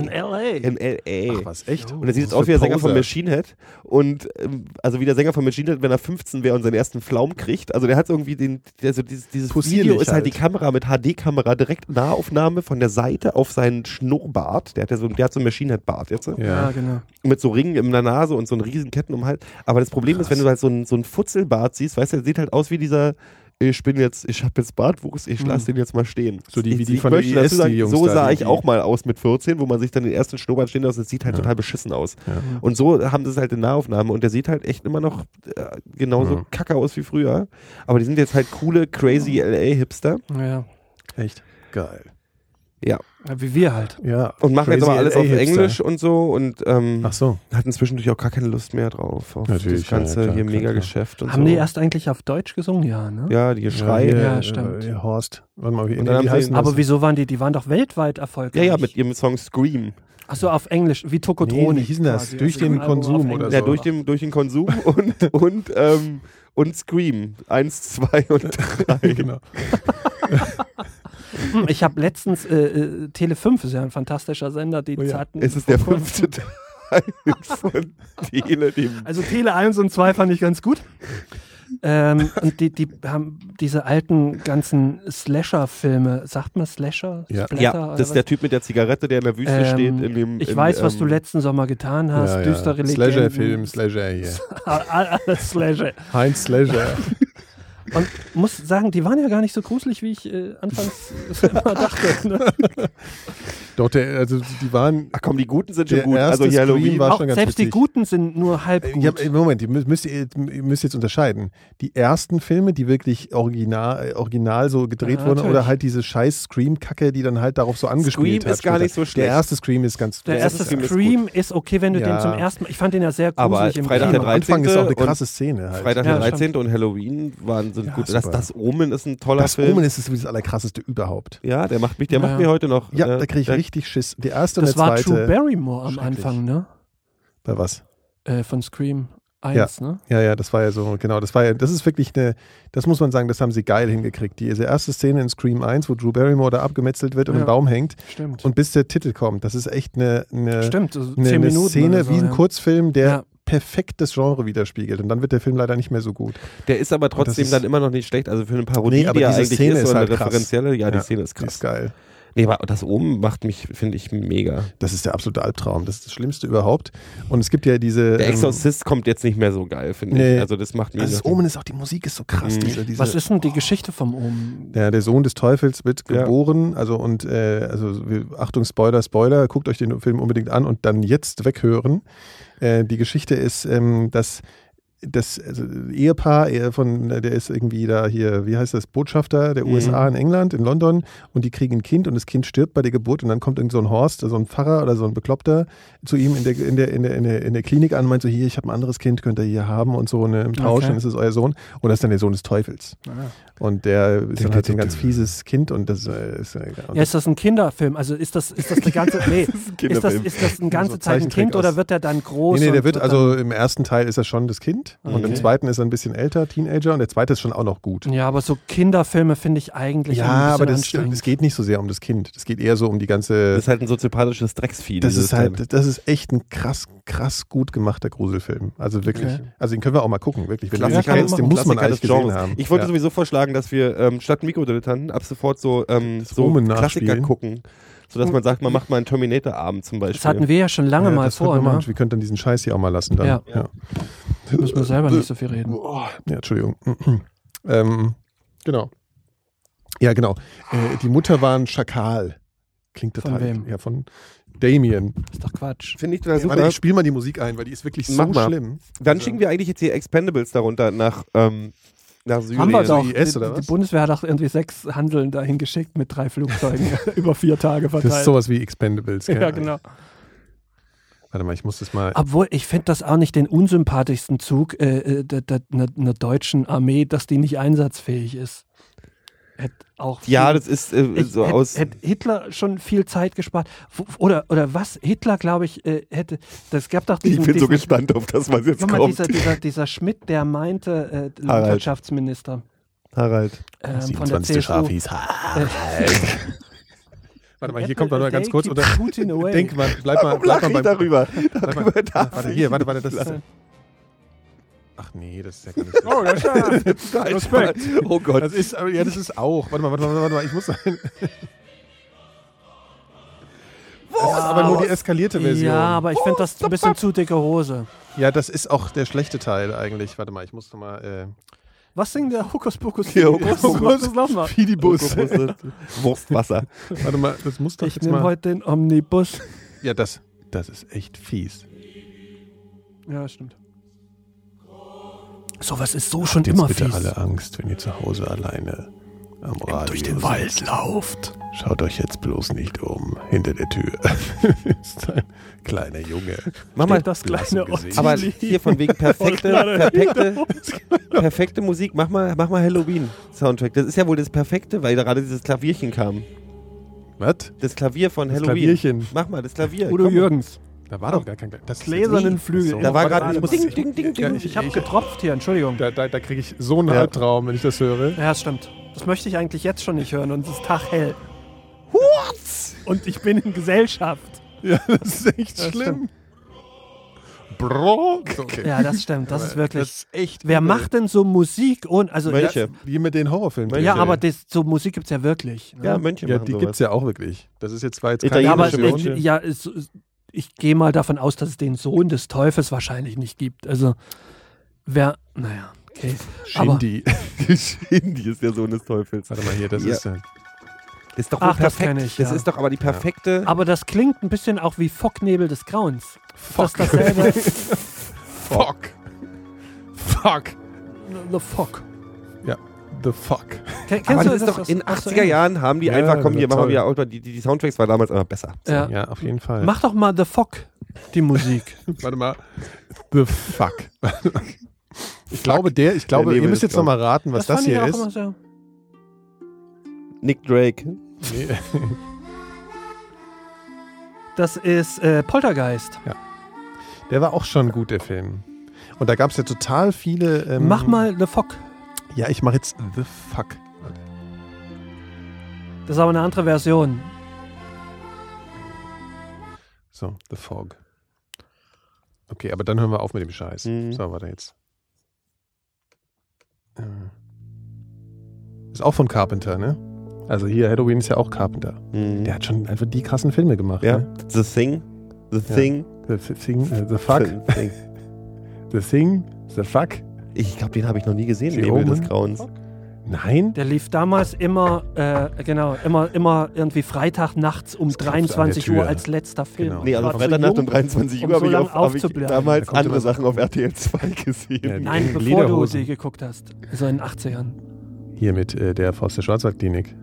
In
L.A.
L.A.
In L.A.
Ach was, echt?
Und er sieht
Was
jetzt aus
für
wie der Sänger
Poser.
von Machine Head. Und ähm, also wie der Sänger von Machine Head, wenn er 15 wäre und seinen ersten Flaum kriegt. Also der hat irgendwie den, also dieses, dieses
Possierlich
Video ist halt die
halt.
Kamera mit HD-Kamera direkt Nahaufnahme von der Seite auf seinen Schnurrbart. Der hat ja so, der hat so einen Machine Head-Bart jetzt. ne?
Ja,
Ja.
genau.
Mit so Ringen in der Nase und so einen riesen Ketten um den Hals. Aber das Problem ist, wenn du halt so einen, so einen Futzelbart siehst, weißt du, der sieht halt aus wie dieser ich bin jetzt, ich habe jetzt Bartwuchs, ich lasse den jetzt mal stehen.
Hm. So die-
ich,
wie die
ich
von
möchte
den
dazu sagen,
IS-Jungs
So
da,
sah
die-
ich auch mal aus mit 14, wo man sich dann den ersten Schnurrbart stehen lässt, das sieht halt total beschissen aus. Und so haben sie es halt in Nahaufnahmen und der sieht halt echt immer noch äh, genauso
Ja.
kacke aus wie früher. Aber die sind jetzt halt coole, crazy LA-Hipster.
Ja.
Echt? Geil.
Ja.
Ja, Wie wir halt.
Ja.
Und machen jetzt
Crazy
aber alles
LA
auf
Hipster.
Englisch und so und ähm,
Ach so.
hatten zwischendurch auch gar keine Lust mehr drauf. Auf
Natürlich,
das ganze
ja, klar,
hier
klar,
mega
klar.
Geschäft und
Haben
so.
die erst eigentlich auf Deutsch gesungen? Ja, ne?
ja, die Geschrei.
hier,
Ja,
äh,
stimmt.
hier Horst. Warte mal, wie,
Und dann haben
wie
sie-
heißen
Aber
das?
wieso waren die? Die waren doch weltweit erfolgreich.
Ja, ja, mit ihrem Song Scream.
Achso, auf Englisch, wie Tokotronic.
Nee, wie hieß denn das?
quasi.
Durch
Also
den
ein Album auf
Konsum
Englisch.
oder so.
Ja, durch den, durch den Konsum und, und, ähm, und Scream. Eins, zwei und drei.
genau.
Hm, Ich habe letztens, äh, äh, Tele 5 ist ja ein fantastischer Sender, die
Oh ja.
hatten.
Es ist der fünfte Teil von Tele, dem.
Also Tele 1 und 2 fand ich ganz gut. ähm, und die, die haben diese alten ganzen Slasher-Filme, sagt man Slasher?
Ja.
Splatter
Ja,
oder
das ist der Typ mit der Zigarette, der in der Wüste
was?
steht.
Ähm,
In dem,
ich
in,
weiß, was
ähm,
du letzten Sommer getan hast,
Ja, ja.
düstere Legenden.
Slasher-Film, Slasher hier.
Alles Slasher.
Heinz Slasher.
Und muss sagen, die waren ja gar nicht so gruselig, wie ich äh, anfangs immer dachte. Ne?
Doch, der, also die waren.
Ach komm, die Guten sind schon
Der
gut.
erste
Also hier
Scream
Halloween
war-
Auch
schon ganz
selbst die
witzig.
Guten sind nur halb gut.
äh, Ich hab, Moment, ihr müsst, müsst, ihr, ihr müsst jetzt unterscheiden. Die ersten Filme, die wirklich original, äh, original so gedreht
Ja,
wurden,
natürlich.
oder halt diese scheiß Scream-Kacke, die dann halt darauf so angespielt
Scream
hat.
ist gar nicht so
Der
schlecht.
erste Scream ist ganz
der
erste
erste
Scream ist
Scream ist, okay, wenn du
Ja.
den zum ersten Mal. Ich fand den ja sehr
Aber
gruselig im
Freitag
Am
der
Kino.
13.
Anfang ist auch eine
und
krasse Szene halt.
Freitag
Ja,
der
stimmt.
13. und Halloween waren, sind
Ja,
gut. Das,
super.
das Omen ist ein toller
das
Film.
Omen ist das, das Allerkrasseste überhaupt.
ja, der macht mich, der
Ja.
macht mir heute noch.
Ja,
äh,
da kriege ich
der-
richtig Schiss. Der erste
Das
und der
war True
zweite.
Barrymore am
Schrecklich.
Anfang, ne?
Bei was?
Äh, von Scream 1, ne?
Ja, ja, das war ja so, genau, das war ja, das ist wirklich eine, das muss man sagen, das haben sie geil hingekriegt. Die, diese erste Szene in Scream 1, wo Drew Barrymore da abgemetzelt wird und
Ja.
im Baum hängt
Stimmt.
und bis der Titel kommt, das ist echt eine, eine,
Stimmt, so
eine,
10
eine
Minuten.
Szene
oder so,
wie ein
ja.
Kurzfilm, der
Ja.
perfekt das Genre widerspiegelt und dann wird der Film leider nicht mehr so gut.
Der ist aber trotzdem
ist-
dann immer noch nicht schlecht. Also für eine Parodie,
Nee, aber
die er
diese
eigentlich
Szene
ist,
ist
oder
halt
eine
krass.
referenzielle, ja, die
Ja,
Szene ist
Das
krass.
ist geil.
Nee, aber das oben macht mich, finde ich, mega.
Das ist der absolute Albtraum, das ist das Schlimmste überhaupt und es gibt ja diese
Der
ähm,
Exorzist kommt jetzt nicht mehr so geil, finde
Nee.
ich. Also das macht mir
also das Omen ist auch die Musik ist so krass,
Mhm.
diese, diese
Was ist denn die Geschichte vom Omen?
Ja, der Sohn des Teufels wird
Ja.
geboren. Also und äh, also wir- Achtung Spoiler, Spoiler, guckt euch den Film unbedingt an und dann jetzt weghören. Äh, die Geschichte ist, ähm, dass das also Ehepaar äh, von der ist irgendwie da hier, wie heißt das, Botschafter der USA in England, in London und die kriegen ein Kind und das Kind stirbt bei der Geburt und dann kommt irgend so ein Horst, so ein Pfarrer oder so ein Bekloppter zu ihm in der in der in der in der, in der Klinik an, und meint so hier, ich habe ein anderes Kind, könnt ihr hier haben und so ne, im Tausch,
Okay.
dann ist es euer Sohn und das ist dann der Sohn des Teufels. Und der ist dann halt so ein ganz fieses Kind und das äh, ist, äh, und
Ja, ist das ein Kinderfilm? Also ist das, ist das eine ganze, nee, ist, das,
Kinderfilm.
ist das eine ganze
So
Zeit ein
Zeichentrick
Kind
aus-
oder wird der dann groß?
Nee, nee, der
und
wird,
dann-
also im ersten Teil ist er schon das Kind und im
Okay.
zweiten ist er ein bisschen älter, Teenager und der zweite ist schon auch noch gut.
Ja, aber so Kinderfilme finde ich eigentlich ein bisschen
Ja, aber das,
anstrengend.
das geht nicht so sehr um das Kind. Das geht eher so um die ganze.
Das ist halt ein soziopathisches Drecksvieh.
Das
dieses
ist
Teil.
halt, das ist echt ein krass, krass gut gemachter Gruselfilm. Also wirklich.
Okay.
Also den können wir auch mal gucken, wirklich. Wenn
Klassiker,
du ihn kennst, den muss man
Klassiker
eigentlich
des
gesehen
Genres.
haben.
Ich wollte
ja.
sowieso vorschlagen, dass wir ähm, statt Mikrodilettanten ab sofort so, ähm, so
Omen
Klassiker
nachspielen.
gucken. Sodass man sagt, man macht mal einen Terminator-Abend zum Beispiel.
Das hatten wir ja schon lange
ja,
mal
das
vor,
könnten wir
ne?
machen. Wir könnten dann diesen Scheiß hier auch mal lassen dann.
Ja.
ja.
Müssen wir
Äh,
selber nicht so viel reden.
Boah. Ja, Entschuldigung. ähm, genau. Ja, genau. Äh, die Mutter war ein Schakal. Klingt
Von
total.
wem?
Ja, von Damien.
Ist doch Quatsch.
Finde ich total
Ja,
super.
warte, ich spiele mal die Musik ein, weil die ist wirklich so
Äh, Mach mal.
schlimm.
Dann schicken wir eigentlich jetzt hier Expendables darunter nach, ähm, nach Syrien.
Haben wir
also
doch.
IS
Die-
oder
die,
was?
Bundeswehr hat auch irgendwie sechs Handeln dahin geschickt mit drei Flugzeugen über vier Tage verteilt.
Das ist sowas wie Expendables. Gell?
halt. ja, genau.
Warte mal, ich muss das mal.
Äh.
Obwohl, ich finde das auch nicht den unsympathischsten Zug äh, äh, der, der, einer einer deutschen Armee, dass die nicht einsatzfähig ist. Hätte auch
Ja,
viel-
das ist äh,
Hätt-
so
hätt-
aus.
hätt Hitler schon viel Zeit gespart. Wo- Oder, oder was? Hitler, glaube ich, äh, hätte. Das gab doch diesen. diesen,
gespannt auf das, was jetzt
Guck mal, dieser, dieser, dieser Schmidt, der meinte, äh,
Harald.
Landwirtschaftsminister
Harald.
ähm, von der CSU. Äh,
Warte mal, hier kommt doch nur ganz kurz. Oder,
Putin away.
denk mal, bleib mal, bleib mal beim. Bleib mal,
darf
warte,
ich
hier, warte, warte, das ist.
lachen.
Ach nee, das ist ja gar nicht. so.
der Chef.
Respekt. Oh Gott.
Das ist, aber- ja, das ist auch. Warte mal, warte mal, warte mal, ich muss. das ist aber nur die eskalierte Version.
Ja, aber ich finde das ein bisschen zu dicke Hose.
Ja, das ist auch der schlechte Teil eigentlich. Warte mal, ich muss nochmal. Äh,
Was singt der Hokuspokus?
Ja,
Hokus, Hokus, nochmal.
Wie die
Oh
Bus.
Wurstwasser.
Warte mal, das muss doch
Ich
jetzt
nehme
mal.
heute den Omnibus.
Ja, das, das ist echt fies.
Ja, stimmt. Sowas ist so schon
Jetzt
immer
bitte
fies.
alle Angst, wenn ihr zu Hause alleine am Radio
Durch den
seid.
Wald lauft.
Schaut euch jetzt bloß nicht um. Hinter der Tür ist ein kleiner Junge.
Mach mal
Steht
das
blass
kleine
im Gesicht.
Aber hier von wegen
Oh,
perfekte, perfekte,
genau
perfekte Musik. Mach mal, mach mal Halloween-Soundtrack. Das ist ja wohl das Perfekte, weil gerade dieses Klavierchen kam.
Was?
Das Klavier von Halloween.
Klavierchen.
Mach mal das Klavier.
Udo
Komm.
Jürgens.
Da war doch gar kein das ist jetzt
Gläsernen
nicht-
Flügel.
So.
Da war gerade.
Ich
Ding, ding, ding,
Ja,
ding.
Ich habe getropft hier, Entschuldigung.
Da, da, da kriege ich so einen
Ja.
Albtraum, wenn ich das höre.
Ja, das stimmt. Das möchte ich eigentlich jetzt schon nicht hören und es ist taghell.
What?
Und ich bin in Gesellschaft.
Ja, das ist echt schlimm. Bro. Okay.
Ja, das stimmt. Das ist wirklich.
Das ist echt.
Wer
übel.
macht denn so Musik und also
Mönche.
Ja, Die mit den Horrorfilmen.
ja,
drehen.
aber das, so Musik gibt's ja wirklich. Ne?
Ja, Mönche
Ja,
machen
die
sowas.
gibt's ja auch wirklich. Das ist jetzt zwar jetzt
Ja, aber
italienische
ich,
Diskussion.
Mönche.
ja, es, ich gehe mal davon aus, dass es den Sohn des Teufels wahrscheinlich nicht gibt. Also wer, naja, okay. Aber
Shindy.
Shindy ist der Sohn des Teufels.
Warte mal hier, das
Ja.
ist ja.
Ist doch wohl
Ach, das
perfekt.
kenn ich,
das
ja.
ist doch aber die perfekte.
Aber das klingt ein bisschen auch wie Focknebel des Grauens.
Fuck.
Das ist dasselbe.
Fuck. Fuck.
The Fock.
Ja, the fuck.
Ken- Kennst
Aber
du
das ist
das-
doch
das-
in
ach so,
80er Jahren haben die
Ja,
einfach, komm,
das
hier
war
machen wir
toll.
wieder Outlaw. Die, die, die Soundtracks waren damals einfach besser.
Ja.
Ja, auf jeden Fall.
Mach doch mal The Fock die Musik.
Warte mal. The fuck. Ich glaube, der, ich glaube,
Der Nebel
ihr müsst
des
jetzt nochmal raten, was das,
fand ich
hier
auch
ist.
immer so-
Nick Drake.
Nee.
Das ist äh, Poltergeist.
Der war auch schon gut, der Film. Und da gab es ja total viele. Ähm,
Mach mal The Fock.
Ja, ich mache jetzt The Fuck.
Das ist aber eine andere Version.
So, The Fog. Okay, aber dann hören wir auf mit dem Scheiß.
Mhm.
So, warte jetzt. Äh. Ist auch von Carpenter, ne? Also hier, Halloween ist ja auch Carpenter.
Mhm.
Der hat schon einfach die krassen Filme gemacht.
Ja.
Ne?
The Thing. The
Ja.
Thing.
The, F- thing, äh, the Fuck,
The Thing.
The Thing, The Fuck.
Ich glaube, den habe ich noch nie gesehen,
The
Nebel des
Omen.
Grauens.
Nein?
Der lief damals immer, äh, genau, immer, immer irgendwie Freitag nachts um
klopft an der
23 Uhr
Tür.
als letzter Film.
Genau.
Nee,
Ich
aber
war zu
Freitagnacht um
jung, um
23 Uhr
so
habe ich,
lange
auf- hab ich
aufzubleiben.
Da
damals
kommt
andere
immer so-
Sachen auf RTL 2 gesehen.
Ja,
Nein,
In
bevor du
Lederhosen.
sie geguckt hast. So in den 80ern.
Hier mit äh, der Forst der Schwarzwaldklinik.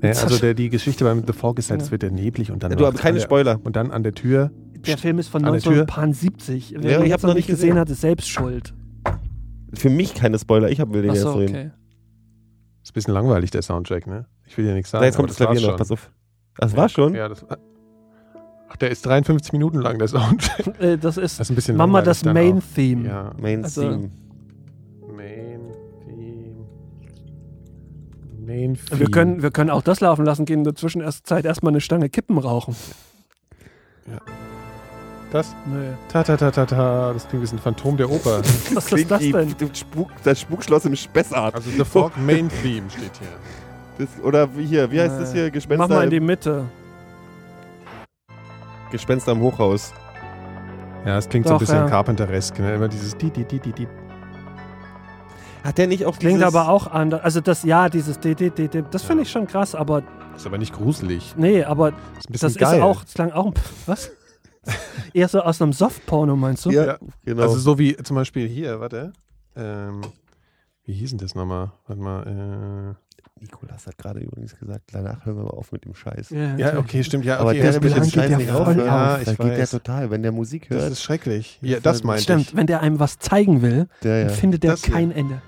Naja, also der, die Geschichte beim The Fog ist halt,
Ja.
es wird ja neblig und dann.
du, aber
macht's
keine
an der-
Spoiler.
Und dann an der Tür.
Der Film ist von
An der Tür.
1970. Wer
Ja,
ihn
ich
jetzt
hab's noch
noch nicht
nicht gesehen.
gesehen hat, ist selbst schuld.
Für mich keine Spoiler, ich habe mir den erst
Achso,
reden.
okay.
Ist ein bisschen langweilig, der Soundtrack, ne? Ich will dir nichts sagen.
Na, jetzt kommt
aber
das Klavier
war's
noch,
schon.
pass auf. Das war schon?
Ja, das Ach, der ist 53 Minuten lang, der Soundtrack.
Äh, das ist
Das ist ein bisschen
Mama
langweilig
das
dann
Main
auch.
Theme.
Ja.
Main
Also-
Theme.
Main Theme. Main Theme.
Wir können, wir können auch das laufen lassen, gehen in der Zwischenzeit erstmal eine Stange Kippen rauchen.
Das?
Nö.
Ta ta ta ta ta. Das klingt wie ein Phantom der Oper.
Was ist das
Klingt
denn?
wie Spuk, das Spukschloss im Spessart.
Also The Fog Main Theme steht hier.
Das, oder wie hier, wie heißt das hier? Gespenster,
Mach mal in die Mitte.
im, Gespenster im Hochhaus.
Ja, es klingt so ein
Doch,
bisschen
ja.
Carpenteresk, ne? Immer dieses die die die die die.
Hat der nicht auch
Klingt
dieses,
aber auch anders. Also das ja, dieses D, D, D, D, das finde ich schon krass, aber
Ist aber nicht gruselig.
nee, aber
Ist ein bisschen
das
geil.
ist auch, das klang auch, ein- was? Eher so aus einem Softporno, meinst du?
Ja,
Ja.
genau.
Also so wie zum Beispiel hier, warte. Ähm, wie hieß denn das nochmal? Warte mal. äh,
Nikolas hat gerade übrigens gesagt, danach hören wir mal auf mit dem Scheiß.
Äh, ja, okay, stimmt. Ja, okay,
aber
ja,
der
das bin ich
Scheiß
jetzt-
geht ja
nicht
voll
auf.
Ja,
Ja,
ich
da geht der
weiß.
total, wenn der Musik
Das
hört.
ist schrecklich. Ja,
Das
das
ist-
meinte
Stimmt,
ich.
wenn der einem was zeigen will,
der, äh,
dann findet der
Das hier.
kein Ende.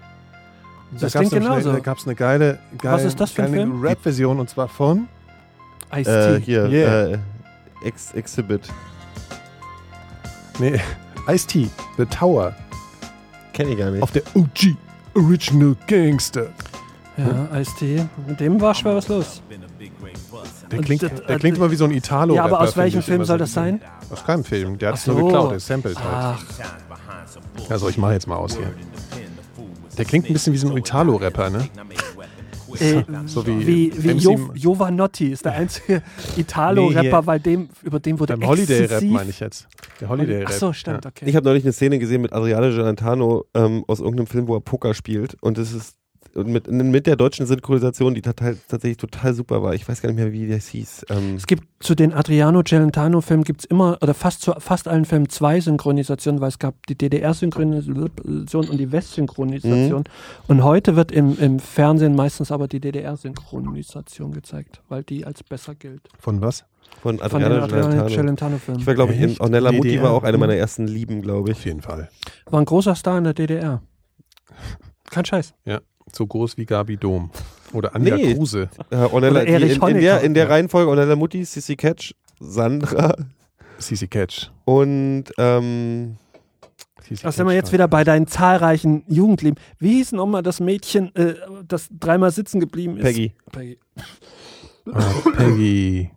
Das
da gab's
klingt
nämlich
genauso.
Eine, da gab's eine geile, geile,
Was ist das für ein
geile
Film?
Rap-Version und zwar von
Ice-T.
äh, hier,
Yeah.
äh, Ex Exhibit.
nee, Ice-T, The Tower,
Kenne ich gar nicht.
auf der OG, Original Gangster.
ja, Ice-T. Mit dem war schwer was los.
Der
Und
klingt,
das-
der klingt immer wie so ein italo
Ja, aber aus welchem Film soll das sein?
Aus keinem Film, der hat es
Ach so. Ah.
nur geklaut, der sampled halt.
Ach,
Also ich mache jetzt mal aus hier. Der klingt ein bisschen wie so ein Italo-Rapper, ne?
äh,
So wie,
wie, wie
MC
jo Jovanotti ist der einzige Italo-Rapper,
Nee,
weil dem, über den wurde
beim Holiday-Rap
exzessiv
meine ich jetzt. Der Holiday
Ach so, stimmt, okay.
Ich habe neulich eine Szene gesehen mit Adriano Gelantano ähm, aus irgendeinem Film, wo er Poker spielt. Und das ist und mit, mit der deutschen Synchronisation, die total, tatsächlich total super war. Ich weiß gar nicht mehr, wie das hieß. Ähm,
es gibt zu den Adriano Celentano-Filmen gibt es immer, oder fast zu fast allen Filmen zwei Synchronisationen, weil es gab die DDR-Synchronisation und die West-Synchronisation.
Mhm.
Und heute wird im, im Fernsehen meistens aber die DDR-Synchronisation gezeigt, weil die als besser gilt.
Von was?
Von
von
den
Adriano
Adriano
Gelantano.
Celentano-Filmen.
Ich war, glaube ich, in
Echt?
Ornella Mutti
DDR?
war auch eine meiner ersten Lieben, glaube ich.
Auf jeden Fall.
War ein großer Star in der DDR. Kein Scheiß.
Ja. So groß wie Gabi Dom. Oder Anja
Nee.
Kruse.
Äh, Ornella,
Oder Erich
die, in, in,
Honecker.
der, in der Reihenfolge Ornella Mutti, Sissy Catch, Sandra
Sisi Catch.
und ähm,
Sisi
Da sind wir
Catch
jetzt
war-
wieder bei deinen zahlreichen Jugendlieben. Wie hieß noch mal das Mädchen, äh, das dreimal sitzen geblieben ist?
Peggy.
Peggy.
Ah, Peggy.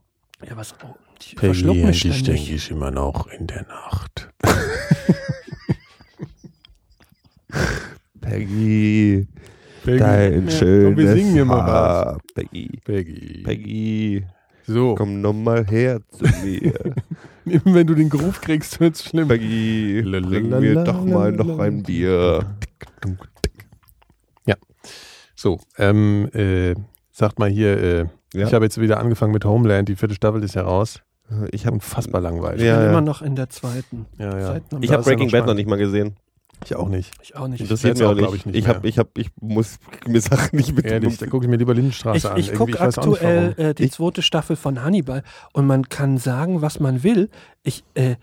Ja, was? Oh, ich verschluck
Peggy
mich
an dich
ständig.
denke ich immer noch in der Nacht.
Peggy,
Peggy.
dein schönes
Komm, wir singen hier mal
Haar. Peggy,
Peggy.
Peggy,
So,
komm nochmal her zu mir.
Immer wenn du den Geruf kriegst, wird's schlimm.
Peggy, bring mir doch mal noch ein Bier.
Ja. So, ähm, äh, sagt mal hier, äh,
Ja.
ich habe jetzt wieder angefangen mit Homeland, die vierte Staffel ist ja raus.
Ich habe
Unfassbar langweilig.
Ja,
bin
ja.
immer noch in der zweiten.
Ja, ja.
Seit einem-
ich
Da
hab
ist ja
Breaking
noch
Bad noch
spannend.
nicht mal gesehen.
Ich auch nicht.
Ich auch nicht.
Das- werd's
Interessiert mir
auch,
auch
glaub
nicht.
ich, nicht
Ich, hab,
mehr.
ich, hab, ich muss mir Sachen nicht mit
Ehrlich, da gucke ich mir lieber Lindenstraße
Ich,
an.
ich
Irgendwie,
gucke
weiß auch nicht
aktuell
warum.
äh, die
Ich-
zweite Staffel von Hannibal und man kann sagen, was man will. Ich, äh,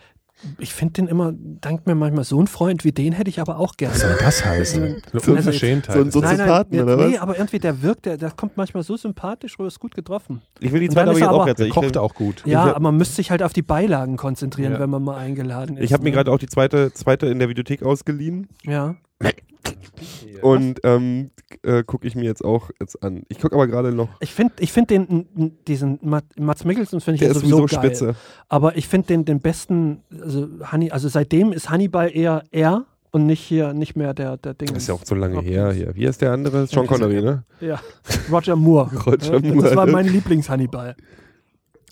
ich finde den immer, dankt mir manchmal, so ein Freund wie den hätte ich aber auch gerne.
Was soll das heißen? Eine
So-
Unverschämtheit.
so- so- Soziopaten,
jetzt-
oder was?
Nee, aber irgendwie der wirkt, der, der kommt manchmal so sympathisch rüber, ist gut getroffen.
Ich will die
Und
zweite
dann
aber
ist
jetzt
er
auch
aber-
jetzt.
Der
Ich
kocht
will-
auch gut.
Ja,
hab-
aber man müsste sich halt auf die Beilagen konzentrieren,
Ja.
wenn man mal eingeladen ist.
Ich habe mir
ne?
gerade auch die zweite, zweite in der Videothek ausgeliehen
Ja.
und ähm, äh, gucke ich mir jetzt auch jetzt an. Ich gucke aber gerade noch.
Ich finde ich find den, n- n- diesen Mat- Mats Mikkelsen finde ich
Der
ja
ist
sowieso
sowieso
geil.
spitze.
Aber ich finde den, den besten, also, Hanni, also seitdem ist Hannibal eher er und nicht hier, nicht mehr der, der Ding.
Ist ja auch so lange her hier. Wie ist der andere? Sean
Ja, das-
Connery, ne?
Ja. Roger Moore.
Roger
Ja,
Moore.
Das
ne?
war mein Lieblings-Hannibal.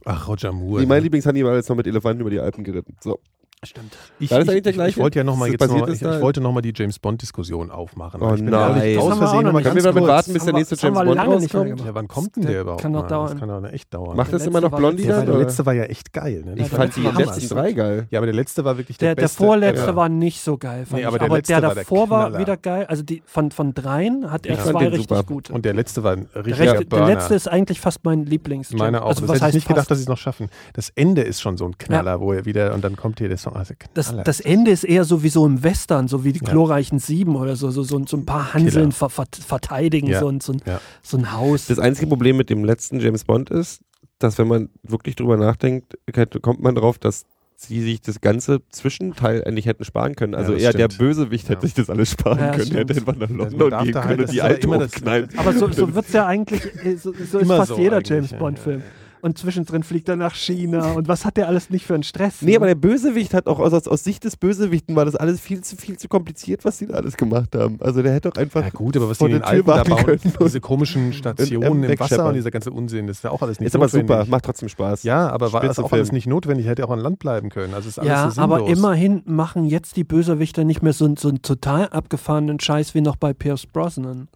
Ach, Roger Moore.
Nee, mein
ne?
Lieblingshannibal ist noch mit Elefanten über die Alpen geritten. So.
Stimmt.
ich,
War das eigentlich
ich, ich,
der
ich
gleiche?
wollte ja nochmal
Ist
jetzt
das
noch,
passiert,
ich,
dass
ich
da-
wollte noch mal die James Bond Diskussion aufmachen.
Oh
aber ich bin
nein.
ehrlich,
Das
aus
haben wir auch
Versehen
noch
immer ganz
nicht.
Können wir damit
kurz.
warten, bis
Haben
der
wir-
nächste
das
James
haben wir
Bond
lange nicht mehr
rauskommt?
gemacht.
Ja, wann kommt denn
Der
der, überhaupt?
kann doch
mal?
dauern.
Das kann doch echt dauern.
Macht
Der
das immer noch
letzte war
Blondie
letztes
ja,
dann?
der
oder?
letzte war ja echt geil. Ne?
Ja,
ich
der
fand die
letzte war
letzten
Hammer.
drei geil.
Ja, aber der letzte war wirklich der,
Der, der,
beste.
vorletzte
Ja.
war nicht so geil. Fand
Nee, aber
ich.
der
aber
letzte
der
war der
davor war,
Knaller.
wieder geil. Also die, von, von dreien hat er
Ich fand
zwei
den
richtig
super.
gute.
Und der letzte war ein
der,
richtiger
rechte, der
Burner.
letzte ist eigentlich fast mein Lieblings.
Meine auch.
Also
das
was
hätte ich
heißt
nicht
fast?
gedacht, dass sie es noch schaffen. Das Ende ist schon so ein Knaller, wo er wieder, und dann kommt hier der Song. Also
Das,
Knaller.
das Ende ist eher so wie so im Western, so wie die
Ja.
glorreichen Sieben oder so, so, so, so ein paar
Killer.
Hanseln ver, ver, verteidigen,
Ja.
so, ein, so, ein,
Ja.
so ein Haus.
Das einzige Problem mit dem letzten James Bond ist, dass wenn man wirklich drüber nachdenkt, kommt man drauf, dass sie sich das ganze Zwischenteil eigentlich hätten sparen können. Also
das
eher der
stimmt.
Bösewicht hätte
Ja.
sich das alles sparen
Ja, das
können. Der
stimmt.
hätte einfach nach
man
London
darf
gehen
da
können
halt-
und die
das war
Alte
immer das-
umknallen.
aber so, so wird es ja eigentlich, äh, so, so ist
Immer
fast
so
jeder
eigentlich,
James
ja,
Bond-Film.
ja,
Und zwischendrin fliegt er nach China und was hat der alles nicht für einen Stress?
Nee,
ne?
aber der Bösewicht hat auch aus, aus, aus Sicht des Bösewichten war das alles viel zu viel zu kompliziert, was die da alles gemacht haben. Also der hätte doch einfach
Ja gut, aber was die
vor
in den
der Tür
Alpen da
warten
bauen,
können.
diese komischen Stationen im
wegscheppern.
Wasser und dieser ganze Unsinn, das ist ja auch alles nicht
ist aber
notwendig.
super, macht trotzdem Spaß.
Ja, aber war das
Spitze
auch alles
Film.
nicht notwendig, hätte auch an Land bleiben können. Also ist alles
Ja,
so
aber
sinnlos.
immerhin machen jetzt die Bösewichter nicht mehr so, einen- so einen total abgefahrenen Scheiß wie noch bei Pierce Brosnan.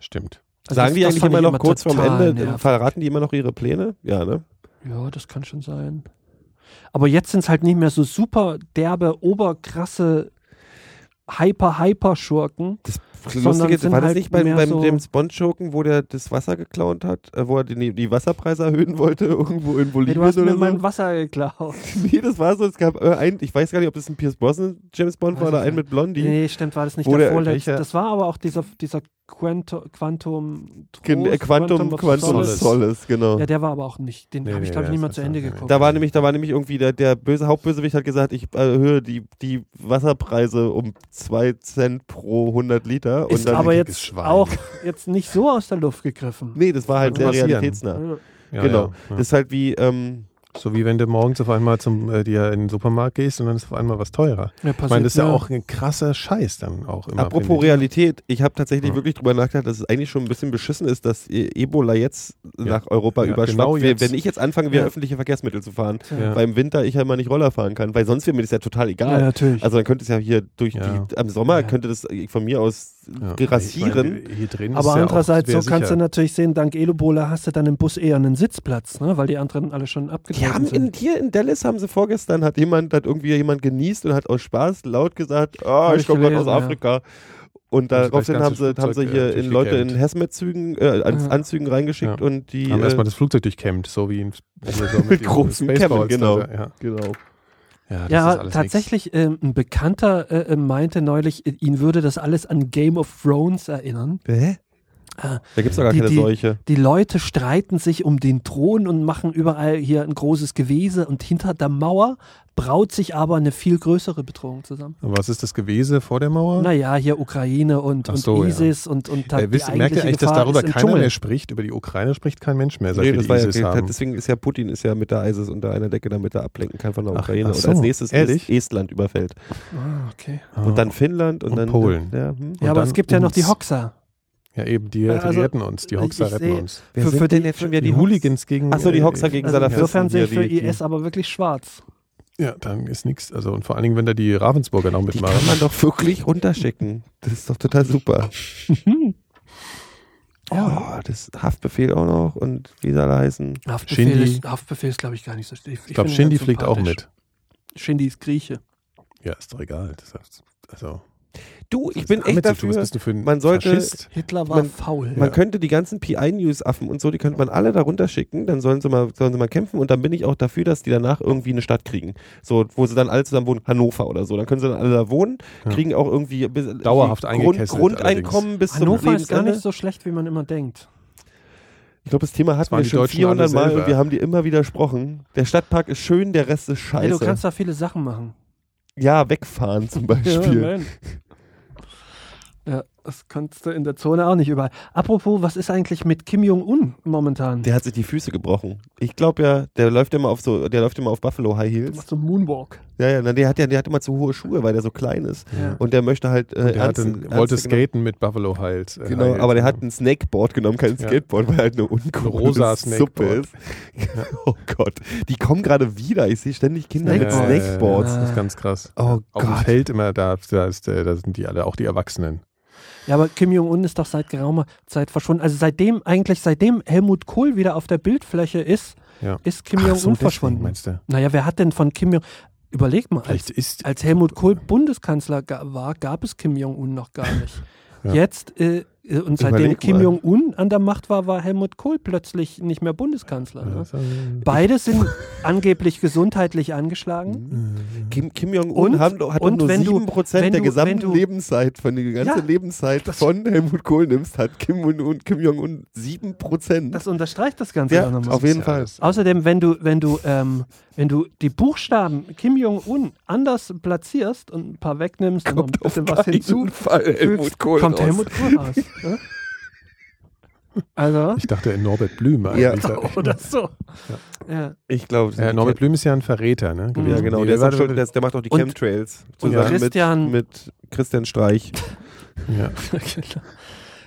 Stimmt.
Also
Sagen
das-
die
das
eigentlich
fand
immer
ich
noch kurz vorm
total
Ende,
nervig.
verraten die immer noch ihre Pläne? Ja, ne?
Ja, das kann schon sein. Aber jetzt sind es halt nicht mehr so super derbe, oberkrasse, hyper, hyper Schurken.
Das
Sondern
Lustige,
sind
war das
halt
nicht bei,
mehr
beim
so-
James Bond Schurken, wo der das Wasser geklaut hat, äh, wo er die, die Wasserpreise erhöhen wollte, irgendwo
Hey,
in Bolivien
du hast mir
oder
mein
so?
Wasser geklaut.
Nee, das war so, es gab äh, ein, ich weiß gar nicht, ob das ein Pierce Brosnan James Bond war
Weiß
oder
ich
ein
nicht.
mit Blondie.
Nee, stimmt, war das nicht
Wo
der
der
vorletzte.
welcher-
Das war aber auch dieser, dieser Quanto, Quantum
Gen- äh,
Trost,
Quantum,
of
Quantum
Solace.
Solace.
Solace, genau.
Ja, der war aber auch nicht. Den
Nee,
habe ich,
nee,
glaube ich,
der
nicht mal
ist-
zu
ist-
Ende
ist-
geguckt.
Da war nämlich, da war nämlich irgendwie der, der böse Hauptbösewicht hat gesagt, ich erhöhe die, die Wasserpreise um 2 Cent pro 100 Liter.
ist
und dann,
aber
dickes
jetzt
Schwein.
auch jetzt nicht so aus der Luft gegriffen.
nee, das war halt
Kann
sehr
passieren.
realitätsnah.
Also,
Ja,
genau.
Ja, ja.
Das ist halt wie, ähm,
So wie wenn du morgens auf einmal zum, äh, dir in den Supermarkt gehst und dann ist auf einmal was teurer.
Ja,
Ich
passiert
meine, das ist ja
mir.
auch ein krasser Scheiß dann auch immer.
Apropos
finde ich. Mhm.
Realität, ich habe tatsächlich
Ja.
wirklich drüber nachgedacht, dass es eigentlich schon ein bisschen beschissen ist, dass E- Ebola jetzt nach Europa
Ja,
überschwappt.
genau
Wir-
jetzt.
Wenn ich jetzt anfange, wieder
Ja.
öffentliche Verkehrsmittel zu fahren,
Ja.
weil im Winter ich ja immer nicht Roller fahren kann, weil sonst wäre mir das ja total
Ja,
egal.
natürlich.
Also dann könnte es ja hier durch
Ja.
die, am Sommer
Ja.
könnte das äh, von mir aus
Ja.
grassieren.
Ich meine, hier drin ist
aber
ja
andererseits,
auch,
so
sehr
kannst
sicher.
du natürlich sehen, dank Elobola hast du dann im Bus eher einen Sitzplatz, ne? weil die anderen alle schon
Die
abgetreten
haben in,
sind.
hier in Dallas haben sie vorgestern hat jemand hat irgendwie jemand genießt und hat aus Spaß laut gesagt, ah,
Hab
ich
ich
komme gerade aus
gelesen, ja.
Afrika. Und
das
daraufhin haben
ganze
sie, haben sie
Also Flugzeug,
hier
äh,
in Leute in
durchgejammt.
Hazmat-Zügen, äh, An-
Ja.
Anzügen reingeschickt
Ja.
und die
haben erstmal
äh,
das Flugzeug durchkämmt, so wie in, so mit, diesen
großen
Spaceballs
Kämmen,
da,
genau.
Ja,
genau.
ja, das ist
Ja,
alles
tatsächlich, ähm, ein Bekannter äh, äh, meinte neulich, äh, ihn würde das alles an Game of Thrones erinnern.
Hä?
Ah,
Da gibt's doch gar
Die-
keine
die-
Seuche.
Die Leute streiten sich um den Thron und machen überall hier ein großes Gewese und hinter der Mauer braut sich aber eine viel größere Bedrohung zusammen.
nichts. Was ist das gewesen vor der Mauer?
Naja, hier Ukraine und,
Oh. Ach
und
so, ja.
ISIS und,
Äh, wisst, merkt
und die
ihr
eigentliche
eigentlich, dass
Gefahr
darüber
ist im
keiner
Dschungel.
mehr spricht? Über die Ukraine spricht kein Mensch mehr, seit
Nee,
wir
das
Also die
war
ISIS
ja,
haben.
deswegen ist ja Putin ist ja mit der ISIS unter einer Decke, damit er ablenken kann von der
Ach,
Ukraine
ach
und
so,
als nächstes
ehrlich?
Estland überfällt
Ah, okay.
Ah.
und dann Finnland und,
Und
dann
Polen.
Ja, hm.
Ja, aber
dann
es gibt ja noch die
uns.
Hoxha.
ja, eben, die,
Ja, also,
die retten uns, die
ich-
Hoxha
ich
retten
sehe-
uns.
Wer
Für-
sind
für
denn
den-
jetzt schon wieder
Die
die
Houligans gegen.
Ach so, die Hoxha gegen
äh,
Also
Salafisten
insofern sehe ich
hier,
für
die-
IS aber wirklich schwarz.
Ja, dann ist nichts. Also, und vor allen Dingen, wenn da die Ravensburger noch
Die kann
mitmachen.
man doch wirklich runterschicken. Das ist doch total super. Oh, das Haftbefehl auch noch und wie soll er heißen?
Haftbefehl,
Shindy-
ist, Haftbefehl ist, glaube ich, gar nicht so Ich,
Ich glaube, Shindy fliegt auch mit.
Shindy ist Grieche.
Ja, ist doch egal. Das heißt, also,
Du, ich bin
damit
echt
zu tun, was
dafür.
bist du für ein
man sollte-
Faschist?
Hitler war
Man-
faul.
Ja.
Man könnte die ganzen PI-News-Affen und so, die könnte man alle da runterschicken, dann sollen sie, mal, sollen sie mal kämpfen und dann bin ich auch dafür, dass die danach irgendwie eine Stadt kriegen. So, wo sie dann alle zusammen wohnen, Hannover oder so. Dann können sie dann alle da wohnen,
Ja.
kriegen auch irgendwie bis-
Dauerhaft
Grund,
eingekesselt
Grundeinkommen bis zum
Hannover ist gar
Lebensende.
nicht so schlecht, wie man immer denkt.
Ich glaube, das Thema hatten
waren
wir
die
schon
Deutschen
400
alle
Mal und
selber.
wir haben die immer widersprochen. Der Stadtpark ist schön, der Rest ist
Hey, du
scheiße.
kannst da viele Sachen machen.
ja, wegfahren zum Beispiel.
ne?
Ja, nein. ja, das kannst du in der Zone auch nicht überall. Apropos, was ist eigentlich mit Kim Jong-un momentan?
Der hat sich die Füße gebrochen. Ich glaube ja, der läuft immer auf so, der läuft immer auf Buffalo High Heels.
macht so einen Moonwalk.
Ja, ja, na, der hat ja, der hat immer zu hohe Schuhe, weil der so klein ist.
Ja.
Und der möchte halt. Äh,
Der hat
ernst-
ein,
ernst-
wollte skaten mit Buffalo Hild. äh,
Genau,
Hild,
aber der
ja.
hat ein Snakeboard genommen, kein
Ja.
Skateboard, weil halt eine uncoole
rosa
Suppe
Snakeboard.
ist. Oh Gott, die kommen gerade wieder. Ich sehe ständig Kinder mit
Ja, ja, ja,
Snakeboards.
Das ist ganz krass.
Oh
Auf dem
Gott.
Feld immer, da, da, ist, äh, da sind die alle, auch die Erwachsenen.
Ja, aber Kim Jong-un ist doch seit geraumer Zeit verschwunden. Also seitdem, eigentlich seitdem Helmut Kohl wieder auf der Bildfläche ist,
Ja.
ist Kim
Ach so,
Jong-un
deswegen
verschwunden.
Meinst du?
Naja, wer hat denn von Kim Jong... Überleg mal, als,
Vielleicht ist.
als Helmut Kohl Bundeskanzler ga- war, gab es Kim Jong-un noch gar nicht.
Ja.
Jetzt, äh, äh, und seitdem
Überleg
Kim
mal.
Jong-un an der Macht war, war Helmut Kohl plötzlich nicht mehr Bundeskanzler. Ne?
Das, äh,
Beide sind angeblich gesundheitlich angeschlagen.
Mhm. Kim, Kim Jong-un
Und-
haben- hat doch
und
nur
wenn du-
7%
wenn
der
du-
gesamten
wenn du-
Lebenszeit, von der ganzen
Ja,
Lebenszeit von Helmut Kohl nimmst, hat Kim Jong-un Kim Jong 7%.
Das unterstreicht das Ganze
ja,
auch nochmal.
auf jeden
ja
Fall.
alles.
Außerdem, wenn du, wenn du, ähm, wenn du die Buchstaben Kim Jong-un anders platzierst und ein paar wegnimmst und noch ein bisschen was hinzufügst,
Zufall
kommt Helmut Kohl raus. ne? Also,
Ich dachte Norbert Blüm.
Ja.
eigentlich.
oder so. Ja.
Ich glaube,
Äh, Norbert Blüm ist ja ein Verräter, ne? gewesen.
Ja, genau.
Nee,
Der, ist auch
warte,
schuld,
warte.
der, der macht auch die
Und-
Chemtrails.
und
Zusammen
Christian-
mit, mit Christian Streich.
ja.
Genau.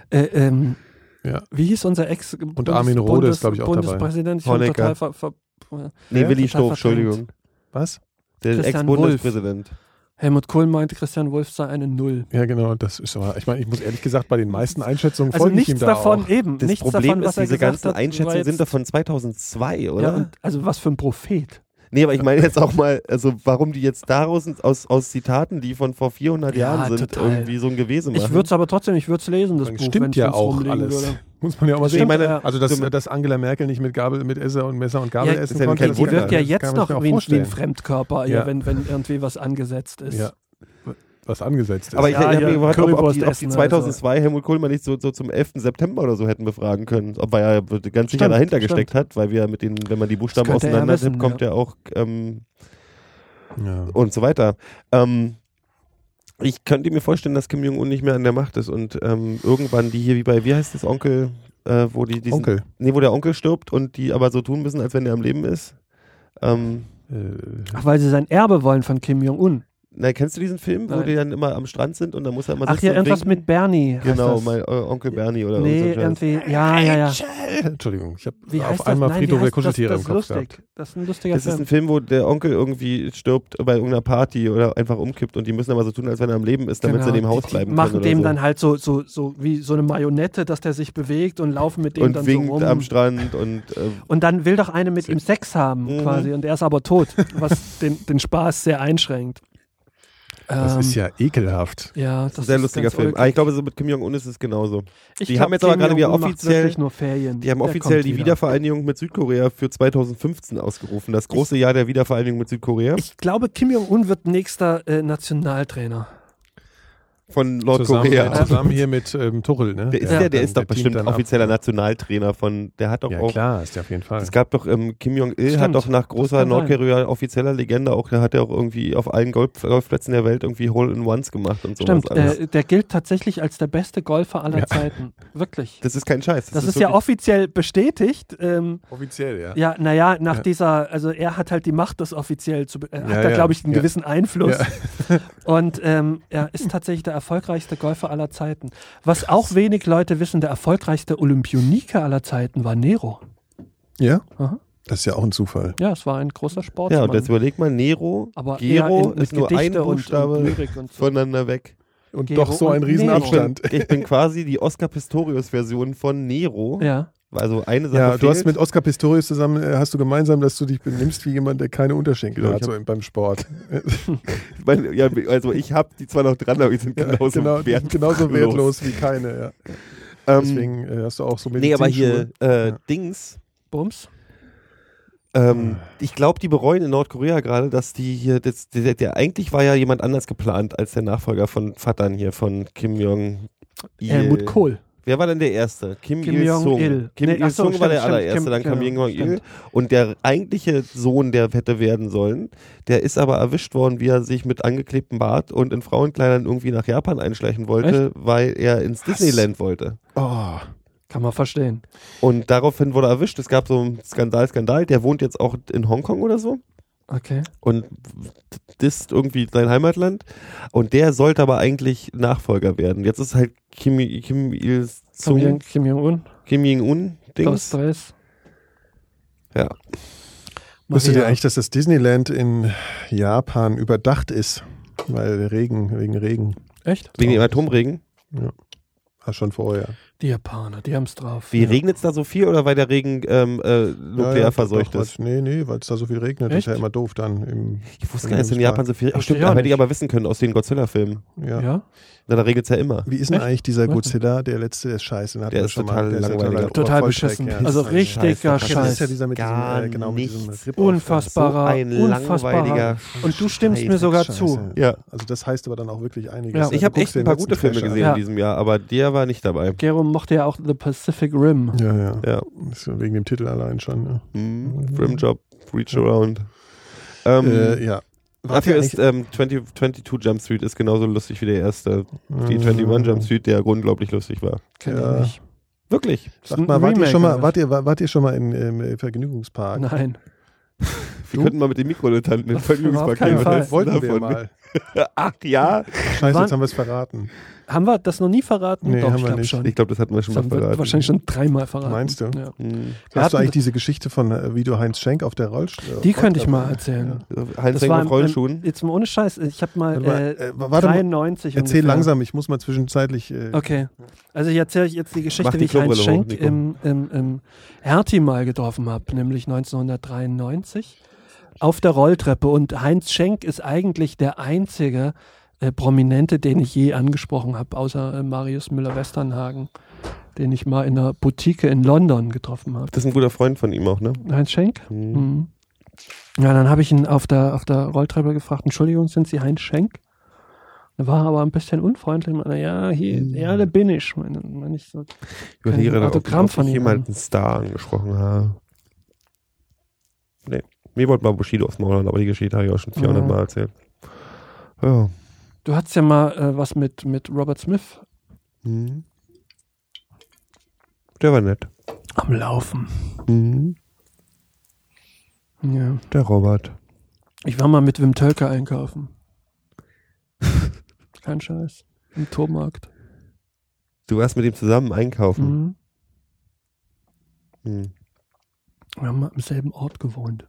äh, ähm,
Ja.
Wie hieß unser Ex- Und
Armin Rohde ist, glaub ich, auch dabei.
Bundespräsident. Ich
Honecker.
Honecker. Total ver ver ver-
Nee,
Ja,
Willi
total
Stoff,
verdrängt.
Entschuldigung.
Was?
Der
Christian
Ex-Bundespräsident.
Helmut Kohl meinte, Christian Wolf sei eine Null.
Ja, genau. Das ist aber, ich meine, ich muss ehrlich gesagt, bei den meisten Einschätzungen
Also
folge ich ihm
nichts
da
davon
auch.
eben.
Das
nichts
Problem
davon, was
ist,
er
diese
gesagt
ganzen
hat, war
Einschätzungen
jetzt-
sind doch von 2002, oder?
Ja, und, also was für ein Prophet.
Nee, aber ich meine jetzt auch mal, also warum die jetzt daraus aus, aus Zitaten, die von vor 400
Ja,
Jahren sind,
total.
irgendwie so ein Gewese machen.
Ich würde es aber trotzdem, ich würde es lesen, das
Dann
Buch, wenn
stimmt
es
ja
uns
auch
rumliegen
alles.
Würde.
Muss man ja auch mal
Ich
sehen.
meine,
ja.
Also, dass,
Stimmt.
dass Angela Merkel nicht mit Gabel, mit Esser und Messer und Gabel
Ja,
essen
ist ja
konnte,
kein
das
Die
Wunder.
wirkt ja
kann
jetzt
man
noch
sich auch
wie, ein- wie ein
vorstellen.
Fremdkörper, ja.
Ja.
wenn, wenn irgendwie was angesetzt ist.
Ja. Was angesetzt ist.
aber ich,
Ja,
ich habe
hier
mir gefragt, ob, ob, die, ob
Currywurst
die
essen,
2002 Helmut Kohl mal nicht so, so zum 11. September oder so hätten befragen können. Ob er ja ganz sicher
Stimmt,
dahinter
stimmt.
gesteckt hat, weil wir mit den, wenn man die Buchstaben
könnte er
auseinander
wissen,
tippt, kommt
ja.
ja auch ähm,
ja.
und so weiter. Ähm, ich könnte mir vorstellen, dass Kim Jong-un nicht mehr an der Macht ist und ähm, irgendwann die hier wie bei, wie heißt das Onkel, äh, wo die diesen,
Onkel.
Nee, wo der Onkel stirbt und die aber so tun müssen, als wenn er am Leben ist. Ähm,
Äh,
Ach, weil sie sein Erbe wollen von Kim Jong-un.
na, kennst du diesen Film, wo
Nein.
die dann immer am Strand sind und dann muss er immer
Ach,
sitzen
hier
und
irgendwas
winken?
mit Bernie. heißt
Genau,
das.
mein äh, Onkel Bernie oder
Nee,
so.
irgendwie. Ja, ja, ja.
Äh, Entschuldigung, ich habe
Wie heißt
auf
das?
einmal
Nein, wie
Friedhof
heißt
der Kuscheltiere
das, das
im
ist
Kopf
lustig.
gehabt.
Das ist ein lustiger
Das ist
Film.
ein Film, wo der Onkel irgendwie stirbt bei irgendeiner Party oder einfach umkippt und die müssen aber so tun, als wenn er am Leben ist, damit
Genau.
sie in dem Haus
Die- die
bleiben
Machen
können.
dem
oder so.
dann halt so, so, so wie so eine Marionette, dass der sich bewegt und laufen mit dem
und
dann
winkt
so rum.
am Strand und äh,
und dann will doch eine mit ihm Sex haben
Mhm.
quasi und er ist aber tot, was den, den Spaß sehr einschränkt.
Das
Ähm,
ist ja ekelhaft.
ja, das
sehr
ist
lustiger
ganz
Film.
ulkig.
Ah, ich glaube, so mit Kim Jong-un ist es genauso.
Ich
die
glaub,
haben jetzt aber
Kim
gerade wieder
Jong-un macht
offiziell-
wirklich nur Ferien.
Die haben
Der
offiziell
kommt
die Wiedervereinigung mit Südkorea für 2015 ausgerufen. Das große Jahr der Wiedervereinigung mit Südkorea
Ich glaube, Kim Jong-un wird nächster äh, Nationaltrainer.
Zusammen,
von
äh,
Nordkorea.
zusammen hier mit ähm, Tuchel, ne?
Der ist, der, der
dann-
ist doch
teamt
bestimmt
dann ab.
offizieller Nationaltrainer von, der hat doch
Ja,
auch
klar, ist der auf jeden Fall.
Es gab doch, ähm, Kim Jong-il hat
Stimmt.
doch nach großer
kann sein.
Nordkorea offizieller Legende auch, der hat ja auch irgendwie auf allen Golf Golfplätzen der Welt irgendwie Hole-in-Ones gemacht und so.
Stimmt, äh, der gilt tatsächlich als der beste Golfer aller
Ja.
Zeiten. Wirklich.
das ist kein Scheiß.
Das, ist, ja
wirklich-
offiziell bestätigt. Ähm,
Offiziell, ja.
ja, naja, nach
Ja.
dieser, also er hat halt die Macht, das offiziell zu, be- er
Ja,
hat da,
ja.
glaube ich, einen
Ja.
gewissen Einfluss.
Ja.
Und ähm, er ist tatsächlich der erfolgreichste Golfer aller Zeiten. Was auch wenig Leute wissen, der erfolgreichste Olympionike aller Zeiten war Nero.
Ja?
Aha.
Das ist ja auch ein Zufall.
Ja, es war ein großer Sportmann.
Ja, und jetzt überleg mal, Nero,
aber eher
Gero
in, mit
ist nur
Gedichte
ein Buchstabe
und, und Lyrik und so.
voneinander weg.
Und
Gero
doch so
und
ein
Nero.
Ich bin,
Riesenabstand.
ich bin quasi die Oscar Pistorius-Version von Nero.
Ja,
Also eine Sache
Ja, du hast
fehlt.
mit Oskar Pistorius zusammen, äh, hast du gemeinsam, dass du dich benimmst wie jemand, der keine Unterschenkel
Ja, Genau, ich
hat, so im- beim Sport.
Weil- ja, also ich habe die zwar noch dran, aber die sind
Ja,
genauso
genau,
wertlos.
genauso wertlos wie keine, ja.
Ähm,
Deswegen äh, hast du auch so
nee, aber hier
Medizinschuhe.
äh,
Ja.
Dings,
Bums.
Ähm,
Ah.
ich glaube, die bereuen in Nordkorea gerade, dass die hier, das, der, der eigentlich war ja jemand anders geplant als der Nachfolger von Vatan hier, von Kim Jong. Il.
Helmut Kohl.
Wer war denn der Erste? Kim,
Äh, Kim
Il-sung.
Jong-il.
Kim
Nee, ach so,
Il-sung war
stimmt,
der
stimmt,
allererste,
Kim-
dann kam Kim
genau,
Jong-il. Und der eigentliche Sohn, der hätte werden sollen, der ist aber erwischt worden, wie er sich mit angeklebtem Bart und in Frauenkleidern irgendwie nach Japan einschleichen wollte, weil er ins Disneyland wollte.
Oh,
Kann man verstehen.
Und daraufhin wurde er erwischt. Es gab so einen Skandal, Skandal. Der wohnt jetzt auch in Hongkong oder so.
Okay.
und disst irgendwie sein Heimatland. Und der sollte aber eigentlich Nachfolger werden. Jetzt ist halt Kim, Kim
Kim Jong-
Il-sung,
Kim Jong-un.
Kim
Dos,
Jong-un-Dings.
tres.
Ja.
wusstet ihr
Maria.
eigentlich, dass das Disneyland in Japan überdacht ist? Weil der Regen, wegen Regen.
Echt?
Wegen dem Atomregen.
Ah, schon vorher.
Die Japaner, die haben's drauf.
Wie regnet es da so viel oder weil der Regen ähm, äh, nuklear
Ja, ja,
verseucht
doch,
ist?
weil's- Nee, nee, weil es da so viel regnet.
Echt?
Ist ja immer doof dann. Im,
Ich wusste gar nicht, dass in Japan so viel. Ach,
Wusste
stimmt,
ich auch
hätte ich
nicht.
aber wissen können aus den Godzilla-Filmen.
ja.
Ja.
Na, da regnet es ja immer.
Wie ist denn
Echt?
eigentlich dieser
Warte.
Godzilla, der letzte, der ist scheiße. Den hatten
Der
wir
ist
schon
total
mal. Der ist
langweiliger.
Total
Vollstreck,
beschissen.
ja.
Also
Das ist ein Scheiß.
richtiger
Das ist ja
Scheiß.
dieser mit
Gar
diesem, äh, genau, mit diesem
nichts.
Rip-Off.
Unfassbarer,
So ein langweiliger
unfassbarer. Und du stimmst mir sogar zu.
Scheiße.
Ja.
Also das heißt aber dann auch wirklich einiges.
Ja.
Also
Ich habe
guckst
echt
dir
ein
den
paar
letzten
gute Filme
Trash an.
gesehen
Ja.
in diesem Jahr, aber der war nicht dabei.
Gero mochte ja auch The Pacific Rim.
Ja, ja.
Ja.
Ist ja Wegen dem Titel allein schon. ne? Ja.
Hm. Rimjob, Reach Around. Ähm,
Mhm. Äh, ja. Wart ihr
Dafür ist ähm, 20, 22 Jump Street ist genauso lustig wie der erste. Die
Mhm.
21 Jump Street, der unglaublich lustig war.
Kenn
Ja.
ich nicht.
Wirklich.
Ist
Sagt
ein
mal, wart ihr
Remake,
schon mal,
oder
wart ihr, wart ihr schon mal im, im Vergnügungspark?
was? Nein.
Wir könnten mal mit dem Mikroletanten in den
Auf überhaupt
Vergnügungspark
keinen
gehen. was
Fall.
hältst du
Wollten wir
davon?
mal.
Ach ja.
Scheiße,
Wann-
jetzt haben wir es verraten.
Haben wir das noch nie verraten?
Nee,
Doch,
haben
ich
wir
glaube
nicht.
schon.
Ich glaube, das hatten wir schon
das
mal
haben wir
verraten.
wahrscheinlich schon dreimal verraten.
Meinst du?
Ja.
Hm.
Wir
Hast du
hatten-
eigentlich diese Geschichte von äh, Vido Heinz Schenk auf der äh, Rollstuhl?
Die könnte ich mal erzählen.
Heinz
Das
Henk
war
auf
im,
Rollschuhen.
im, jetzt mal ohne Scheiß. Ich habe mal,
Warte mal,
äh,
äh, warte mal.
93
Erzähl
ungefähr.
langsam, ich muss mal zwischenzeitlich. Äh,
Okay. Also ich erzähle euch jetzt die
Mach
Geschichte,
die
wie ich Heinz
Klobrille hoch,
Schenk im, im, im Hertie mal getroffen habe, nämlich 1993 auf der Rolltreppe. Und Heinz Schenk ist eigentlich der einzige äh, Prominente, den ich je angesprochen habe, außer äh, Marius Müller-Westernhagen, den ich mal in einer Boutique in London getroffen habe.
Das ist ein guter Freund von ihm auch, ne?
Heinz Schenk?
Hm.
Mhm. Ja, dann habe ich ihn auf der, auf der Rolltreppe gefragt, Entschuldigung, sind Sie Heinz Schenk? Er war aber ein bisschen unfreundlich. Meine, ja, hier, ja, da bin ich. Meine, meine ich so,
Ich überlege
Kein
gerade, ob,
Autogramm
ob
von
ich
ihm.
jemanden einen Star angesprochen habe. Nee. Mir wollte mal Bushido aufs Maul hauen, aber die Geschichte habe ich auch schon 400
Mhm.
Mal erzählt. Ja.
du hattest ja mal äh, was mit, mit Robert Smith
Mhm. Der war nett.
am Laufen.
Mhm.
Ja.
Der Robert.
Ich war mal mit Wim Tölke einkaufen. Kein Scheiß. Im Tormarkt.
Du warst mit ihm zusammen einkaufen.
Mhm.
Hm.
Wir haben am selben Ort gewohnt.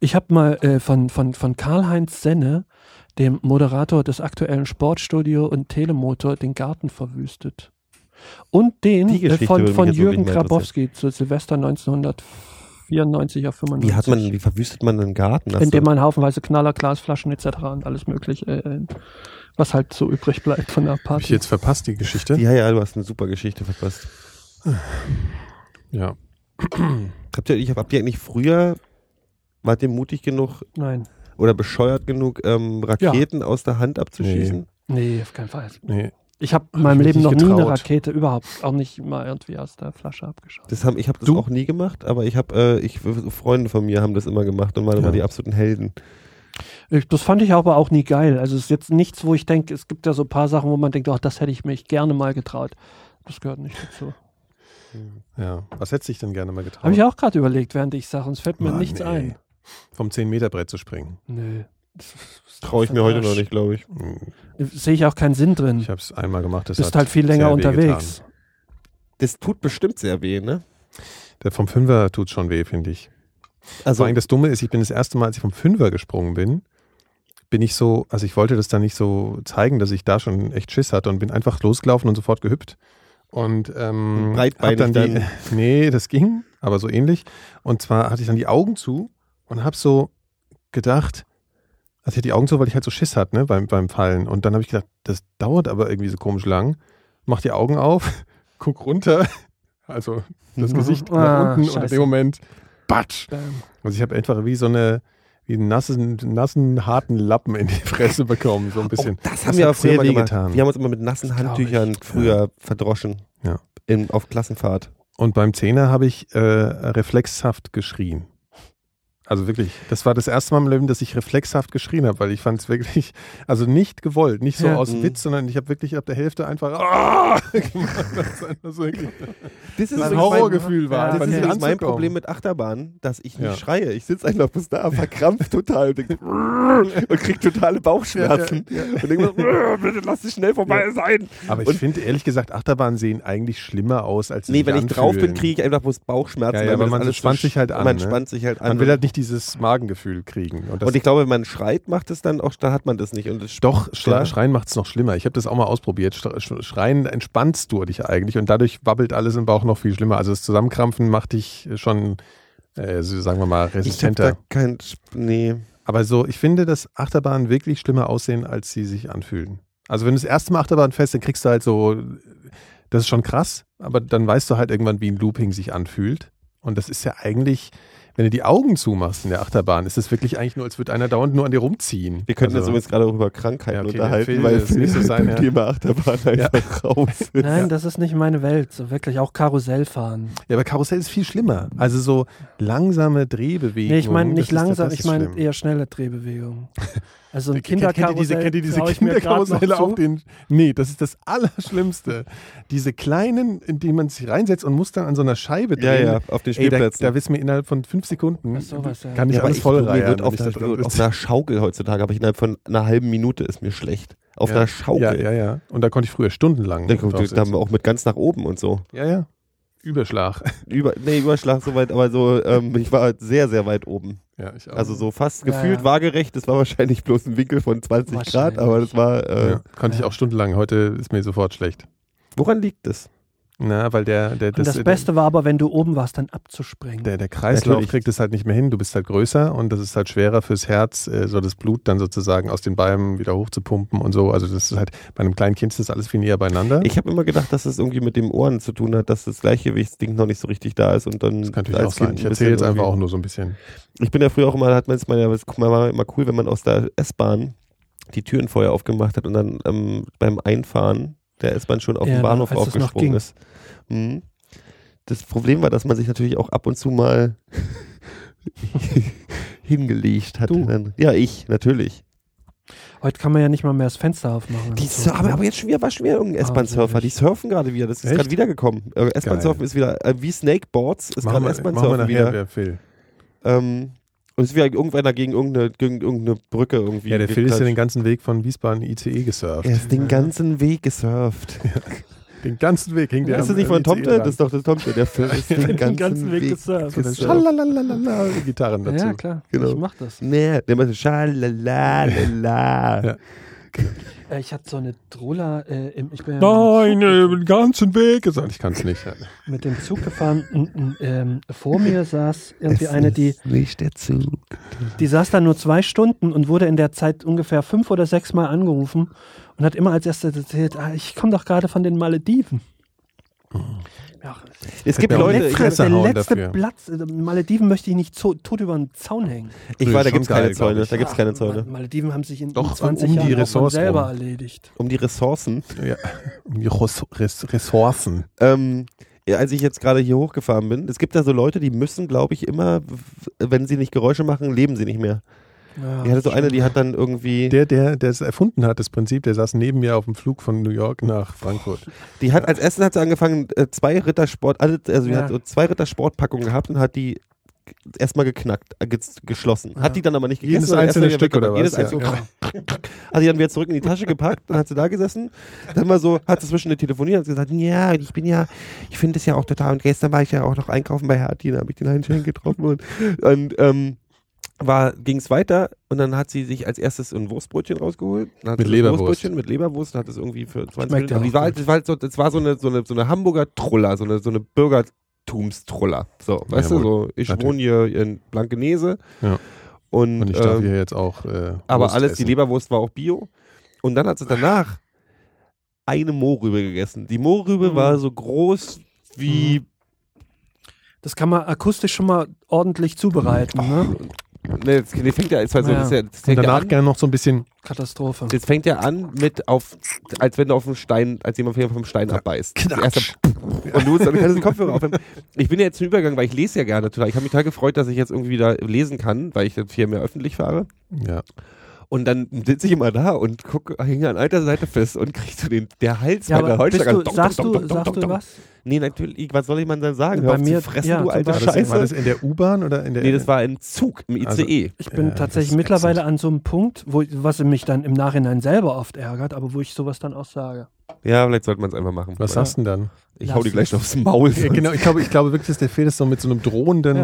Ich habe mal äh, von, von, von Karl-Heinz Senne, dem Moderator des aktuellen Sportstudio und Telemotor, den Garten verwüstet. Und den
Die
äh,
Geschichte
von,
würde mich
von
jetzt
Jürgen
wirklich mal
Grabowski zu Silvester 1994 auf 95.
Wie hat man, wie verwüstet man einen Garten? Hast
indem
du-
man haufenweise Knaller, Glasflaschen etc. und alles mögliche, äh, was halt so übrig bleibt von der
Hab ich
Party.
jetzt verpasst, die Geschichte?
ja, ja, du hast eine super Geschichte verpasst.
Ja.
Habt ihr, ich hab, habt ihr eigentlich früher, wart ihr mutig genug
Nein.
oder bescheuert genug, ähm, Raketen aus der Hand abzuschießen?
Nee, auf keinen Fall.
Nee.
Ich habe in meinem
mich
Leben
nicht
noch nie eine
getraut.
Rakete überhaupt, auch nicht mal irgendwie aus der Flasche abgeschossen.
Das haben, ich habe das
Du?
auch nie gemacht, aber ich habe, äh, ich, Freunde von mir haben das immer gemacht und waren
Ja.
immer die absoluten Helden.
Ich, das fand ich aber auch nie geil. Also es ist jetzt nichts, wo ich denke, es gibt ja so ein paar Sachen, wo man denkt, ach, das hätte ich mich gerne mal getraut. Das gehört nicht dazu.
Ja. Was hättest du dich denn gerne mal getraut?
Habe ich auch gerade überlegt, während ich sage, uns fällt mir
Mann,
nichts
ey.
ein.
Vom 10-Meter-Brett zu springen.
Nö. Das
Traue ich mir heute noch nicht, glaube ich.
Hm,
Sehe ich auch keinen Sinn drin.
Ich habe es einmal gemacht. Das
Bist
hat
halt viel
sehr
länger
weh
unterwegs.
Das tut bestimmt sehr weh, ne?
getan. Der vom Fünfer tut schon weh, finde ich.
Also
Vor allem das Dumme ist, ich bin das erste Mal, als ich vom Fünfer gesprungen bin, bin ich so, also ich wollte das dann nicht so zeigen, dass ich da schon echt Schiss hatte und bin einfach losgelaufen und sofort gehüpft. Und ähm,
Breitbeinig
hab dann die, nee, das ging, aber so ähnlich. Und zwar hatte ich dann die Augen zu und habe so gedacht, also ich hatte die Augen zu, weil ich halt so Schiss hatte ne, beim, beim Fallen. Und dann habe ich gedacht, das dauert aber irgendwie so komisch lang. Mach die Augen auf, guck runter, also das
Mhm.
Gesicht
Ah,
nach unten und in
scheiße.
dem Moment, batsch,
Bam.
also ich habe einfach wie so eine, wie einen nassen, nassen, harten Lappen in die Fresse bekommen, so ein bisschen.
Oh, das haben wir
hat
aber früher
sehr
immer
weh
gemacht.
getan.
Wir haben uns immer mit nassen
Das glaub
Handtüchern früher verdroschen.
Ja.
In, auf Klassenfahrt.
Und beim Zehner habe ich äh, reflexhaft geschrien. Also wirklich, das war das erste Mal im Leben, dass ich reflexhaft geschrien habe, weil ich fand es wirklich, also nicht gewollt, nicht so
Ja.
aus
Mhm.
Witz, sondern ich habe wirklich ab der Hälfte einfach "Ah!" gemacht. Das, ist einfach so wirklich-
Das ist
das ein
übrigens
Horrorgefühl
Ja,
war.
Mein,
einfach
das ist
nicht
übrigens mein
anzukommen.
Problem mit Achterbahn, dass ich nicht
Ja.
schreie. Ich sitze einfach bis da, verkrampft total und, denk, und krieg totale Bauchschmerzen. Und denke mir, bitte lass es schnell vorbei sein.
Aber ich
Und-
finde ehrlich gesagt, Achterbahnen sehen eigentlich schlimmer aus, als sie
Nee,
sich
wenn ich drauf bin,
anfühlen.
kriege ich einfach bloß Bauchschmerzen.
Ja, ja,
weil mir
aber
das
man
alles
spannt
sch-
sich halt an,
Man
ne?
spannt sich halt an.
Man will halt nicht dieses Magengefühl kriegen. Und das
und ich glaube, wenn man schreit, macht es dann auch, da hat man das nicht. Und das
Doch, Schre
Ja.
Schreien macht es noch schlimmer. Ich habe das auch mal ausprobiert. Sch- Sch- Schreien entspannst du dich eigentlich und dadurch wabbelt alles im Bauch noch viel schlimmer. Also das Zusammenkrampfen macht dich schon, äh, so sagen wir mal,
ich hab da
resistenter.
kein, nee.
Aber so, ich finde, dass Achterbahnen wirklich schlimmer aussehen, als sie sich anfühlen. Also wenn du das erste Mal Achterbahn fährst, dann kriegst du halt so, das ist schon krass, aber dann weißt du halt irgendwann, wie ein Looping sich anfühlt. Und das ist ja eigentlich, wenn du die Augen zumachst in der Achterbahn, ist es wirklich eigentlich nur, als würde einer dauernd nur an dir rumziehen.
Wir könnten
also,
jetzt übrigens gerade auch über Krankheiten
Ja, okay,
unterhalten,
Phil,
weil
das nächste sein,
beim
ja.
Thema Achterbahn einfach raus ist.
Nein, das ist nicht meine Welt. So wirklich auch Karussell fahren.
Ja, aber Karussell ist viel schlimmer. Also so langsame Drehbewegungen.
Nee, ich meine
das
nicht
ist- das
langsam,
ist
ich meine
schlimm. Äh,
eher schnelle Drehbewegungen. Also ein
Kennt- kennt ihr diese,
Kinderkarussell.
kennt ihr diese
traue ich mir grad noch
Kinderkarusselle auf
zu.
den. Nee, das ist das Allerschlimmste. Diese kleinen, in die man sich reinsetzt und muss dann an so einer Scheibe
Ja,
drehen.
ja, auf den
Ey, da,
Spielplätzen.
da wissen wir innerhalb von fünf Sekunden.
Ach, sowas, ja.
Kann ich
ja, aber
alles
ich,
voll
mir
reihen.
wird auf,
wenn
der,
ich da drin
auf
bin.
einer Schaukel heutzutage, aber ich innerhalb von einer halben Minute ist mir schlecht. Auf
Ja.
einer Schaukel.
ja, ja, ja. Und da konnte ich früher stundenlang.
Da, da,
drauf
da haben wir
sitzen.
auch mit ganz nach oben und so.
ja, ja. Überschlag.
Über, nee, Überschlag soweit, aber so, ähm, ich war sehr, sehr weit oben.
Ja, ich auch.
Also so fast
Ja,
gefühlt
ja.
waagerecht. Das war wahrscheinlich bloß ein Winkel von 20 Grad,
Wahrscheinlich.
aber das war. Äh,
ja, konnte ich auch stundenlang. Heute ist mir sofort schlecht.
Woran liegt das?
Na, weil der, der
Und
äh,
das Beste war aber, wenn du oben warst, dann abzuspringen.
Der, der Kreislauf
Natürlich.
kriegt es halt nicht mehr hin. Du bist halt größer und das ist halt schwerer fürs Herz, äh, so das Blut dann sozusagen aus den Beinen wieder hochzupumpen und so. Also das ist halt, bei einem kleinen Kind ist das alles viel näher beieinander.
Ich habe immer gedacht, dass es irgendwie mit dem Ohren zu tun hat, dass das Gleichgewichtsding noch nicht so richtig da ist und dann.
das kann natürlich
als
auch sein.
Kind
Ich
ein
erzähle jetzt
bisschen
einfach
irgendwie-
auch nur so ein bisschen.
Ich bin ja früher auch immer, hat man es mal, ja, das guck mal, war immer cool, wenn man aus der S-Bahn die Türen vorher aufgemacht hat und dann ähm, beim Einfahren der S-Bahn schon auf
Ja,
ne,
dem Bahnhof
als das noch
aufgesprungen
ging.
ist. Mhm. Das Problem war, dass man sich natürlich auch ab und zu mal hingelegt hat.
Du?
Dann- Ja, ich, natürlich.
Heute kann man ja nicht mal mehr das Fenster aufmachen.
Die
und so.
Sur aber, aber jetzt schon wieder, war schon wieder irgendein S-Bahn-Surfer. Die surfen gerade wieder. Das ist
Ah, Echt?
gerade wiedergekommen. Äh, S-Bahn-Surfen
Geil.
ist wieder, äh, wie Snakeboards, ist
Machen
gerade
wir, machen wir
S-Bahn-Surfen
nachher,
wieder.
wer Phil.
Ähm, und es ist wie irgendwann dagegen irgendeine, gegen irgendeine Brücke irgendwie.
Ja, der Phil ist ja den
geklatscht.
ganzen Weg von Wiesbaden ICE gesurft.
Er ist den ganzen Weg gesurft.
Den ganzen Weg hing der
ist
am
das nicht von
ICE
Tomte? Das
lang.
ist doch das Tomte. Der Phil ist den,
den
ganzen,
ganzen Weg
Weg
gesurft.
gesurft.
Schalalalala, die Gitarren dazu.
Ja, klar.
Genau.
Ich mach das.
Nee, der macht so schalalalala.
Ja.
Äh, ich hatte so eine Drola, äh, im, ich bin ja
Nein,
mit dem
äh, den ganzen Weg. gesurft. Ich kann es nicht.
Zug, mit dem Zug gefahren. und, und, ähm, vor mir saß irgendwie eine, die,
Nicht der Zug.
die saß da nur zwei Stunden und wurde in der Zeit ungefähr fünf oder sechs Mal angerufen und hat immer als erstes erzählt, ah, ich komme doch gerade von den Malediven. Ja,
Es gibt
Ja, und
Leute,
Netflix-
ich,
letzte,
Fresse
der
hauen
letzte
dafür.
Platz, äh, Malediven möchte ich nicht zo- tot über den Zaun hängen.
ich war, da
Schon
gibt es keine
geil, glaub
Zäune.
ich.
Da gibt es
Ach,
keine Zäune.
Ma- Malediven haben sich in
Doch,
in 20
um die
Jahren auch von
Ressourcen
selber
rum.
erledigt.
Um die Ressourcen.
Ja. Um Die Ros- Res- Ressourcen.
Ähm, ja, als ich jetzt gerade hier hochgefahren bin, es gibt da so Leute, die müssen, glaube ich, immer, w- wenn sie nicht Geräusche machen, leben sie nicht mehr.
Ja,
Ich hatte so eine, die hat dann irgendwie,
Der, der, der es erfunden hat, das Prinzip, der saß neben mir auf dem Flug von New York nach Frankfurt.
die hat als Essen hat sie angefangen, äh, zwei Rittersport, also die
Ja.
hat so zwei Rittersportpackungen gehabt und hat die erstmal geknackt, äh, ge geschlossen. Hat die dann aber nicht gegessen.
Jedes
sondern erst
einzelne
wieder
Stück oder
weggemacht.
was?
Jedes einzelne, Hat die dann wieder zurück in die Tasche gepackt, dann hat sie da gesessen, dann mal so, hat sie zwischen den telefoniert und gesagt, ja, ich bin ja, ich finde es ja auch total, und gestern war ich ja auch noch einkaufen bei Hertie, da habe ich den Handschellen getroffen und, und ähm, war, ging es weiter und dann hat sie sich als erstes ein Wurstbrötchen rausgeholt. Dann hat
Mit
sie das
Leberwurst.
Wurstbrötchen mit Leberwurst und hat es irgendwie für 20
Schmeckt
Minuten.
ja
aber die
auch
war, halt- das war, halt so, das war so eine, so eine, so eine Hamburger Truller, so eine, so eine Bürgertumstruller. So, weißt du, so, ich
Natürlich.
wohne hier in Blankenese.
Ja.
Und,
Und ich darf
ähm,
hier jetzt auch. Äh,
aber
Wurst
alles,
essen.
die Leberwurst war auch Bio. Und dann hat sie danach eine Mohrrübe gegessen. Die Mohrrübe
Mhm.
war so groß wie.
Mhm.
Das kann man akustisch schon mal ordentlich zubereiten. Ne?
Ne, jetzt, die fängt ja, jetzt, also,
Ja.
das ist ja, das
Und
fängt ja
danach
an,
gerne noch so ein bisschen.
Katastrophe.
das fängt ja an mit auf, als wenn du auf dem Stein, als jemand vom Stein abbeißt. Das erste- Und du, du kannst den Kopfhörer aufhören. Ich bin ja jetzt zum Übergang, weil ich lese ja gerne total. Ich habe mich total gefreut, dass ich jetzt irgendwie wieder lesen kann, weil ich jetzt hier mehr öffentlich fahre.
Ja.
Und dann sitze ich immer da und gucke, hänge an alter Seite fest und kriege so den, der Hals
Ja,
bei der
aber bist
Holzschlag.
du, sagst du, sagst du was?
Nee, natürlich, was soll ich man dann sagen?
Bei
Hör auf
mir-
zu fressen,
ja,
du
zum
alter
War
Beispiel.
das, war
Scheiße.
das in der U-Bahn oder in der.
Nee, das war im Zug, im E.
Also-
ICE.
Ich bin
Ja, das
tatsächlich
ist
mittlerweile an so einem Punkt, wo, was mich dann im Nachhinein selber oft ärgert, aber wo ich sowas dann auch sage.
ja, vielleicht sollte man es einfach machen.
Was
Oder?
sagst du denn dann?
Ich hau
Lass
dir gleich
es.
aufs Maul.
Ja, genau, ich glaube, ich glaube wirklich, dass der Fehler so mit so einem drohenden.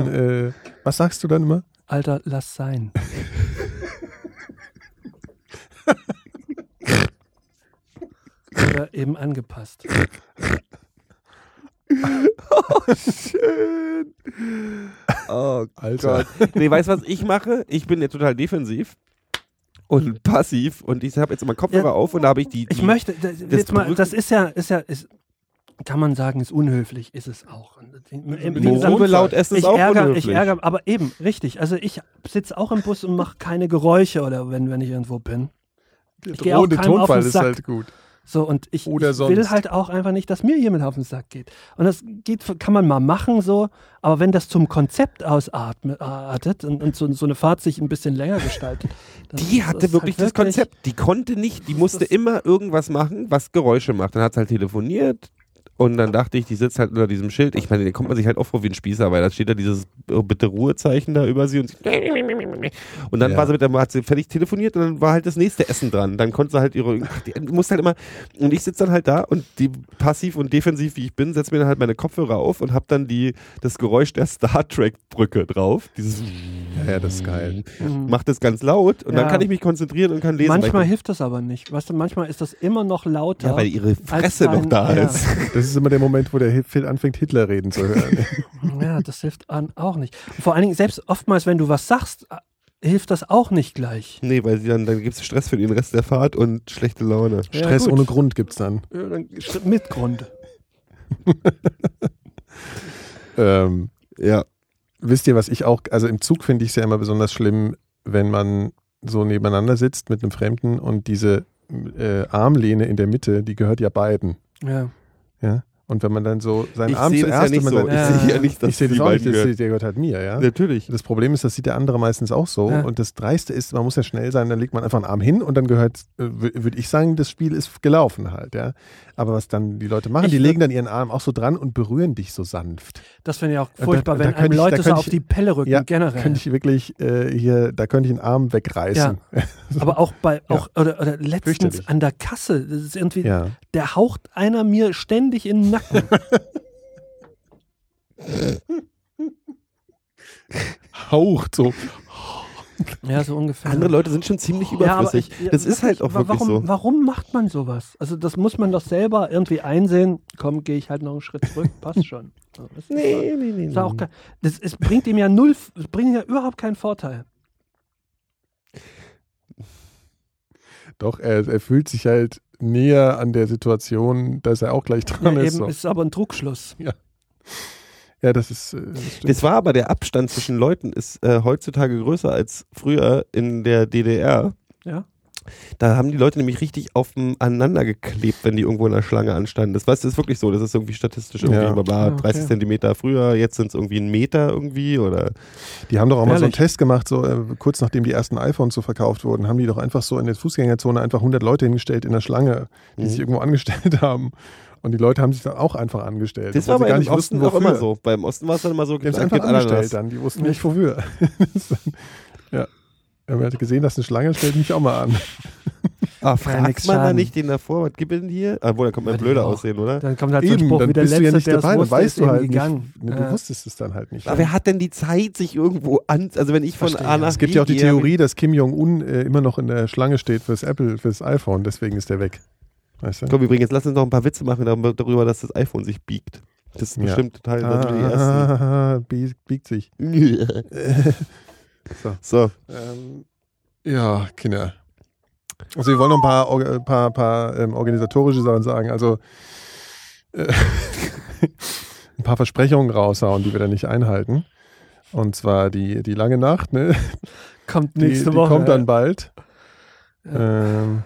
Äh, was sagst du dann immer?
Alter, lass sein. Oder eben angepasst.
Schön. Oh
Alter.
Gott. Nee, weißt du, was ich mache? Ich bin ja total defensiv und passiv und ich habe jetzt immer Kopfhörer
Ja.
auf und da habe ich die. die
Ich möchte, das, jetzt mal,
berühmt-
das ist ja, ist ja, ist, kann man sagen, ist unhöflich, ist es auch. Und, äh, Wie
Mohrrübe laut essen ist
ich
auch
ärgere,
unhöflich.
ich ärgere, aber eben, richtig. Also ich sitze auch im Bus und mache keine Geräusche oder wenn, wenn ich irgendwo bin.
Der
Ich geh auch
drohende
keinem auf
Tonfall
den
ist
Sack.
halt gut.
So, und ich,
Oder
ich will
sonst.
halt auch einfach nicht, dass mir jemand auf den Sack geht. Und das geht, kann man mal machen, so, aber wenn das zum Konzept ausartet und, und so, so eine Fahrt sich ein bisschen länger gestaltet. dann
Die
ist
hatte
halt
wirklich das Konzept. Die konnte nicht, die musste
Das-
immer irgendwas machen, was Geräusche macht. Dann hat sie halt telefoniert und dann dachte ich, die sitzt halt unter diesem Schild. Ich meine, da kommt man sich halt auch vor wie ein Spießer, weil da steht da dieses äh, bitte Ruhezeichen da über sie und, sie und dann
Ja.
war sie mit der, hat sie fertig telefoniert und dann war halt das nächste Essen dran. Dann konnte sie halt ihre, ach, die die musste halt immer, und ich sitze dann halt da und die passiv und defensiv, wie ich bin, setze mir dann halt meine Kopfhörer auf und habe dann die, das Geräusch der Star Trek Brücke drauf. Dieses
Ja, ja, das ist geil.
macht das ganz laut und
Ja.
dann kann ich mich konzentrieren und kann lesen.
Manchmal
weil ich,
hilft das aber nicht. Weißt du, manchmal ist das immer noch lauter.
ja, weil ihre Fresse
dein-
noch da
ja.
ist.
Das ist immer der Moment, wo der Hi- Phil anfängt, Hitler reden zu hören.
Ja, das hilft an, auch nicht. Und vor allen Dingen, selbst oftmals, wenn du was sagst, äh, hilft das auch nicht gleich.
Nee, weil sie dann, dann gibt es Stress für den Rest der Fahrt und schlechte Laune.
Stress
gut.
ohne Grund gibt's dann.
Ja, dann,
Mit Grund.
Ähm,
ja.
wisst ihr, was ich auch, also im Zug finde ich es ja immer besonders schlimm, wenn man so nebeneinander sitzt mit einem Fremden und diese äh, Armlehne in der Mitte, die gehört ja beiden.
Ja.
Ja? Und Und wenn man dann so seinen
Ich
Arm
sehe das ja
zuerst
nicht
und man
so.
denkt,
Ja.
Ich sehe ja nicht, dass
ich sehe das
die
auch nicht,
beiden
das,
gehört.
der gehört halt mir, ja.
Natürlich.
Das Problem ist, das sieht der andere meistens auch so.
Ja.
Und das Dreiste ist, man muss ja schnell sein, dann legt man einfach einen Arm hin und dann gehört, würde ich sagen, das Spiel ist gelaufen halt, ja. Aber was dann die Leute machen,
Ich
die
würd-
legen dann ihren Arm auch so dran und berühren dich so sanft.
Das finde ich auch
Äh, da-
furchtbar,
da
wenn
könnte
einem
ich- da
Leute so
könnte
auf
ich-
die Pelle rücken,
Ja,
generell.
Könnte ich wirklich äh, hier, da könnte ich einen Arm wegreißen.
Aber auch bei, auch, oder, oder letztens
Fürchterlich.
an der Kasse, das ist irgendwie,
Ja.
der haucht einer mir ständig in den Nacken.
Haucht so.
ja, so ungefähr.
Andere Leute sind schon ziemlich
Ja, aber
überflüssig.
ich- ja,
das ist halt auch
wa-
wirklich
warum,
so.
Warum macht man sowas? Also das muss man doch selber irgendwie einsehen. Komm, gehe ich halt noch einen Schritt zurück, passt schon. Also, das ist
Nee, nee, nee.
Ist auch kein, das ist, bringt ihm ja null, es bringt ihm ja überhaupt keinen Vorteil.
Doch, er, er fühlt sich halt näher an der Situation, dass er auch gleich
Ja,
dran
eben
ist. So.
ist aber ein Trugschluss.
Ja, das ist. äh, Das stimmt.
Das war aber der Abstand zwischen Leuten ist äh, heutzutage größer als früher in der DDR.
Ja.
Da haben die Leute nämlich richtig aufeinander geklebt, wenn die irgendwo in der Schlange anstanden. Das, weißt, du, das ist wirklich so. Das ist irgendwie statistisch irgendwie
Ja.
immer bla,
Ah, okay.
30 Zentimeter früher, jetzt sind es irgendwie ein Meter irgendwie oder
Die haben doch auch mal so einen
Ehrlich?
Test gemacht, so äh, kurz nachdem die ersten iPhones so verkauft wurden, haben die doch einfach so in der Fußgängerzone einfach 100 Leute hingestellt in der Schlange, die
Mhm.
sich irgendwo angestellt haben. Und die Leute haben sich dann auch einfach angestellt.
Das
obwohl
war
sie
aber
gar
im
nicht
Osten
wussten,
auch
wofür.
immer so. Beim Osten war es dann immer so, ah,
Die haben
gibt
sich einfach
Ananas.
angestellt dann, die wussten nicht wofür. Das ist dann- ja. Wenn man hat gesehen, dass eine Schlange, stellt mich auch mal an.
Ah,
Kann ja
fragt
nix
man da
schaden.
nicht den davor, was gibt denn hier? Obwohl, da kommt man
Würde
blöder
ich
genau.
auch.
aussehen, oder?
Dann kommt halt so ein
Eben,
Spruch
dann
wie der
bist
Letzte,
du ja nicht
der es
dabei, dann
wusste,
weißt
ist
du
eben
halt
gegangen. Äh,
nicht. Du
Ja.
wusstest es dann halt nicht.
Aber wer hat denn die Zeit, sich irgendwo an... Also wenn ich von
Verstehe.
A nach
Es gibt
B
ja auch die
gehe,
Theorie, dass Kim Jong-un äh, immer noch in der Schlange steht fürs Apple, fürs iPhone, deswegen ist der weg. Weißt du?
Komm, übrigens, lass uns noch ein paar Witze machen dar- darüber, dass das iPhone sich biegt. Das ist
Ja.
bestimmt total das sind die ersten.
Ah, biegt, biegt sich. So.
so.
Ähm,
ja, Kinder. Also wir wollen noch ein paar, Org- äh, paar, paar ähm, organisatorische Sachen sagen. Also äh, ein paar Versprechungen raushauen, die wir dann nicht einhalten. Und zwar die, die lange Nacht, ne?
Kommt
Die,
nächste
die
Woche.
kommt dann bald. Ähm,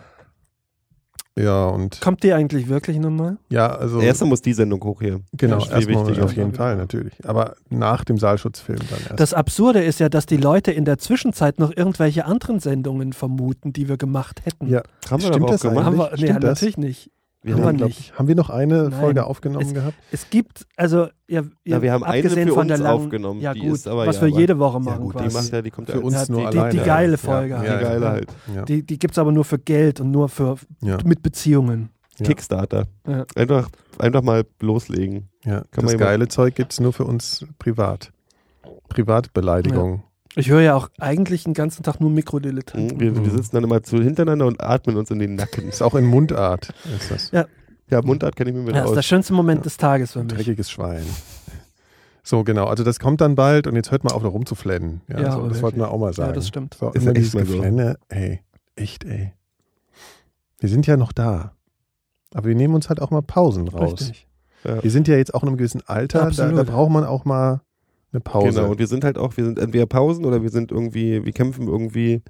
ja, und
Kommt die eigentlich wirklich nochmal?
ja, also
Erstmal muss die Sendung hoch hier.
genau,
das ist viel
erstmal
wichtiger.
auf jeden Fall natürlich. Aber nach dem Saalschutzfilm dann erst.
Das Absurde ist ja, dass die Leute in der Zwischenzeit noch irgendwelche anderen Sendungen vermuten, die wir gemacht hätten.
ja,
Haben wir
Stimmt
aber auch
das
gemacht.
Haben wir,
Stimmt
nee,
das?
natürlich nicht.
Wir
haben
haben,
wir
glaub
nicht.
ich, haben wir noch eine
Nein.
Folge aufgenommen
Es-
gehabt?
Es gibt, also, ihr, ihr
Na, wir haben eine
abgesehen
für
von der
uns
langen,
aufgenommen,
Ja,
die
gut,
ist aber-
was
ja,
wir
aber-
jede Woche machen.
Ja, gut,
Die
quasi.
macht ja, die kommt
Für
ja
uns
als-
nur
die,
die
alleine.
geile Folge
Ja,
halt.
Die,
ja,
die geile
ja.
halt.
Ja.
Die, die gibt es aber nur für Geld und nur für
ja.
mit Beziehungen.
Ja.
Kickstarter.
Ja.
Einfach, einfach mal loslegen.
Ja,
Kann man
das
jemand-
geile Zeug gibt es nur für uns privat. Privatbeleidigung.
Ich höre ja auch eigentlich den ganzen Tag nur Mikrodilettanten.
Mhm. Wir, wir
Mhm.
sitzen dann immer zu hintereinander und atmen uns in den Nacken.
Ist auch in Mundart. Ist das.
Ja, Mundart kenne ich mir mit
Ja, das ist der
aus.
schönste Moment des Tages für mich.
Dreckiges Schwein. So, genau. Also das kommt dann bald und jetzt hört man auf, da rumzuflennen. Ja,
Ja,
so,
aber
das wollten wir auch mal sagen.
Ja, das stimmt.
So,
Ist
immer
echt
dieses
mal so.
Geflenne, ey. Echt, ey. Wir sind ja noch da. Aber wir nehmen uns halt auch mal Pausen raus.
Richtig.
Wir sind ja jetzt auch in einem gewissen Alter, da, da
Absolut.
braucht man auch mal eine Pause.
Genau, und wir sind halt auch, wir sind entweder Pausen oder wir sind irgendwie, wir kämpfen irgendwie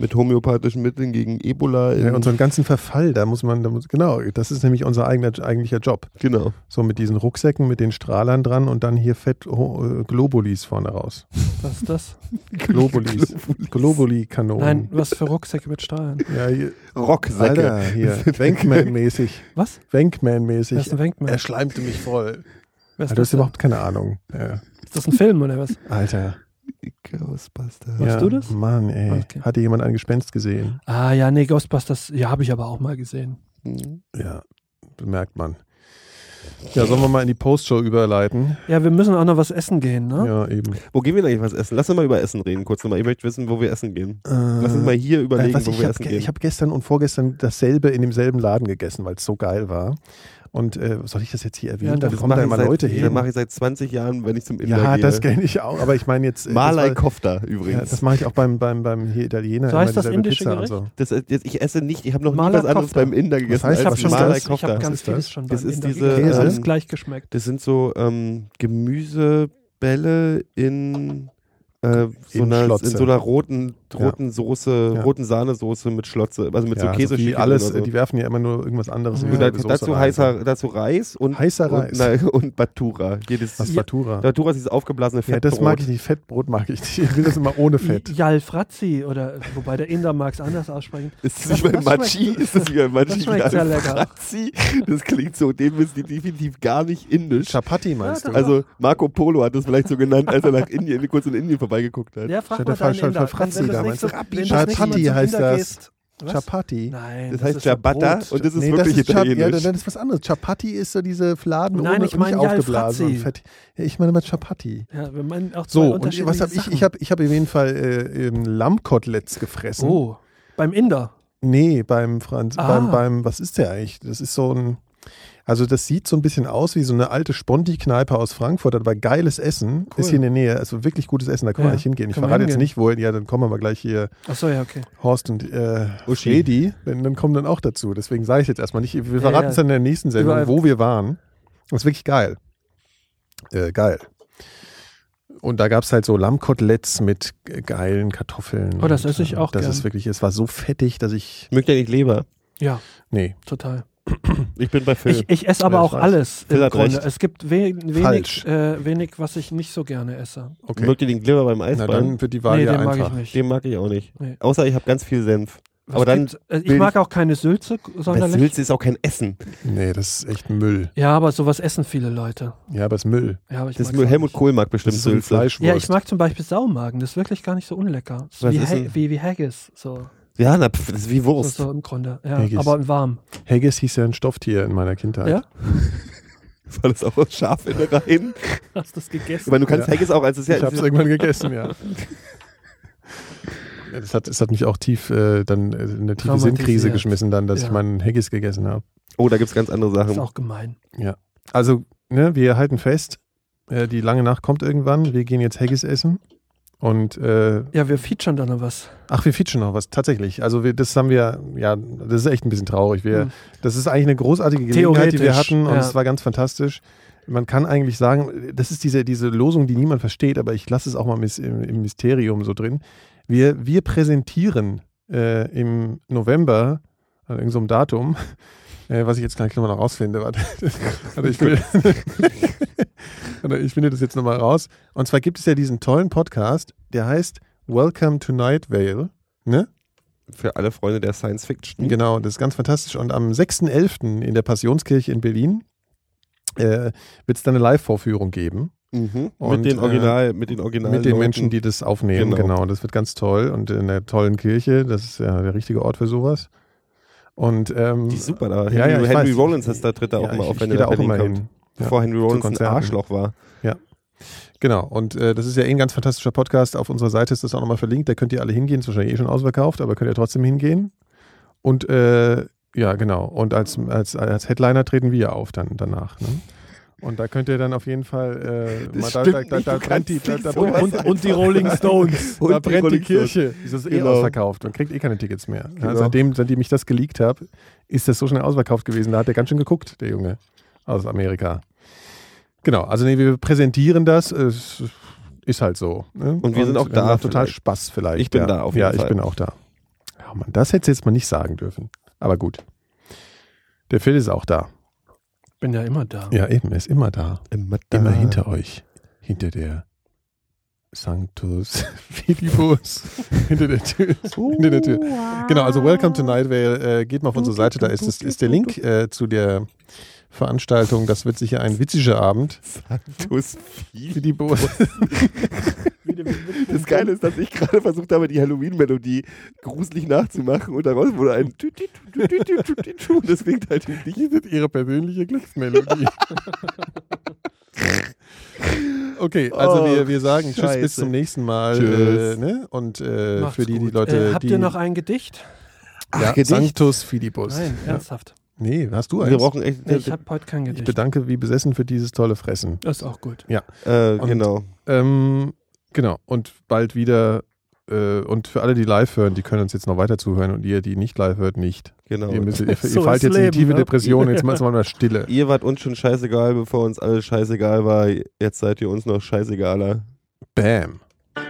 mit homöopathischen Mitteln gegen Ebola. In,
Ja,
Ähm,
unseren ganzen Verfall, da muss man, da muss, genau, das ist nämlich unser eigener, eigentlicher Job.
genau.
So mit diesen Rucksäcken, mit den Strahlern dran und dann hier fett oh, äh, Globulis vorne raus.
Was ist das?
Globulis.
Nein,
Globuli-Kanonen.
was für Rucksäcke mit Strahlen?
Ja, hier,
Rocksäcke.
Alter, hier. Wankman-mäßig.
Was? Wer ist
Wankman-mäßig.
ein Wenkman?
Er schleimte mich voll.
Wer ist
Alter, du
das
hast
denn?
überhaupt keine Ahnung. Ja.
Ist das ein Film oder was?
Alter.
Ghostbusters.
ja.
du das?
Mann, ey.
Okay.
Hatte jemand ein Gespenst gesehen?
Ah ja, nee, Ghostbusters, ja, habe ich aber auch mal gesehen.
Mhm.
Ja, bemerkt man. Ja, sollen wir mal in die Postshow überleiten?
Ja, wir müssen auch noch was essen gehen, ne?
Ja, eben.
Wo gehen wir denn eigentlich was essen? Lass uns mal über Essen reden, kurz nochmal. Ich möchte wissen, wo wir essen gehen. Lass uns mal hier überlegen,
Äh, was
wo
ich
wir
hab
essen
ge-
gehen.
Ich habe gestern und vorgestern dasselbe in demselben Laden gegessen, weil es so geil war. Und äh, soll ich das jetzt hier erwähnen?
Ja,
da
das
kommen da
ich
immer
seit,
Leute
Das
hin.
mache ich seit 20 Jahren, wenn ich zum Inder
Ja,
gehe.
das kenne ich auch. Aber ich meine jetzt. äh,
Malai
das, war-
Kofta
ja,
übrigens.
das mache ich auch beim, beim, beim hier Italiener.
So
immer
heißt das
dieselbe
indische
Pizza und
Gericht?
So.
das, äh, jetzt, ich esse nicht, ich habe noch nie
Malai
was anderes
Kofta.
beim Inder gegessen
heißt
Ich habe
Was
als
schon
ist
Malai
ganz, ich
Kofta.
hab
Was
ganz
ist das?
vieles schon
Das
beim
ist
Inder
diese,
gegessen.
ähm,
Alles gleich geschmeckt.
Das sind so ähm, Gemüsebälle in, äh, so
In
einer,
Schlotze.
in so einer roten mit roten Soße,
Ja.
roten Sahnesoße mit Schlotze, also mit
ja,
so
also
Käsestückchen
die, alles,
oder so.
die werfen ja immer nur irgendwas anderes
Ja.
in
und
die
da,
Soße
dazu,
rein.
heißer, dazu Reis und
Heißer
und,
Reis.
Nein, und Batura. Jedes
Was
ja.
Batura?
Batura ist dieses aufgeblasene
Ja,
Fettbrot.
das mag ich nicht. Fettbrot mag ich nicht. Ich will das immer ohne Fett.
Jal Frazzi oder wobei der Inder mag es anders aussprechen.
Ist das wie bei
Das schmeckt-
Machi? Ist das wie bei Machi?
das schmeckt sehr lecker.
Frazzi? Das klingt so, dem ist die definitiv gar nicht indisch.
Chapati meinst
Ja,
du?
das-
Also Marco Polo hat das vielleicht so genannt, als er nach Indien, kurz in Indien vorbeigeguckt hat.
Der
Ich
fragt
hätte
mal deinen
falsch halt
Inder.
von Frazzi da, meinst
Wenn du das nächste- wenn du das nächste Mal
Chapati
zum
heißt
Inder
das.
Gehst, was?
Chapati.
Nein,
Das
ist
heißt
so
Ciabatta
Brot.
und das ist
Nee,
wirklich
das ist Chap- Ja,
italienisch.
dann ist was anderes. Chapati ist so diese Fladen
Nein,
ohne
ich meine
nicht
ja
aufgeblasen
Alfrazzi.
und fett. Ja, ich meine mal Chapati.
Ja, wir meinen auch zwei
So, und
unterschiedliche
was habe ich?
Sachen.
Ich habe ich hab auf jeden Fall äh, eben Lammkoteletts gefressen.
Oh, beim Inder.
Nee, beim Franz,
Ah.
beim, beim, was ist der eigentlich? Das ist so ein, also das sieht so ein bisschen aus wie so eine alte Sponti-Kneipe aus Frankfurt, hat aber geiles Essen,
Cool.
ist hier in der Nähe, also wirklich gutes Essen, da können
Ja,
wir eigentlich hingehen. Ich
können wir
verrate jetzt
hingehen.
nicht, wohin, ja, dann kommen wir mal gleich hier
Achso, ja, okay.
Horst und äh,
Uschi.
Freddy, wenn, dann kommen dann auch dazu. Deswegen sage ich jetzt erstmal nicht, wir verraten
ja.
es dann in der nächsten Sendung,
Überall-
wo wir waren. Das ist wirklich geil. Äh, geil. Und da gab es halt so Lammkoteletts mit ge- geilen Kartoffeln.
Oh, das
und,
esse ich
äh,
auch
Das
gern.
ist wirklich, es war so fettig, dass ich,
Mögt ihr nicht Leber?
Ja,
nee.
total.
Ich bin bei Phil.
Ich, ich esse aber
Ja, ich
auch
weiß.
alles
Phil
im
hat
Grunde.
recht.
Es gibt we
Falsch.
wenig, äh, wenig, was ich nicht so gerne esse.
Okay.
Mögt ihr den Glibber beim
Na,
Eisbein?
dann wird die Wahl
nee,
ja
den mag
einfach.
ich nicht.
Den mag ich auch nicht.
Nee.
Außer ich habe ganz viel Senf.
Was
aber dann
gibt, äh, ich
will
mag auch keine Sülze
Aber
sonderlich.
Sülze ist auch kein Essen.
Nee, das ist echt Müll.
Ja, aber sowas essen viele Leute.
Ja, aber es ist Müll.
Ja, aber ich
Das
mag's
ist nur
auch
Helmut
nicht.
Kohl mag
Das
bestimmt ne?
ist so ein
Sülze.
Fleischwurst.
Ja, ich mag zum Beispiel Saumagen. Das ist wirklich gar nicht so unlecker. Das ist
Was
wie,
ist
Hag-
denn?
wie, wie Haggis. So,
Ja, na, pf, das ist wie
so,
Wurst.
so im Grunde. Ja,
Haggis.
aber warm.
Haggis hieß ja ein Stofftier in meiner Kindheit.
Ja?
War das auch aus Schafinnereien?
Hast du das gegessen?
Weil du kannst Haggis auch, als es ja.
Ich habe es irgendwann gegessen, ja. Ja, Das hat, das hat mich auch tief äh, dann äh, in eine tiefe
Traumatisiert.
Sinnkrise geschmissen, dann, dass
Ja.
ich meinen Haggis gegessen habe.
Oh, da gibt es ganz andere
Das ist
Sachen.
auch gemein.
Also, ne, wir halten fest, äh, die lange Nacht kommt irgendwann. Wir gehen jetzt Haggis essen. Und äh,
Ja, wir featuren dann noch was.
Ach, wir featuren noch was, tatsächlich. Also wir, das haben wir, ja, das ist echt ein bisschen traurig. Wir,
Hm.
Das ist eigentlich eine großartige Gelegenheit, die wir
Theoretisch,
hatten und
ja.
es war ganz fantastisch. Man kann eigentlich sagen, das ist diese, diese Losung, die niemand versteht, aber ich lasse es auch mal mis, im, im Mysterium so drin. Wir, wir präsentieren äh, im November also an irgendeinem Datum, äh, was ich jetzt gleich nochmal noch rausfinde. Warte, warte, ich, will, warte, ich finde das jetzt nochmal raus. Und zwar gibt es ja diesen tollen Podcast, der heißt Welcome to Night Vale. Ne?
Für alle Freunde der Science Fiction.
Genau, das ist ganz fantastisch. Und am 6.11. in der Passionskirche in Berlin äh, wird es dann eine Live-Vorführung geben
Mhm.
Und,
mit den
äh,
Original, mit den Original.
mit den
Leuten.
Menschen, die das aufnehmen.
Genau.
Genau. das wird ganz toll und in der tollen Kirche. Das ist ja der richtige Ort für sowas. Und ähm,
Die ist super da.
Ja, ja,
Henry,
ich
Henry
weiß.
Rollins ist da tritt da
ja,
auch mal
ich,
auf,
ich
wenn
gehe
er
da
nach
auch
Berlin
immer
kommt.
hin. Ja.
Bevor Henry Rollins ein
Konzerten.
Arschloch war.
Genau, und äh, das ist ja eh ein ganz fantastischer Podcast. Auf unserer Seite ist das auch nochmal verlinkt. Da könnt ihr alle hingehen. Ist wahrscheinlich eh schon ausverkauft, aber könnt ihr trotzdem hingehen. Und äh, ja, genau. Und als, als, als Headliner treten wir auf dann danach. Ne? Und da könnt ihr dann auf jeden Fall. Äh,
Das
da, da,
stimmt
da,
nicht,
da
du
brennt die,
kannst
da,
nicht
da,
sowas
und,
einfach.
und die Rolling Stones.
Und
da
die
brennt die,
Rolling Stones.
Kirche. Das ist eh
Genau.
ausverkauft. Man kriegt eh keine Tickets mehr.
Genau.
Ja, seitdem, seitdem ich das geleakt habe, ist das so schnell ausverkauft gewesen. Da hat der ganz schön geguckt, der Junge aus Amerika. Genau, also nee, wir präsentieren das. Es ist halt so. Ne?
Und wir sind auch da
macht total
vielleicht.
Spaß vielleicht.
Ich bin
ja.
da auf
Ja,
jeden
ich
Fall.
bin auch da. Ja, Mann, das hättest du jetzt mal nicht sagen dürfen. Aber gut. Der Phil ist auch da.
Bin ja immer da.
Ja, eben, er ist immer da.
Immer,
Immer hinter euch. Hinter der Sanctus Fidibus. hinter der Tür. hinter der Tür. Genau, also Welcome to Night Vale. Äh, geht mal auf unsere Seite, da ist, das, ist der Link äh, zu der Veranstaltung. Das wird sicher ein witziger Abend.
Santos Vieh.
Fidibus.
Das Geile ist, dass ich gerade versucht habe, die Halloween-Melodie gruselig nachzumachen und daraus wurde ein Tü- Tü- Tü- Tü- Tü- Tü- Tü- Tü- und das klingt halt nicht.
Die sind ihre persönliche Glücksmelodie. okay, also
Oh,
wir, wir sagen Tschüss
Scheiße.
bis zum nächsten Mal.
Tschüss.
Äh, ne? Und äh,
Macht's
für die, die
gut.
Leute,
Äh, habt
die
ihr noch ein Gedicht?
ja,
Gedicht?
Sanctus Fidibus.
Nein,
ja.
ernsthaft.
Nee, hast du eins?
Wir brauchen echt.
Nee, ich habe heute kein
ich
Gedicht.
bedanke wie besessen für dieses tolle Fressen.
das ist auch gut.
äh,
Und-
genau.
Ähm, genau, und bald wieder. Äh, und für alle, die live hören, die können uns jetzt noch weiter zuhören und ihr, die nicht live hört, nicht.
genau.
Ihr, müsst, ihr,
Oh. So
ihr fallt
ist
jetzt in die
Leben,
tiefe
ne?
Depression, jetzt mal- jetzt mal mal Stille.
Ihr wart uns schon scheißegal, bevor uns alles scheißegal war. Jetzt seid ihr uns noch scheißegaler.
Bam.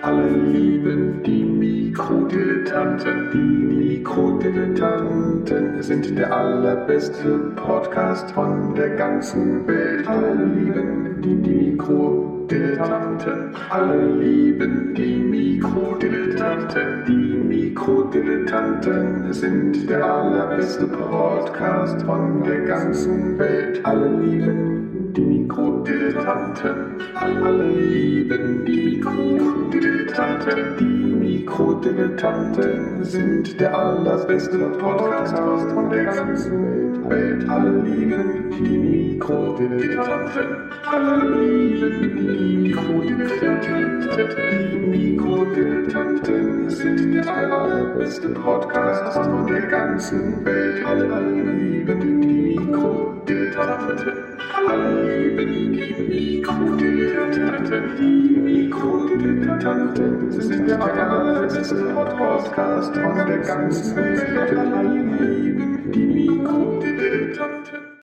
Alle lieben die Mie. Mikrodilettanten, die Mikrodilettanten sind der allerbeste Podcast von der ganzen Welt. Alle lieben die, die Mikrodilettanten, alle lieben die Mikrodilettanten, die Mikrodilettanten sind der allerbeste Podcast von der ganzen Welt. Alle lieben die Mikrodilettanten, alle lieben die Mikrodilettanten, die Mikrodilettanten sind der allerbeste Podcast von der ganzen Welt. Alle lieben die Mikrodilettanten, alle lieben die Mikrodilettanten, die Mikrodilettanten sind der allerbeste Podcast von der ganzen Welt. Alle lieben die Mikrodilettanten. Alle lieben die Mikrodilettanten, die Mikrodilettanten sind der allerbeste Podcast von der ganzen Welt. Alle lieben die Mikrodilettanten.